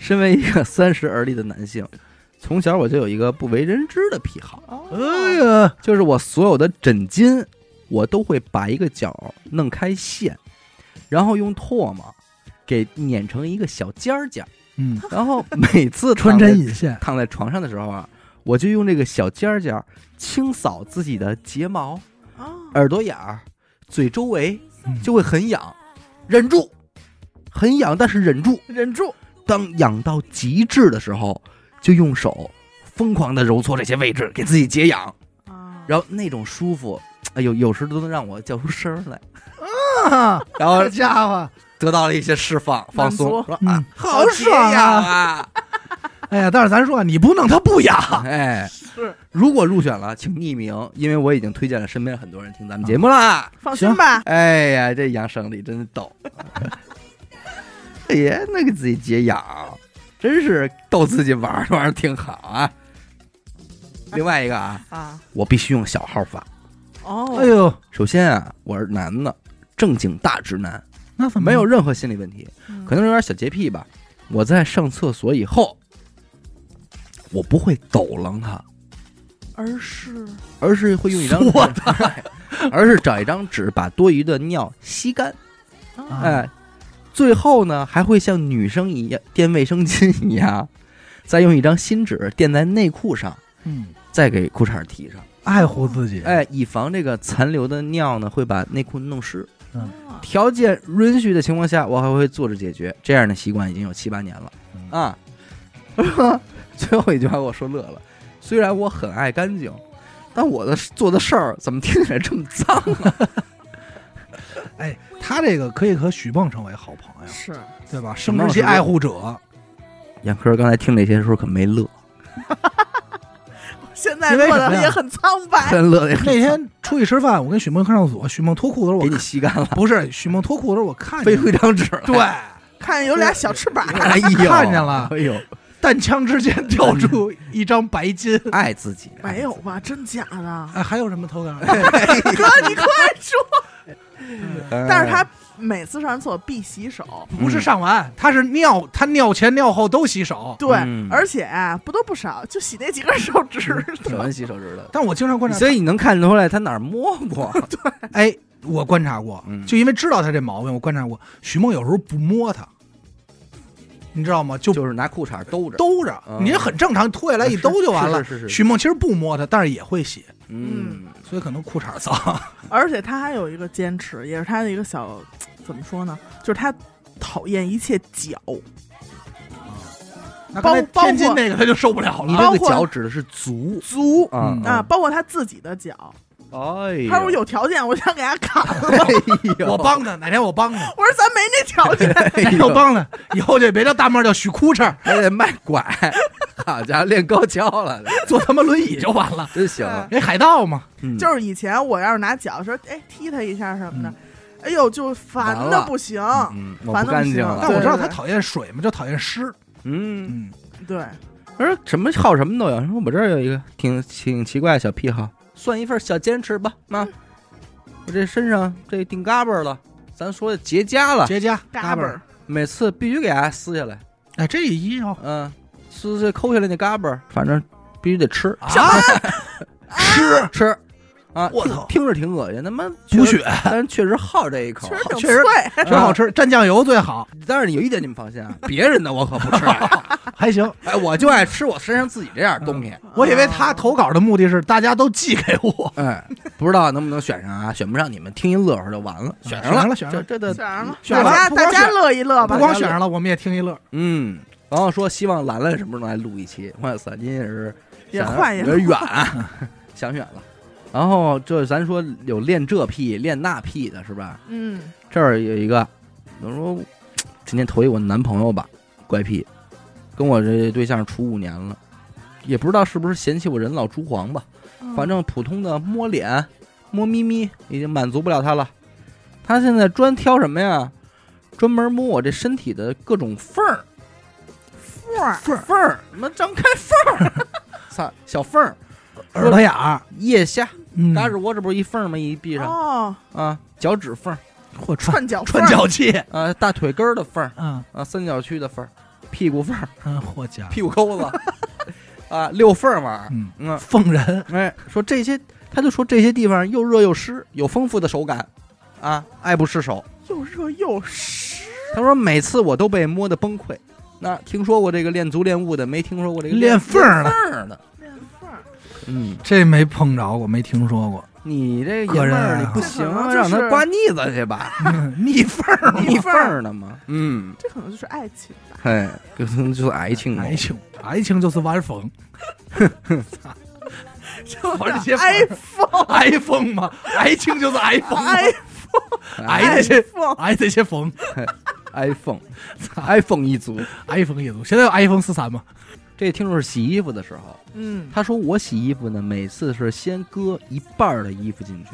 S1: 身为一个三十而立的男性，从小我就有一个不为人知的癖好，
S3: 哦
S2: 哎呀，
S1: 就是我所有的枕巾，我都会把一个角弄开线，然后用唾沫给碾成一个小尖儿 角，
S2: 嗯，
S1: 然后每次
S2: 穿
S1: 躺在
S2: 针引线，
S1: 躺在床上的时候啊，我就用这个小尖儿角清扫自己的睫毛。
S3: 哦
S1: 耳朵眼儿、嘴周围
S2: 嗯
S1: 就会很痒，忍住，很痒，但是忍住。
S3: 忍住，
S1: 当痒到极致的时候，就用手疯狂的揉搓这些位置，给自己解痒，
S3: 啊
S1: 然后那种舒服，哎呦，有时都能让我叫出声儿来，
S2: 啊
S1: 然后
S2: 好家伙，
S1: 得到了一些释放、放松
S3: 满足，
S1: 说啊
S2: 嗯，，
S1: 好
S2: 爽
S1: 解痒啊！
S2: 哎呀，但是咱说啊你不弄他不痒，
S1: 哎，
S3: 是
S1: 如果入选了，请匿名，因为我已经推荐了身边很多人听咱们节目啦。
S3: 放心吧，
S1: 哎呀，这杨胜利真是逗， 也那给自己解痒，真是逗自己玩儿玩儿挺好啊。另外一个啊，
S3: 啊
S1: 我必须用小号发，
S3: 哦，
S2: 哎呦，
S1: 首先啊，我是男的，正经大直男，
S2: 那怎么
S1: 没有任何心理问题，
S3: 嗯
S1: 可能有点小洁癖吧。我在上厕所以后，我不会抖楞它，
S3: 而是
S1: 而是会用一张
S2: 我
S1: 纸，而是找一张纸把多余的尿吸干。
S2: 啊
S1: 哎，最后呢，还会像女生一样垫卫生巾一样， 再用一张新纸垫在内裤上，
S2: 嗯
S1: 再给裤衩提上，
S2: 爱护自己？，
S1: 哎，以防这个残留的尿呢会把内裤弄湿。
S3: 啊
S1: 条件允许的情况下，我还会坐着解决。这样的习惯已经有七八年了
S2: 嗯
S1: 啊。 最后一句话给我说乐了，虽然我很爱干净，但我的做的事儿怎么听起来这么脏 啊？
S2: 哎，他这个可以和许梦成为好朋友，
S3: 是
S2: 对吧？生殖器爱护者，
S1: 杨科刚才听这些时候可没乐，
S3: 现在
S2: 因为
S3: 做
S2: 什么
S3: 的
S2: 呀
S3: 也很苍白，
S1: 真乐的
S2: 那天出去吃饭，我跟许梦上厕所，许梦脱裤子，我
S1: 给你吸干了，
S2: 不是许梦脱裤子，我看
S1: 飞
S2: 见
S1: 出一张纸来。
S2: 对
S3: 看有俩小翅膀，
S1: 哎呦，
S2: 看见了
S1: 哎呦，
S2: 弹枪之 间掉出一张白金。
S1: 爱自己
S3: 没有？吧？真假的？
S2: 哎，还有什么投稿？
S3: 哥，你快说！
S1: 哎
S3: 但是他每次上完厕所必洗手，
S2: 不是上完，他是尿，他尿前尿后都洗手。
S3: 对
S1: 嗯，
S3: 而且啊不多不少，就洗那几根手指
S1: 手
S3: 头。
S1: 完洗手指的，
S2: 但我经常观察，
S1: 所以你能看出来他哪儿摸 过？
S2: 哎，我观察过
S1: 嗯，
S2: 就因为知道他这毛病，我观察过。许梦有时候不摸他，你知道吗？就
S1: 就是拿裤衩兜着，
S2: 兜着
S1: 啊，
S2: 你也很正常，脱下来一兜就完 了。
S1: 是是是是
S2: 许梦其实不摸他，但是也会洗，
S1: 嗯，
S2: 所以可能裤衩脏。
S3: 而且他还有一个坚持，也是他的一个小，怎么说呢？就是他讨厌一切脚，
S2: 那刚才
S3: 包包括
S2: 天津那个他就受不了
S1: 你
S2: 了。
S1: 这
S3: 嗯包
S1: 个
S3: 括
S1: 脚指的是足
S3: 足
S1: 啊
S2: 嗯
S3: 啊，包括他自己的脚。
S1: 哎，
S3: 啊他说，有条件，我想给他砍了。
S1: 哎呦，
S2: 我帮他，哪天我帮他，
S3: 我说咱没那条 件，
S1: 哎
S2: 我
S1: 呦，
S2: 帮他，以后就别叫大妹儿叫许裤衩儿，
S1: 还得卖拐，好家伙，练高跷了，
S2: 坐他妈轮椅就完了。
S1: 真行，
S3: 哎
S2: 那海盗嘛，
S1: 嗯
S3: 就是以前我要是拿脚说，哎，踢他一下什
S2: 嗯
S3: 么的，哎呦，就
S1: 完
S3: 烦的
S1: 了
S3: 不行。
S1: 嗯，我
S3: 啊烦
S1: 不
S3: 得
S1: 干
S3: 不
S1: 净
S3: 行
S1: 了
S2: 但，我知道
S3: 对
S2: 他
S3: 对
S2: 讨厌水嘛，就讨厌湿。
S1: 嗯，
S2: 嗯，
S3: 对，
S1: 我说哎什么好什么都有，说我这儿有一个挺挺奇怪的小癖好，算一份小坚持吧，妈，我这身上这顶嘎巴儿了，咱说结痂了，
S2: 结痂，
S3: 嘎
S2: 嘣
S3: 嘣
S2: 儿。
S3: 儿，
S1: 每次必须给它撕下来，
S2: 哎，这一要
S1: 嗯，撕这抠下来那嘎巴儿，反正必须得吃
S2: 啊，湿，
S1: 吃，啊，
S2: 我
S1: 听
S2: 操
S1: 听着挺恶心，他妈
S2: 补
S1: 确
S2: 血
S1: 实，但是确实好这一口
S3: 确，实挺
S2: 确实
S3: 脆。
S2: 真好吃，蘸酱油最好，
S1: 但是你有一点你们放心啊， 别人的我可不吃，
S2: 啊还行。
S1: 哎，我就爱吃我身上自己这样的东西。
S2: 我以为
S3: 啊
S2: 他投稿的目的是大家都寄给我，
S1: 哎，不知道能不能选上啊？选不上你们听一乐呵就完了，选上
S2: 选上
S1: 了，
S2: 了选上了
S1: 这这的，
S3: 选上了，
S2: 选
S3: 大
S2: 了
S3: 家
S2: 不光
S3: 大家
S2: 选
S3: 乐一乐吧
S2: 不。光选上了，我们也听一乐。
S1: 嗯。然后说希望兰兰什么时候来录一期，哇塞，您也是
S3: 也
S1: 想
S3: 换也
S1: 有点远啊， 想远了。然后这咱说有练这屁练那屁的是吧？
S3: 嗯，
S1: 这儿有一个，我说今天头一我男朋友吧，怪癖，跟我这对象处五年了，也不知道是不是嫌弃我人老珠黄吧，
S2: 嗯
S3: 嗯
S1: 反正普通的摸脸、摸咪咪已经满足不了他了。他现在专挑什么呀？专门摸我这身体的各种缝儿、
S3: 缝儿
S1: 缝儿、缝儿，什么张开缝儿， 操，小缝儿、
S2: 耳朵眼儿，
S1: 腋下，
S2: 嗯
S1: 嘎吱窝这不是一缝儿吗？一闭上
S3: 哦，
S1: 啊，脚趾缝儿
S2: 或串
S3: 串脚缝
S2: 串
S3: 儿，
S2: 脚气，
S1: 啊，大腿根儿的缝儿
S2: 嗯
S1: 啊，三角区的缝儿，屁股缝儿。
S2: 嗯，或家，
S1: 屁股沟子啊，溜缝儿玩儿。
S2: 嗯，
S1: 嗯，
S2: 缝人，
S1: 哎，说这些，他就说这些地方又热又湿，有丰富的手感，啊，爱不释手。
S3: 又热又湿。
S1: 他说每次我都被摸得崩溃。那听说过这个练足练物的，没听说过这个
S2: 练缝儿的
S1: 练缝儿的。
S3: 练缝儿
S1: 嗯，
S2: 这没碰着过，没听说过。
S1: 你这爷
S2: 个
S1: 们
S2: 人
S1: 儿
S2: 爱
S1: 你
S2: 好
S1: 不行
S3: 这可能
S1: 啊，
S3: 就是
S1: 让他刮腻子去吧，
S2: 逆缝儿
S1: 腻
S3: 缝
S1: 缝
S3: 儿，
S1: 儿呢嘛。嗯，
S3: 这可能就是爱情吧。
S1: 哎，可能就是癌庆
S2: 爱情，爱情就是玩疯，玩这些缝儿
S3: iPhone
S2: 挨缝嘛，爱情就是挨缝嘛，挨哎这些
S3: iPhone
S2: 挨这些缝，
S1: iPhone，iPhone 一族。
S2: 挨缝也足。现在有 iPhone 十三吗？
S1: 这听说是洗衣服的时候，
S3: 嗯，
S1: 他说我洗衣服呢，每次是先搁一半儿的衣服进去，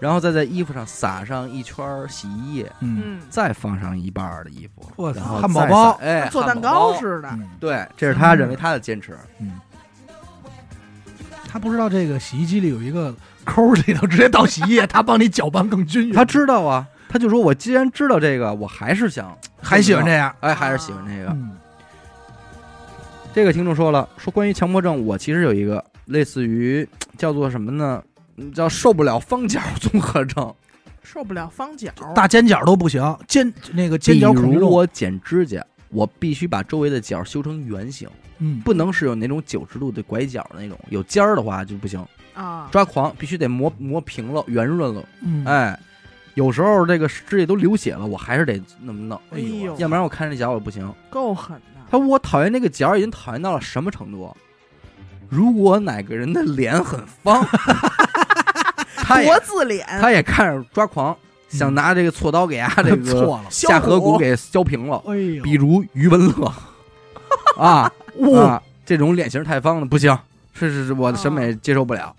S1: 然后再在衣服上撒上一圈儿洗衣液，
S2: 嗯，
S3: 嗯，
S1: 再放上一半儿的衣服，
S2: 我操
S1: 然后
S2: 汉堡
S1: 再撒
S2: 包
S1: 哎，
S3: 做
S1: 汉
S3: 蛋
S1: 堡
S3: 糕
S1: 包。
S3: 似的。
S2: 嗯
S1: 对，这是他认为他的坚持。
S2: 他不知道这个洗衣机里有一个抠里头直接倒洗衣液，他帮你搅拌更均匀。
S1: 他知道啊，他就说我既然知道这个，我还是想，
S2: 还喜欢这样，
S1: 哎，还是喜欢这个。
S2: 嗯
S1: 这个听众说了，说关于强迫症，我其实有一个类似于叫做什么呢？嗯叫受不了方角综合症。
S3: 受不了方角，
S2: 大尖角都不行，尖那个 尖角
S1: 比
S2: 恐惧
S1: 如
S2: 症，
S1: 我剪指甲，我必须把周围的角修成圆形，
S2: 嗯，
S1: 不能是有那种九十度的拐角那种，有尖儿的话就不行。
S3: 啊，
S1: 抓狂必须得磨磨平了，圆润了。
S2: 嗯，
S1: 哎，有时候这个指甲都流血了，我还是得那么弄，
S3: 哎呦，
S1: 要不然我看这角我不行。
S3: 够狠的，
S1: 他说我讨厌那个角已经讨厌到了什么程度？如果哪个人的脸很 方，他也
S3: 国字脸，
S1: 他也看着抓狂，想拿这个锉刀给 他这个
S2: 错了，
S1: 下颌骨
S3: 削骨
S1: 给削平了。
S2: 哎呦，
S1: 比如余文 乐啊
S2: 哇，
S1: 啊，这种脸型太方的不行，是是是，我的审美接受不了。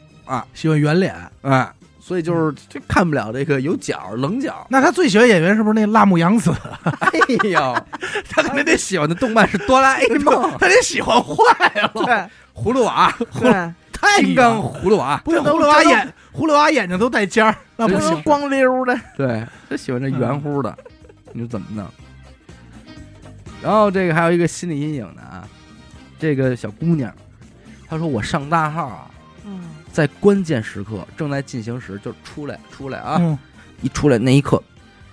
S2: 喜欢圆脸。。
S1: 哎，所以就是这看不了这个有角棱角
S2: 那他最喜欢演员是不是那辣目洋子？
S1: 哎呦，他肯定得喜欢的动漫是哆啦 A 梦、
S2: 他得喜欢坏了，
S3: 对
S1: 葫芦娃、
S3: 对，
S2: 太
S1: 金刚葫芦娃。
S2: 不对，
S3: 这都
S2: 葫芦娃
S3: 这都
S2: 眼葫芦娃眼睛都带尖儿，那不
S3: 这都
S2: 行。
S3: 光溜的，
S1: 对，就喜欢这圆乎的，你说怎么弄？然后这个还有一个心理阴影的啊，这个小姑娘，她说我上大号啊，
S3: 嗯，
S1: 在关键时刻正在进行时就出来出来啊，
S2: 嗯，
S1: 一出来那一刻，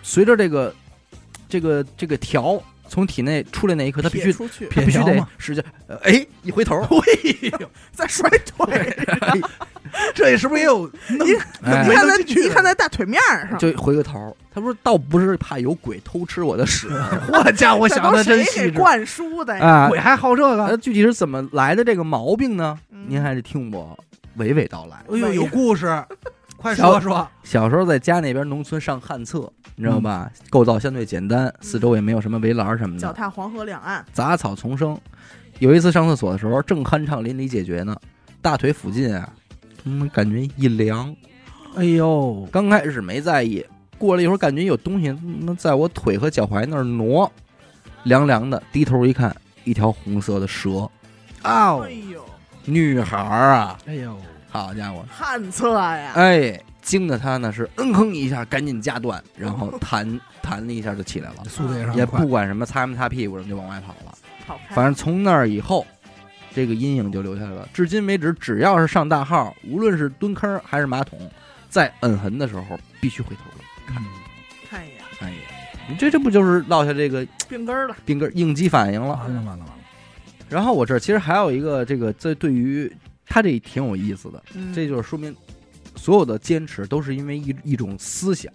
S1: 随着这个这个这个条从体内出来那一刻，她必须
S3: 撇出去，
S1: 她
S2: 撇
S1: 必须
S2: 条
S1: 得
S2: 嘛
S1: 使劲，呃哎，一回头，
S3: 再甩腿，
S2: 这是不是也有弄？
S1: 哎
S3: 你看他，
S2: 没弄进去
S3: 你看他大腿面儿上，
S1: 就回个头。她说倒不是怕有鬼偷吃我的屎
S2: 我家伙
S3: 我
S2: 想 的真
S3: 谁
S2: 细
S3: 给
S2: 致，
S3: 灌输哎的呀？
S1: 啊，
S2: 鬼还好这
S1: 呃，
S2: 个。
S1: 具体是怎么来的这个毛病呢？
S3: 嗯
S1: 您还是听我娓娓道来。
S2: 哎呦，有故事，快
S1: 小
S2: 说说。
S1: 小时候在家那边农村上旱厕，你知道吧？构造相对简单，四周也没有什么围栏什么
S3: 脚
S1: 的，
S3: 踏黄河两岸，
S1: 杂草丛生。有一次上厕所的时候，正酣畅淋漓解决呢，大腿附近啊，他妈感觉一凉。
S2: 哎呦，
S1: 刚开始没在意，过了一会儿感觉有东西那在我腿和脚踝那儿挪，凉凉的。低头一看，一条红色的蛇，
S2: 啊
S1: 哦
S3: 哎呦，
S1: 女孩儿啊，
S2: 哎呦，
S1: 好家伙，
S3: 旱厕呀，
S1: 哎，惊得他呢是嗯哼一下，赶紧夹断，然后弹弹了一下就起 来了，
S2: 速度也
S1: 嗯也
S2: 上快
S1: 不。管什么擦没擦屁股什么就往外跑了。
S3: 好看，
S1: 反正从那儿以后，这个阴影就留下来了。至今为止，只要是上大号，无论是蹲坑还是马桶，在摁痕的时候必须回头
S2: 嗯
S3: 看一眼，
S1: 看一眼。你这这不就是落下这个
S3: 病根儿了，
S1: 病根应激反应了？
S2: 完了完了完了，
S1: 然后我这儿其实还有一个这个，这对于他这挺有意思的，
S3: 嗯
S1: 这就是说明，所有的坚持都是因为一一种思想，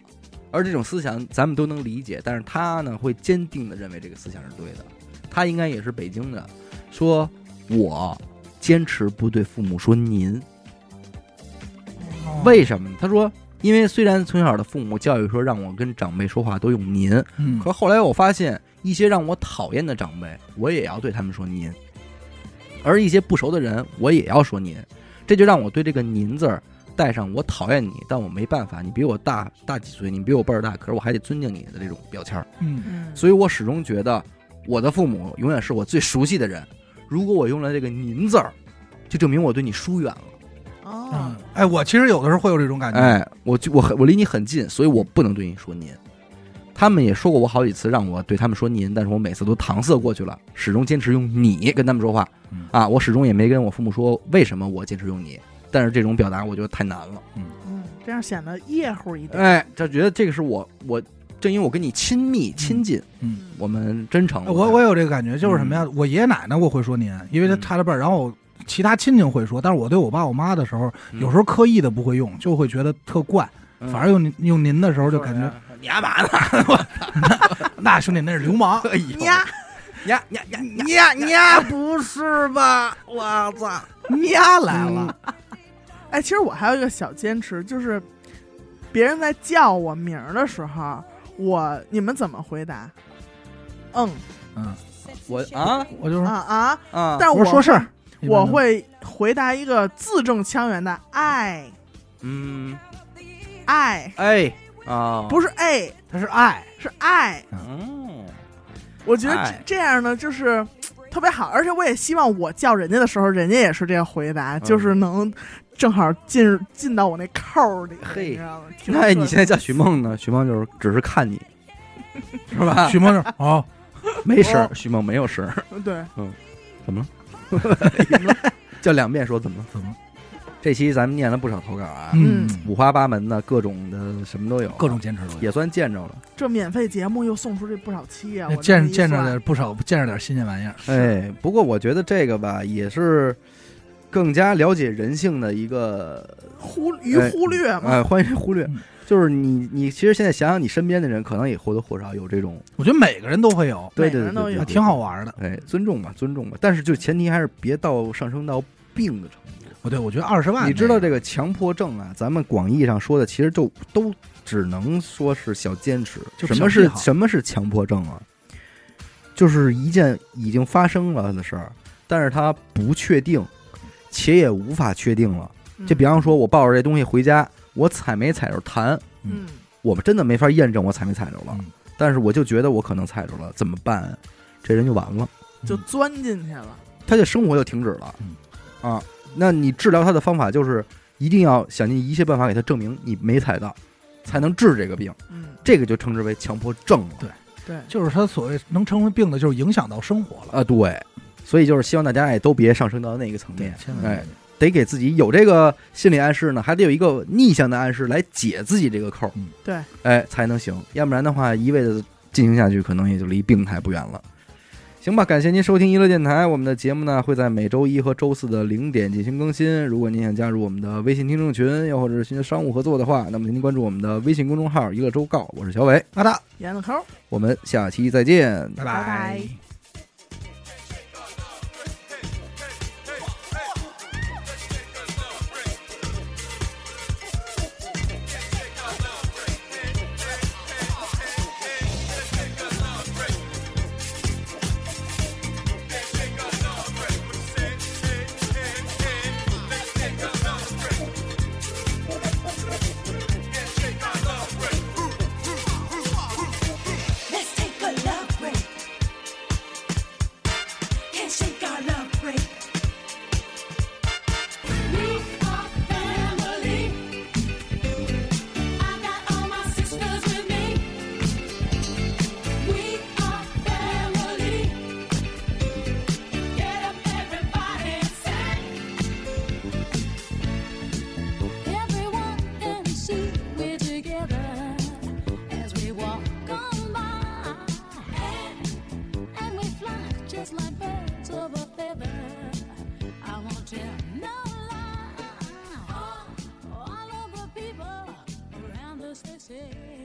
S1: 而这种思想咱们都能理解，但是他呢会坚定的认为这个思想是对的。他应该也是北京的，说我坚持不对父母说您，
S2: 哦
S1: 为什么呢？他说，因为虽然从小的父母教育说让我跟长辈说话都用您，
S2: 嗯
S1: 可后来我发现一些让我讨厌的长辈，我也要对他们说您，而一些不熟的人，我也要说您，这就让我对这个“您”字儿带上我讨厌你，但我没办法，你比我大大几岁，你比我辈儿大，可是我还得尊敬你的这种标签儿。
S2: 嗯
S3: 嗯，
S1: 所以我始终觉得我的父母永远是我最熟悉的人，如果我用了这个“您”字儿，就证明我对你疏远了。
S3: 哦
S2: 嗯，，哎，我其实有的时候会有这种感觉。
S1: 哎，我就我很我离你很近，所以我不能对你说您。他们也说过我好几次，让我对他们说您，但是我每次都搪塞过去了，始终坚持用你跟他们说话
S2: 嗯。
S1: 啊，我始终也没跟我父母说为什么我坚持用你，但是这种表达我觉得太难了。
S3: 嗯，这样显得夜乎一点，
S1: 哎，就觉得这个是我我正因为我跟你亲密亲近，
S2: 嗯，
S1: 我们真诚。
S2: 我我有这个感觉，就是什么呀？我爷爷奶奶我会说您，因为他
S1: 嗯
S2: 差着辈儿，然后我其他亲戚会说，但是我对我爸我妈的时候，有时候刻意的不会用，就会觉得特怪。
S1: 嗯
S2: 反而用您用您的时候，就感觉
S1: 你干嘛呢？
S2: 那兄弟那是流氓。
S1: 哎呦
S3: 呀
S1: 呀呀呀呀！
S3: 呀呀！
S1: 不是吧？我操！
S2: 呀来了，
S3: 哎，其实我还有一个小坚持，就是别人在叫我名儿的时候，我你们怎么回答？嗯
S2: 嗯，
S1: 我啊
S2: 我就
S3: 啊
S2: 说，
S3: 啊！
S1: 啊！
S3: 但
S2: 我
S3: 我
S2: 说事儿，
S3: 我会回答一个字正腔圆的爱
S1: 嗯，
S3: 爱，
S1: 哎啊，
S3: 不是哎，
S2: 他是爱，
S3: 是爱。
S1: 哦，
S3: 我觉得
S1: 爱
S3: 这这样呢，就是特别好。而且我也希望我叫人家的时候，人家也是这样回答，
S1: 嗯
S3: 就是能正好进进到我那扣儿里，
S1: 嘿
S3: 你 知道吗？挺
S1: 那哎你
S3: 顺
S1: 现在叫许梦呢？许梦就是只是看你，是吧？
S2: 许梦就是哦，
S1: 没声儿，许梦没有 声儿，
S3: 对，
S1: 叫两遍说怎么了？
S2: 怎么了？
S1: 这期咱们念了不少投稿啊，
S2: 嗯，
S1: 五花八门的，各种的什么都有，啊
S2: 各种坚持都有，
S1: 也算见着了。
S3: 这免费节目又送出这不少期啊！我这么
S2: 哎见
S3: 一
S2: 见着
S3: 算
S2: 点不少，见着点新鲜玩意儿。
S1: 哎，不过我觉得这个吧，也是更加了解人性的一个，
S3: 忽于
S1: 哎
S3: 忽略嘛，
S1: 哎，欢迎忽略
S2: 啊嗯。
S1: 就是你，你其实现在想想，你身边的人可能也或多或少有这种，
S2: 我觉得每个人都会有，
S1: 对
S3: 每个
S1: 对对
S3: 人都
S1: 对
S3: 有
S1: 对，
S2: 还
S1: 对
S2: 挺好。玩的。
S1: 哎，尊重吧，尊重吧，但是就前提还是别到上升到病的程度。
S2: 哦，对，我觉得二十万，
S1: 你知道这个强迫症啊，咱们广义上说的，其实就都只能说是小坚持。
S2: 就
S1: 什么
S2: 小癖
S1: 是
S2: 好
S1: 什么是强迫症啊？就是一件已经发生了的事儿，但是它不确定，且也无法确定了。
S3: 嗯
S1: 就比方说，我抱着这东西回家，我踩没踩着弹，
S3: 嗯，
S1: 我们真的没法验证我踩没踩着了
S2: 嗯。
S1: 但是我就觉得我可能踩着了，怎么办？啊这人就完了，
S3: 就钻进去了，
S1: 他的生活就停止了
S2: 嗯。
S1: 啊，那你治疗他的方法就是一定要想尽一切办法给他证明你没踩到，才能治这个病。
S3: 嗯，
S1: 这个就称之为强迫症了。
S2: 对
S3: 对，
S2: 就是他所谓能成为病的，就是影响到生活了。
S1: 啊，对，所以就是希望大家也都别上升到那个层
S2: 对
S1: 面，，
S2: 嗯千万
S1: 哎，得给自己有这个心理暗示呢，还得有一个逆向的暗示来解自己这个扣儿
S2: 嗯。
S3: 对，
S1: 哎，才能行，要不然的话，一味的进行下去，可能也就离病态不远了。行吧，感谢您收听娱乐电台。我们的节目呢会在每周一和周四的零点进行更新。如果您想加入我们的微信听众群，又或者是寻求商务合作的话，那么您关注我们的微信公众号“娱乐周告”，我是小伟，
S2: 那大，
S3: 眼子抠儿，
S1: 我们下期再见。
S2: 拜
S3: 拜拜
S4: Everyone can see we're together as we walk on by and we fly just like birds of a feather. I won't tell no lie. All of the people around us they say